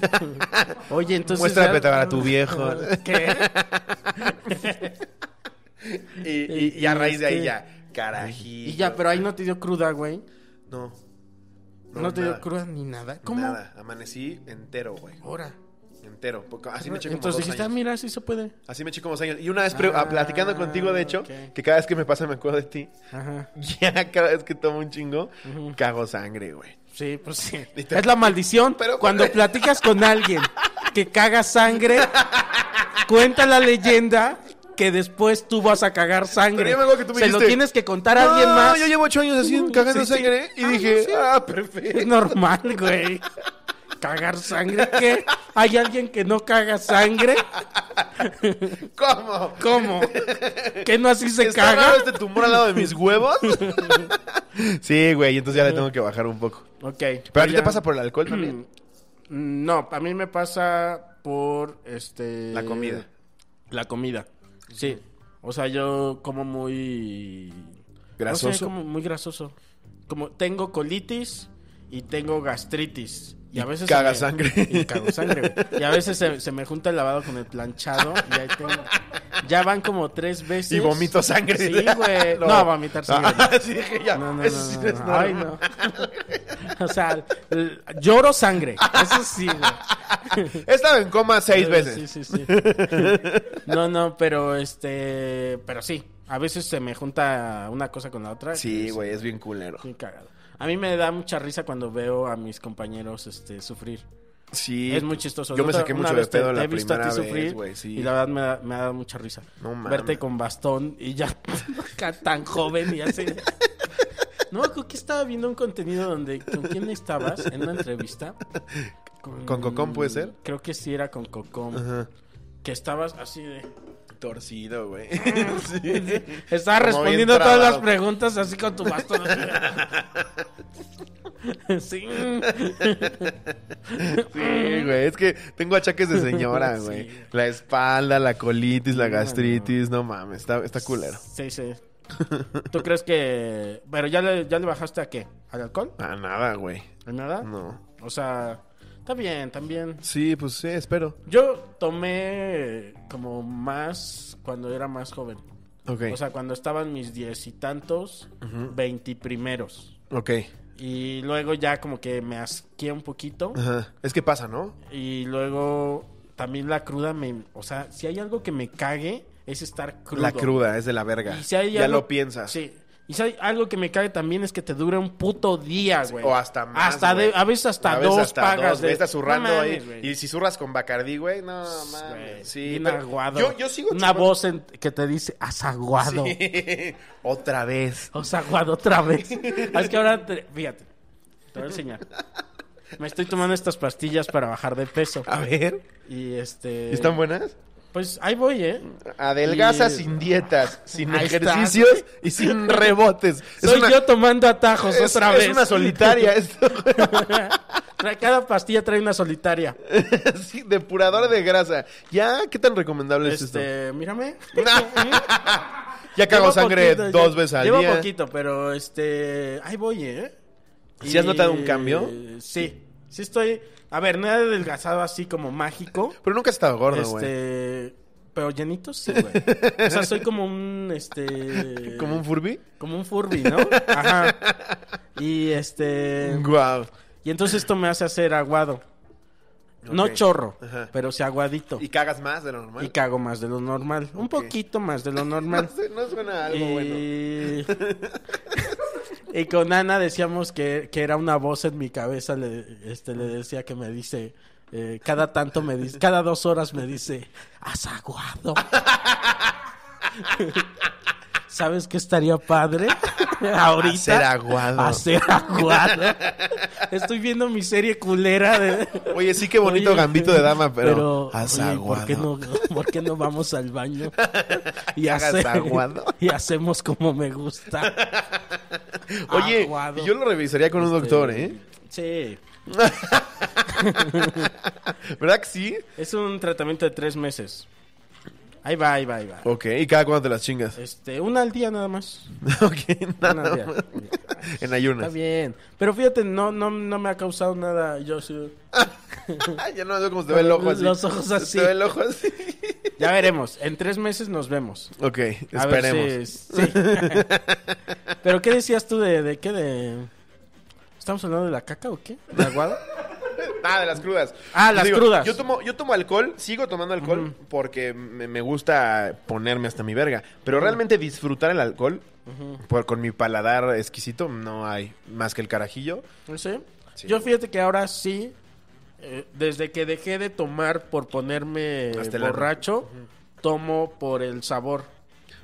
[SPEAKER 1] Oye, entonces.
[SPEAKER 2] Muéstrame
[SPEAKER 1] ya-
[SPEAKER 2] para tu viejo.
[SPEAKER 1] ¿Qué?
[SPEAKER 2] Y, y- y a
[SPEAKER 1] Y
[SPEAKER 2] raíz de ahí
[SPEAKER 1] este-
[SPEAKER 2] ya, carajillo.
[SPEAKER 1] Y ya, pero ahí no te dio cruda, güey.
[SPEAKER 2] No.
[SPEAKER 1] No, te
[SPEAKER 2] nada,
[SPEAKER 1] dio cruda ni nada. ¿Cómo?
[SPEAKER 2] Nada, amanecí entero, güey.
[SPEAKER 1] Ahora.
[SPEAKER 2] Entero. Porque así me eché como
[SPEAKER 1] Entonces
[SPEAKER 2] dos
[SPEAKER 1] dijiste, ah,
[SPEAKER 2] años.
[SPEAKER 1] mira, sí se puede.
[SPEAKER 2] Así me eché como dos años. Y una vez pre-
[SPEAKER 1] Ah,
[SPEAKER 2] platicando contigo, de hecho,
[SPEAKER 1] ok.
[SPEAKER 2] que cada vez que me pasa me acuerdo de ti.
[SPEAKER 1] Ajá.
[SPEAKER 2] Ya cada vez que tomo un chingo, cago sangre, güey.
[SPEAKER 1] Sí, pues sí.
[SPEAKER 2] Literal.
[SPEAKER 1] Es la maldición.
[SPEAKER 2] Pero-
[SPEAKER 1] Cuando platicas con alguien que caga sangre, cuenta la leyenda que después tú vas a cagar sangre.
[SPEAKER 2] Pero yo me acuerdo que tú me
[SPEAKER 1] se lo
[SPEAKER 2] dijiste,
[SPEAKER 1] tienes que contar a alguien más.
[SPEAKER 2] No, yo llevo ocho años así cagando
[SPEAKER 1] Sí, sí.
[SPEAKER 2] sangre y
[SPEAKER 1] Ah,
[SPEAKER 2] dije,
[SPEAKER 1] no, sí.
[SPEAKER 2] ah, perfecto.
[SPEAKER 1] Es normal, güey. Cagar sangre, ¿qué? ¿Hay alguien que no caga sangre?
[SPEAKER 2] ¿Cómo?
[SPEAKER 1] ¿Cómo? ¿Que no así se
[SPEAKER 2] ¿Está
[SPEAKER 1] caga?
[SPEAKER 2] raro este tumor al lado de mis huevos? sí, güey, entonces ya le tengo que bajar un poco.
[SPEAKER 1] Ok.
[SPEAKER 2] Pero a ti
[SPEAKER 1] ya.
[SPEAKER 2] te pasa por el alcohol también.
[SPEAKER 1] Mm, No, a mí me pasa por este.
[SPEAKER 2] La comida.
[SPEAKER 1] La comida. Sí. O sea, yo como muy. No sé,
[SPEAKER 2] Grasoso.
[SPEAKER 1] como muy grasoso. Como tengo colitis y tengo gastritis. Y, a veces.
[SPEAKER 2] caga
[SPEAKER 1] se me-
[SPEAKER 2] sangre.
[SPEAKER 1] Y cago sangre, güey. Y a veces se, se me junta el lavado con el planchado. Y ahí tengo. Ya van como tres veces.
[SPEAKER 2] Y vomito sangre.
[SPEAKER 1] Sí, güey. No, vomitar sangre. no.
[SPEAKER 2] Ah, sí, dije ya.
[SPEAKER 1] No, no,
[SPEAKER 2] eso
[SPEAKER 1] no,
[SPEAKER 2] sí
[SPEAKER 1] no,
[SPEAKER 2] no es
[SPEAKER 1] no.
[SPEAKER 2] normal.
[SPEAKER 1] Ay, no. O sea, l- lloro sangre. Eso sí, güey.
[SPEAKER 2] He estado en coma seis veces.
[SPEAKER 1] Sí, sí, sí. No, no, pero este. Pero sí. A veces se me junta una cosa con la otra.
[SPEAKER 2] Sí,
[SPEAKER 1] Es
[SPEAKER 2] güey, es bien culero.
[SPEAKER 1] muy cagado. A mí me da mucha risa cuando veo a mis compañeros este, sufrir.
[SPEAKER 2] Sí.
[SPEAKER 1] Es muy chistoso.
[SPEAKER 2] Yo
[SPEAKER 1] ¿no?
[SPEAKER 2] me saqué
[SPEAKER 1] Una
[SPEAKER 2] mucho de
[SPEAKER 1] vez te-
[SPEAKER 2] pedo
[SPEAKER 1] te
[SPEAKER 2] la
[SPEAKER 1] he visto a ti
[SPEAKER 2] primera vez,
[SPEAKER 1] sufrir,
[SPEAKER 2] güey, sí.
[SPEAKER 1] Y la verdad me, da- me ha dado mucha risa.
[SPEAKER 2] No mames.
[SPEAKER 1] Verte con bastón y ya acá tan joven y así. No, creo que estaba viendo un contenido donde con quién estabas en una entrevista.
[SPEAKER 2] ¿Con Cocom puede ser?
[SPEAKER 1] Creo que sí era con Cocom. Que estabas así de
[SPEAKER 2] Torcido, güey.
[SPEAKER 1] Estaba
[SPEAKER 2] Como
[SPEAKER 1] respondiendo
[SPEAKER 2] bien
[SPEAKER 1] todas las
[SPEAKER 2] trabado.
[SPEAKER 1] preguntas así con tu bastón. sí.
[SPEAKER 2] Sí, güey, es que tengo achaques de señora,
[SPEAKER 1] Sí.
[SPEAKER 2] güey. La espalda, la colitis, la gastritis, no mames, está, está culero.
[SPEAKER 1] Sí, sí. ¿Tú crees que... Pero ya le, ya le bajaste a qué? ¿Al alcohol?
[SPEAKER 2] Ah, nada, güey.
[SPEAKER 1] ¿A nada?
[SPEAKER 2] No.
[SPEAKER 1] O sea, está bien, también.
[SPEAKER 2] Sí, pues sí, espero.
[SPEAKER 1] Yo tomé como más cuando era más joven.
[SPEAKER 2] Ok.
[SPEAKER 1] O sea, cuando estaban mis diez y tantos, veintiprimeros.
[SPEAKER 2] ok.
[SPEAKER 1] Y luego ya como que me asqué un poquito.
[SPEAKER 2] Ajá. Es que pasa, ¿no?
[SPEAKER 1] Y luego también la cruda me... O sea, si hay algo que me cague es estar crudo.
[SPEAKER 2] La cruda es de la verga.
[SPEAKER 1] Y si hay
[SPEAKER 2] ya
[SPEAKER 1] algo-
[SPEAKER 2] lo piensas.
[SPEAKER 1] Sí. Y ¿sabes? algo que me cae también es que te dura un puto día, güey.
[SPEAKER 2] O hasta más,
[SPEAKER 1] Hasta de-
[SPEAKER 2] güey.
[SPEAKER 1] a veces hasta
[SPEAKER 2] A veces
[SPEAKER 1] dos
[SPEAKER 2] hasta
[SPEAKER 1] pagas.
[SPEAKER 2] dos,
[SPEAKER 1] de-
[SPEAKER 2] güey, estás zurrando
[SPEAKER 1] No
[SPEAKER 2] ahí.
[SPEAKER 1] mames, güey.
[SPEAKER 2] Y si zurras con Bacardí, güey, no
[SPEAKER 1] Güey,
[SPEAKER 2] mames. Sí,
[SPEAKER 1] bien
[SPEAKER 2] pero
[SPEAKER 1] aguado.
[SPEAKER 2] Yo, yo sigo
[SPEAKER 1] Una
[SPEAKER 2] chupando-
[SPEAKER 1] voz en- que te dice, has aguado.
[SPEAKER 2] Sí. Otra vez.
[SPEAKER 1] Has aguado otra vez. es que ahora, te- fíjate, te voy a enseñar. Me estoy tomando estas pastillas para bajar de peso.
[SPEAKER 2] A ver.
[SPEAKER 1] Y este...
[SPEAKER 2] ¿Están buenas?
[SPEAKER 1] Pues ahí voy, ¿eh?
[SPEAKER 2] Adelgaza
[SPEAKER 1] Y-
[SPEAKER 2] sin dietas, sin
[SPEAKER 1] Ahí está.
[SPEAKER 2] ejercicios y sin rebotes.
[SPEAKER 1] Soy
[SPEAKER 2] una-
[SPEAKER 1] yo tomando atajos
[SPEAKER 2] es-
[SPEAKER 1] otra vez.
[SPEAKER 2] Es una solitaria esto.
[SPEAKER 1] Trae- Cada pastilla trae una solitaria.
[SPEAKER 2] sí, depurador de grasa. Ya, ¿qué tan recomendable es esto?
[SPEAKER 1] Este, mírame.
[SPEAKER 2] Ya cago
[SPEAKER 1] Llevo
[SPEAKER 2] sangre
[SPEAKER 1] poquito,
[SPEAKER 2] dos
[SPEAKER 1] lle-
[SPEAKER 2] veces al
[SPEAKER 1] llevo
[SPEAKER 2] día.
[SPEAKER 1] poquito, pero este. Ahí voy, ¿eh?
[SPEAKER 2] ¿Sí has notado un cambio?
[SPEAKER 1] Sí. Sí estoy. A ver, no he adelgazado así como mágico.
[SPEAKER 2] Pero nunca has estado gordo, güey.
[SPEAKER 1] este. Pero llenito sí, güey. O sea, soy como un. Este.
[SPEAKER 2] ¿Como un Furby?
[SPEAKER 1] Como un Furby, ¿no? Ajá. Y este.
[SPEAKER 2] Guau.
[SPEAKER 1] Y entonces esto me hace hacer aguado. No
[SPEAKER 2] Ok.
[SPEAKER 1] chorro,
[SPEAKER 2] Ajá.
[SPEAKER 1] pero sí aguadito.
[SPEAKER 2] ¿Y cagas más de lo
[SPEAKER 1] Y
[SPEAKER 2] normal?
[SPEAKER 1] cago más de lo normal. Un poquito más Eh, de lo normal.
[SPEAKER 2] No, sé, no suena a algo bueno.
[SPEAKER 1] y... y con Ana decíamos que, que era una voz en mi cabeza, le, este, le decía que me dice, eh, cada tanto me dice, cada dos horas me dice, has aguado. ¿Sabes qué estaría padre? Ahorita.
[SPEAKER 2] Hacer aguado.
[SPEAKER 1] Hacer aguado. Estoy viendo mi serie culera de...
[SPEAKER 2] Oye, sí, qué bonito
[SPEAKER 1] Oye,
[SPEAKER 2] gambito de dama, pero... haz
[SPEAKER 1] oye, ¿por,
[SPEAKER 2] aguado.
[SPEAKER 1] qué no, por qué no vamos al baño y,
[SPEAKER 2] Hagas
[SPEAKER 1] hace-
[SPEAKER 2] aguado.
[SPEAKER 1] y hacemos como me gusta?
[SPEAKER 2] Oye,
[SPEAKER 1] Aguado. Este,
[SPEAKER 2] yo lo revisaría con un doctor, ¿eh?
[SPEAKER 1] Sí,
[SPEAKER 2] ¿Verdad que sí?
[SPEAKER 1] es un tratamiento de tres meses. Ahí va, ahí va, ahí va.
[SPEAKER 2] Ok, ¿y cada cuándo te las chingas?
[SPEAKER 1] Este, una al día nada más.
[SPEAKER 2] ok,
[SPEAKER 1] Una al
[SPEAKER 2] nada
[SPEAKER 1] día.
[SPEAKER 2] más. En
[SPEAKER 1] Está
[SPEAKER 2] ayunas.
[SPEAKER 1] bien. Pero fíjate, no, no, no me ha causado nada. Yo sí-
[SPEAKER 2] ya no veo cómo se te ve el ojo así.
[SPEAKER 1] Los ojos así.
[SPEAKER 2] Se te ve el ojo así.
[SPEAKER 1] Ya veremos. En tres meses nos vemos.
[SPEAKER 2] ok,
[SPEAKER 1] A ver
[SPEAKER 2] esperemos.
[SPEAKER 1] si- sí. Pero ¿qué decías tú de, de qué de ¿Estamos hablando de la caca o qué? ¿De aguado?
[SPEAKER 2] Ah, de las crudas.
[SPEAKER 1] Ah,
[SPEAKER 2] Yo
[SPEAKER 1] las crudas.
[SPEAKER 2] Yo tomo, yo tomo alcohol, sigo tomando alcohol porque me, me gusta ponerme hasta mi verga. Pero realmente disfrutar el alcohol por- con mi paladar exquisito no hay más que el carajillo.
[SPEAKER 1] No sé.
[SPEAKER 2] Sí.
[SPEAKER 1] Yo fíjate que ahora sí, eh, desde que dejé de tomar por ponerme
[SPEAKER 2] Hasta el ano.
[SPEAKER 1] borracho, tomo por el sabor.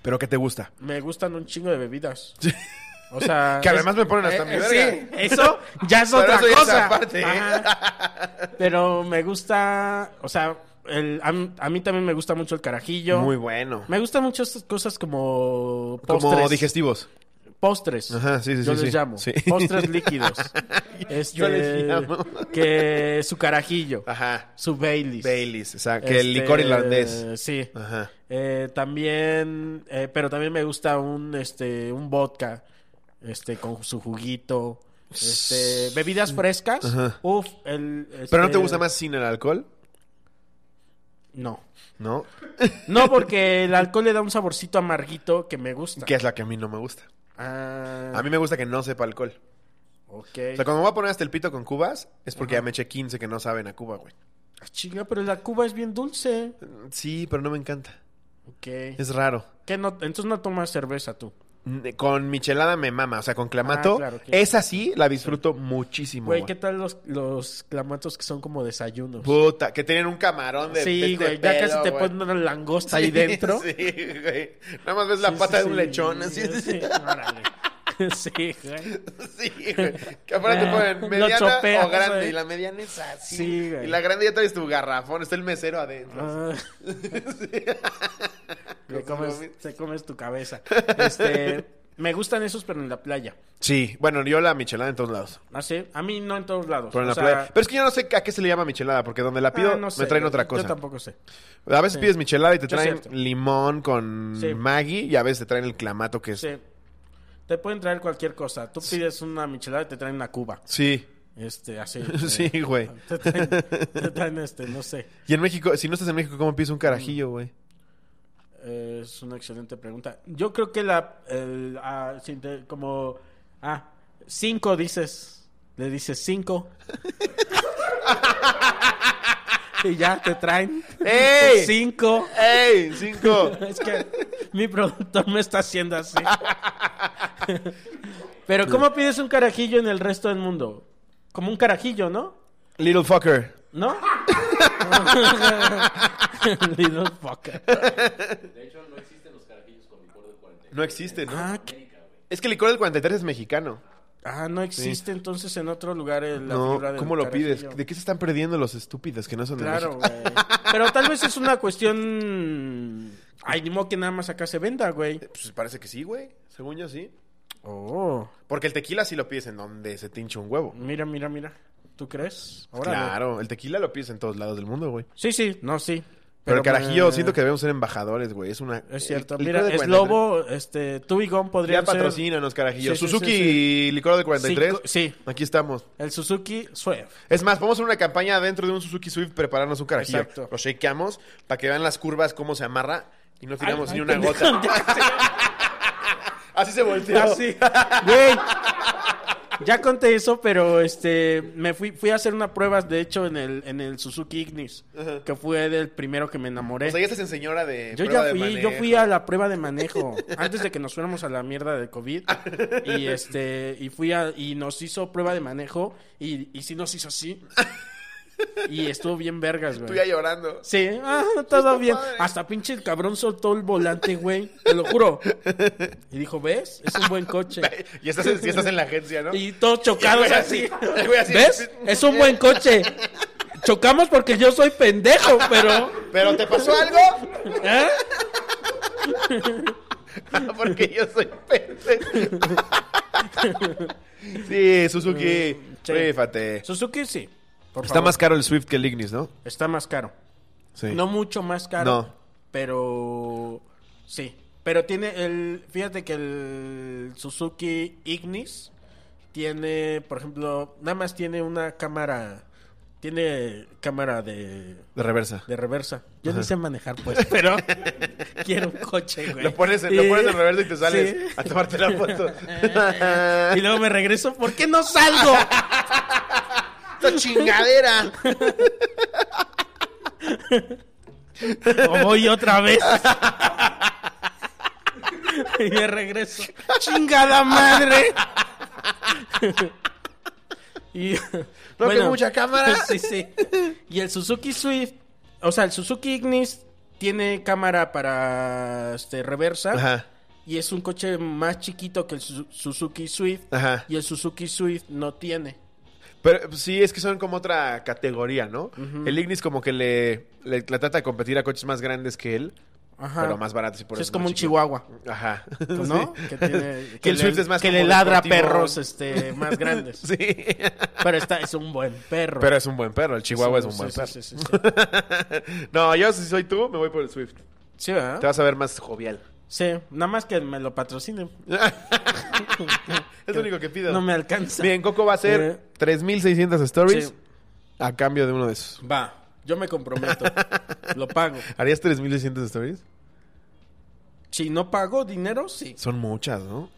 [SPEAKER 2] Pero que te gusta.
[SPEAKER 1] Me gustan un chingo de bebidas. O sea,
[SPEAKER 2] Que además me ponen hasta mi verga.
[SPEAKER 1] eh, Sí, eso ya es
[SPEAKER 2] Pero
[SPEAKER 1] otra
[SPEAKER 2] eso ya es
[SPEAKER 1] cosa.
[SPEAKER 2] aparte, ¿eh?
[SPEAKER 1] Ajá. Pero me gusta, o sea, el- a, mí- a mí también me gusta mucho el carajillo.
[SPEAKER 2] Muy bueno.
[SPEAKER 1] Me gustan mucho estas cosas como postres.
[SPEAKER 2] Como digestivos.
[SPEAKER 1] Postres.
[SPEAKER 2] Ajá, sí, sí,
[SPEAKER 1] Yo
[SPEAKER 2] sí,
[SPEAKER 1] les
[SPEAKER 2] sí.
[SPEAKER 1] llamo.
[SPEAKER 2] Sí.
[SPEAKER 1] Postres líquidos. Este,
[SPEAKER 2] Yo les llamo.
[SPEAKER 1] Que su carajillo.
[SPEAKER 2] Ajá.
[SPEAKER 1] Su Baileys.
[SPEAKER 2] Baileys, o sea, que
[SPEAKER 1] Este,
[SPEAKER 2] el licor irlandés.
[SPEAKER 1] Sí.
[SPEAKER 2] Ajá.
[SPEAKER 1] Eh, también, eh, pero también me gusta un, este, un vodka, este, con su juguito, este, bebidas frescas.
[SPEAKER 2] Ajá.
[SPEAKER 1] Uf, el,
[SPEAKER 2] ¿Pero no
[SPEAKER 1] este,
[SPEAKER 2] te gusta más sin el alcohol?
[SPEAKER 1] No.
[SPEAKER 2] ¿No?
[SPEAKER 1] No, porque el alcohol le da un saborcito amarguito que me gusta.
[SPEAKER 2] Que es la que a mí no me gusta.
[SPEAKER 1] Ah,
[SPEAKER 2] A mí me gusta que no sepa alcohol.
[SPEAKER 1] ok.
[SPEAKER 2] O sea, cuando me voy a poner hasta el pito con cubas, es porque ya me eché 15 que no saben a Cuba, güey.
[SPEAKER 1] Ah, Chinga, pero la Cuba es bien dulce.
[SPEAKER 2] Sí, pero no me encanta.
[SPEAKER 1] Ok.
[SPEAKER 2] Es raro.
[SPEAKER 1] ¿Qué no, entonces no tomas cerveza tú.
[SPEAKER 2] Mm, Con michelada me mama, o sea, con clamato.
[SPEAKER 1] Ah, claro, ok.
[SPEAKER 2] Esa sí la disfruto muchísimo,
[SPEAKER 1] Güey,
[SPEAKER 2] güey.
[SPEAKER 1] ¿qué tal los, los clamatos que son como desayunos?
[SPEAKER 2] Puta, que tienen un camarón de
[SPEAKER 1] Sí,
[SPEAKER 2] de- de
[SPEAKER 1] güey, ya casi
[SPEAKER 2] pelo,
[SPEAKER 1] te
[SPEAKER 2] güey.
[SPEAKER 1] ponen una langosta
[SPEAKER 2] Sí,
[SPEAKER 1] ahí dentro.
[SPEAKER 2] Sí, güey. Nada más ves la
[SPEAKER 1] Sí, sí,
[SPEAKER 2] pata de un
[SPEAKER 1] sí.
[SPEAKER 2] lechón, así.
[SPEAKER 1] Sí, sí, órale. Sí, güey.
[SPEAKER 2] Sí, güey. Que aparte te
[SPEAKER 1] Ah,
[SPEAKER 2] ponen
[SPEAKER 1] lo
[SPEAKER 2] mediana
[SPEAKER 1] chopeas,
[SPEAKER 2] o grande.
[SPEAKER 1] güey.
[SPEAKER 2] Y la mediana es así.
[SPEAKER 1] Sí, güey.
[SPEAKER 2] Y la grande ya traes tu garrafón. Está el mesero adentro.
[SPEAKER 1] Ah. Te, comes, te comes tu cabeza. Este, me gustan esos, pero en la playa.
[SPEAKER 2] Sí, bueno, yo la michelada en todos lados.
[SPEAKER 1] ¿Ah, sí? A mí no en todos lados.
[SPEAKER 2] Pero en
[SPEAKER 1] O
[SPEAKER 2] la
[SPEAKER 1] sea,
[SPEAKER 2] playa. Pero es que yo no sé a qué se le llama michelada, porque donde la pido
[SPEAKER 1] ah, no sé,
[SPEAKER 2] me traen
[SPEAKER 1] yo-
[SPEAKER 2] otra
[SPEAKER 1] Yo
[SPEAKER 2] cosa.
[SPEAKER 1] tampoco sé.
[SPEAKER 2] A veces pides michelada y te
[SPEAKER 1] Yo
[SPEAKER 2] traen
[SPEAKER 1] cierto.
[SPEAKER 2] limón con
[SPEAKER 1] Sí.
[SPEAKER 2] Maggi y a veces te traen el clamato que es. Sí.
[SPEAKER 1] Sí. Te pueden traer cualquier cosa. Tú pides una michelada y te traen una cuba.
[SPEAKER 2] Sí,
[SPEAKER 1] Este, así.
[SPEAKER 2] güey.
[SPEAKER 1] Te traen, te traen, este, no sé.
[SPEAKER 2] Y en México, si no estás en México, ¿cómo pides un carajillo, güey?
[SPEAKER 1] Mm. Eh, Es una excelente pregunta. Yo creo que la, el, ah, sin te- como, ah, cinco dices, le dices cinco. y ya te traen
[SPEAKER 2] ¡Ey!
[SPEAKER 1] cinco.
[SPEAKER 2] ¡Ey! ¡Cinco!
[SPEAKER 1] Es que mi productor me está haciendo así. Pero ¿cómo pides un carajillo en el resto del mundo? Como un carajillo, ¿no?
[SPEAKER 2] Little fucker.
[SPEAKER 1] ¿No? Little fucker.
[SPEAKER 2] No existe, ¿no?
[SPEAKER 1] Ah, ¿qué-
[SPEAKER 2] Es que el licor del 43 es mexicano.
[SPEAKER 1] ah, no existe entonces en otro lugar el- la
[SPEAKER 2] No,
[SPEAKER 1] fibra del
[SPEAKER 2] ¿cómo lo pides?
[SPEAKER 1] carajillo.
[SPEAKER 2] ¿De qué se están perdiendo los estúpidos que no son de
[SPEAKER 1] Claro,
[SPEAKER 2] México?
[SPEAKER 1] güey. Pero tal vez es una cuestión... Ay, ni modo que nada más acá se venda, güey.
[SPEAKER 2] Pues parece que sí, güey. Según yo, sí.
[SPEAKER 1] Oh.
[SPEAKER 2] Porque el tequila sí lo pides en donde se te hincha un huevo.
[SPEAKER 1] Mira, mira, mira. ¿Tú crees?
[SPEAKER 2] Claro, el tequila lo pides en todos lados del mundo, güey.
[SPEAKER 1] Sí, sí, no, sí.
[SPEAKER 2] Pero, carajillo,
[SPEAKER 1] me-
[SPEAKER 2] siento que debemos ser embajadores, güey. Es una.
[SPEAKER 1] pues, Es cierto.
[SPEAKER 2] el- el
[SPEAKER 1] Mira,
[SPEAKER 2] licor del
[SPEAKER 1] es
[SPEAKER 2] 43.
[SPEAKER 1] lobo, este, tú y Gon
[SPEAKER 2] Ya
[SPEAKER 1] podrían ser...
[SPEAKER 2] patrocínanos, carajillo.
[SPEAKER 1] Sí, sí,
[SPEAKER 2] Suzuki
[SPEAKER 1] sí, sí.
[SPEAKER 2] licor del 43.
[SPEAKER 1] Sí, co- sí.
[SPEAKER 2] Aquí estamos.
[SPEAKER 1] El Suzuki Swift.
[SPEAKER 2] Es más, vamos a hacer una campaña dentro de un Suzuki Swift prepararnos un carajillo.
[SPEAKER 1] Exacto.
[SPEAKER 2] Lo shakeamos para que vean las curvas, cómo se amarra y no tiramos
[SPEAKER 1] Ay,
[SPEAKER 2] ni
[SPEAKER 1] ay,
[SPEAKER 2] una
[SPEAKER 1] pendejo.
[SPEAKER 2] gota. Así se volteó.
[SPEAKER 1] Así. Güey. Ya conté eso, pero este me fui fui a hacer una prueba de hecho en el en el Suzuki Ignis, que fue del primero que me enamoré.
[SPEAKER 2] O sea, ya estás en señora de.
[SPEAKER 1] yo
[SPEAKER 2] prueba
[SPEAKER 1] ya
[SPEAKER 2] de
[SPEAKER 1] fui, yo
[SPEAKER 2] manejo.
[SPEAKER 1] fui a la prueba de manejo antes de que nos fuéramos a la mierda de COVID y este y fui a y nos hizo prueba de manejo y y sí nos hizo así. Y estuvo bien vergas, güey.
[SPEAKER 2] Tú ya llorando.
[SPEAKER 1] Sí, ah, todo bien.
[SPEAKER 2] padre.
[SPEAKER 1] Hasta pinche el cabrón soltó el volante, güey. Te lo juro. Y dijo, ¿ves? Es un buen coche.
[SPEAKER 2] Y estás, en- y estás en la agencia, ¿no?
[SPEAKER 1] Y todos chocados
[SPEAKER 2] Y el güey
[SPEAKER 1] así.
[SPEAKER 2] así, el güey así.
[SPEAKER 1] ¿Ves? Es un buen coche. Chocamos porque yo soy pendejo, pero...
[SPEAKER 2] ¿Pero te pasó algo?
[SPEAKER 1] ¿eh?
[SPEAKER 2] Porque yo soy pendejo. sí, Suzuki.
[SPEAKER 1] sí.
[SPEAKER 2] Rífate.
[SPEAKER 1] Suzuki sí. por Mm,
[SPEAKER 2] Está
[SPEAKER 1] favor.
[SPEAKER 2] más caro el Swift que el Ignis, ¿no?
[SPEAKER 1] Está más caro.
[SPEAKER 2] Sí.
[SPEAKER 1] No mucho más caro.
[SPEAKER 2] No.
[SPEAKER 1] Pero... Sí. Pero tiene el... Fíjate que el Suzuki Ignis tiene, por ejemplo, nada más tiene una cámara... Tiene cámara de...
[SPEAKER 2] De reversa.
[SPEAKER 1] De reversa. Yo no sé manejar, pues, pero quiero un coche, güey.
[SPEAKER 2] Lo pones, en, lo
[SPEAKER 1] Y-
[SPEAKER 2] pones en reversa y te sales
[SPEAKER 1] Sí.
[SPEAKER 2] a tomarte la foto.
[SPEAKER 1] Y luego me regreso, ¿por qué no salgo?
[SPEAKER 2] ¡Esta chingadera!
[SPEAKER 1] O voy otra vez. Y me regreso. ¡Chingada madre! Y, pues,
[SPEAKER 2] que mucha cámara.
[SPEAKER 1] Sí, sí. Y el Suzuki Swift, o sea, el Suzuki Ignis tiene cámara para este reversa.
[SPEAKER 2] Ajá.
[SPEAKER 1] Y es un coche más chiquito que el Su- Suzuki Swift.
[SPEAKER 2] Ajá.
[SPEAKER 1] Y el Suzuki Swift no tiene.
[SPEAKER 2] Pero pues, sí, es que son como otra categoría, ¿no? El Ignis como que le, le- la trata de competir a coches más grandes que él,
[SPEAKER 1] Ajá.
[SPEAKER 2] pero más baratos y por
[SPEAKER 1] Sí, es
[SPEAKER 2] eso
[SPEAKER 1] como
[SPEAKER 2] más
[SPEAKER 1] un
[SPEAKER 2] chiquito.
[SPEAKER 1] chihuahua.
[SPEAKER 2] Ajá.
[SPEAKER 1] ¿No?
[SPEAKER 2] Sí.
[SPEAKER 1] Que, tiene-
[SPEAKER 2] Que
[SPEAKER 1] que
[SPEAKER 2] el
[SPEAKER 1] le-
[SPEAKER 2] Swift es más
[SPEAKER 1] que
[SPEAKER 2] como
[SPEAKER 1] le ladra a
[SPEAKER 2] deportivo.
[SPEAKER 1] perros este, más grandes.
[SPEAKER 2] Sí.
[SPEAKER 1] Pero está, es un buen perro.
[SPEAKER 2] Pero es un buen perro, el chihuahua es un
[SPEAKER 1] Sí,
[SPEAKER 2] buen
[SPEAKER 1] sí,
[SPEAKER 2] perro.
[SPEAKER 1] Sí, sí, sí.
[SPEAKER 2] No, yo si soy tú, me voy por el Swift.
[SPEAKER 1] Sí, ¿verdad?
[SPEAKER 2] Te vas a ver más jovial.
[SPEAKER 1] Sí, nada más que me lo patrocinen.
[SPEAKER 2] Es lo único que pido.
[SPEAKER 1] No me alcanza.
[SPEAKER 2] Bien, Coco va a
[SPEAKER 1] Eh.
[SPEAKER 2] hacer 3600 stories
[SPEAKER 1] Sí.
[SPEAKER 2] a cambio de uno de esos.
[SPEAKER 1] Va, yo me comprometo. lo pago.
[SPEAKER 2] ¿Harías 3600 stories?
[SPEAKER 1] Si no pago dinero, sí.
[SPEAKER 2] Son muchas, ¿no?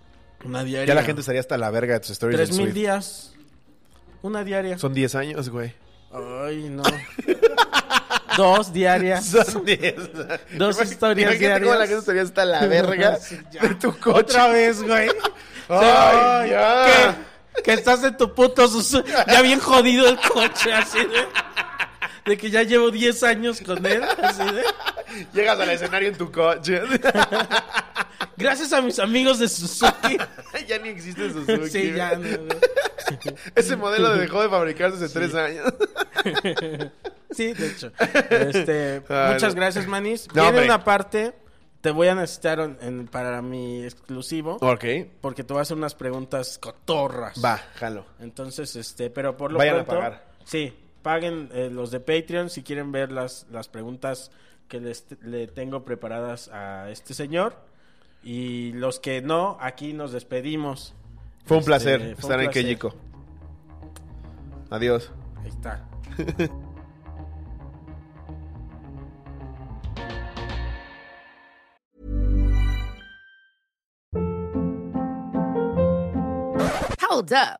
[SPEAKER 1] Una diaria.
[SPEAKER 2] Ya la gente estaría hasta la verga de tus stories.
[SPEAKER 1] Tres
[SPEAKER 2] en
[SPEAKER 1] mil
[SPEAKER 2] Swift.
[SPEAKER 1] días. Una diaria.
[SPEAKER 2] Son 10 años, güey.
[SPEAKER 1] Ay, no. Dos diarias.
[SPEAKER 2] Son 10.
[SPEAKER 1] Dos
[SPEAKER 2] Imag-
[SPEAKER 1] historias
[SPEAKER 2] Imagínate cómo la
[SPEAKER 1] diarias.
[SPEAKER 2] gente estaría hasta la verga
[SPEAKER 1] Sí, ya.
[SPEAKER 2] de tu coche.
[SPEAKER 1] Otra vez, güey.
[SPEAKER 2] Ay, ya.
[SPEAKER 1] Que, que estás en tu puto Suzuki. Ya bien jodido el coche, así de. De que ya llevo 10 años con él, así de.
[SPEAKER 2] Llegas al escenario en tu coche.
[SPEAKER 1] Gracias a mis amigos de Suzuki.
[SPEAKER 2] ya ni existe Suzuki.
[SPEAKER 1] Sí, ya. no, no.
[SPEAKER 2] Ese modelo dejó de fabricarse hace 3 años.
[SPEAKER 1] Sí, de hecho. Este,
[SPEAKER 2] Ay,
[SPEAKER 1] muchas
[SPEAKER 2] Ah, no.
[SPEAKER 1] gracias, Manis.
[SPEAKER 2] No,
[SPEAKER 1] Viene
[SPEAKER 2] hombre.
[SPEAKER 1] una parte. Te voy a necesitar en- en- para mi exclusivo.
[SPEAKER 2] Ok.
[SPEAKER 1] Porque te voy a hacer unas preguntas cotorras.
[SPEAKER 2] Va, jalo.
[SPEAKER 1] Entonces, este, pero por lo
[SPEAKER 2] Vayan a
[SPEAKER 1] pronto.
[SPEAKER 2] pagar.
[SPEAKER 1] Sí, paguen eh, los de Patreon si quieren ver las, las preguntas que les te- le tengo preparadas a este señor. Y los que no, aquí nos despedimos.
[SPEAKER 2] Fue un
[SPEAKER 1] Este,
[SPEAKER 2] placer
[SPEAKER 1] fue un
[SPEAKER 2] estar en
[SPEAKER 1] placer.
[SPEAKER 2] Keyiko. Adiós.
[SPEAKER 1] Ahí está.
[SPEAKER 3] Hold up.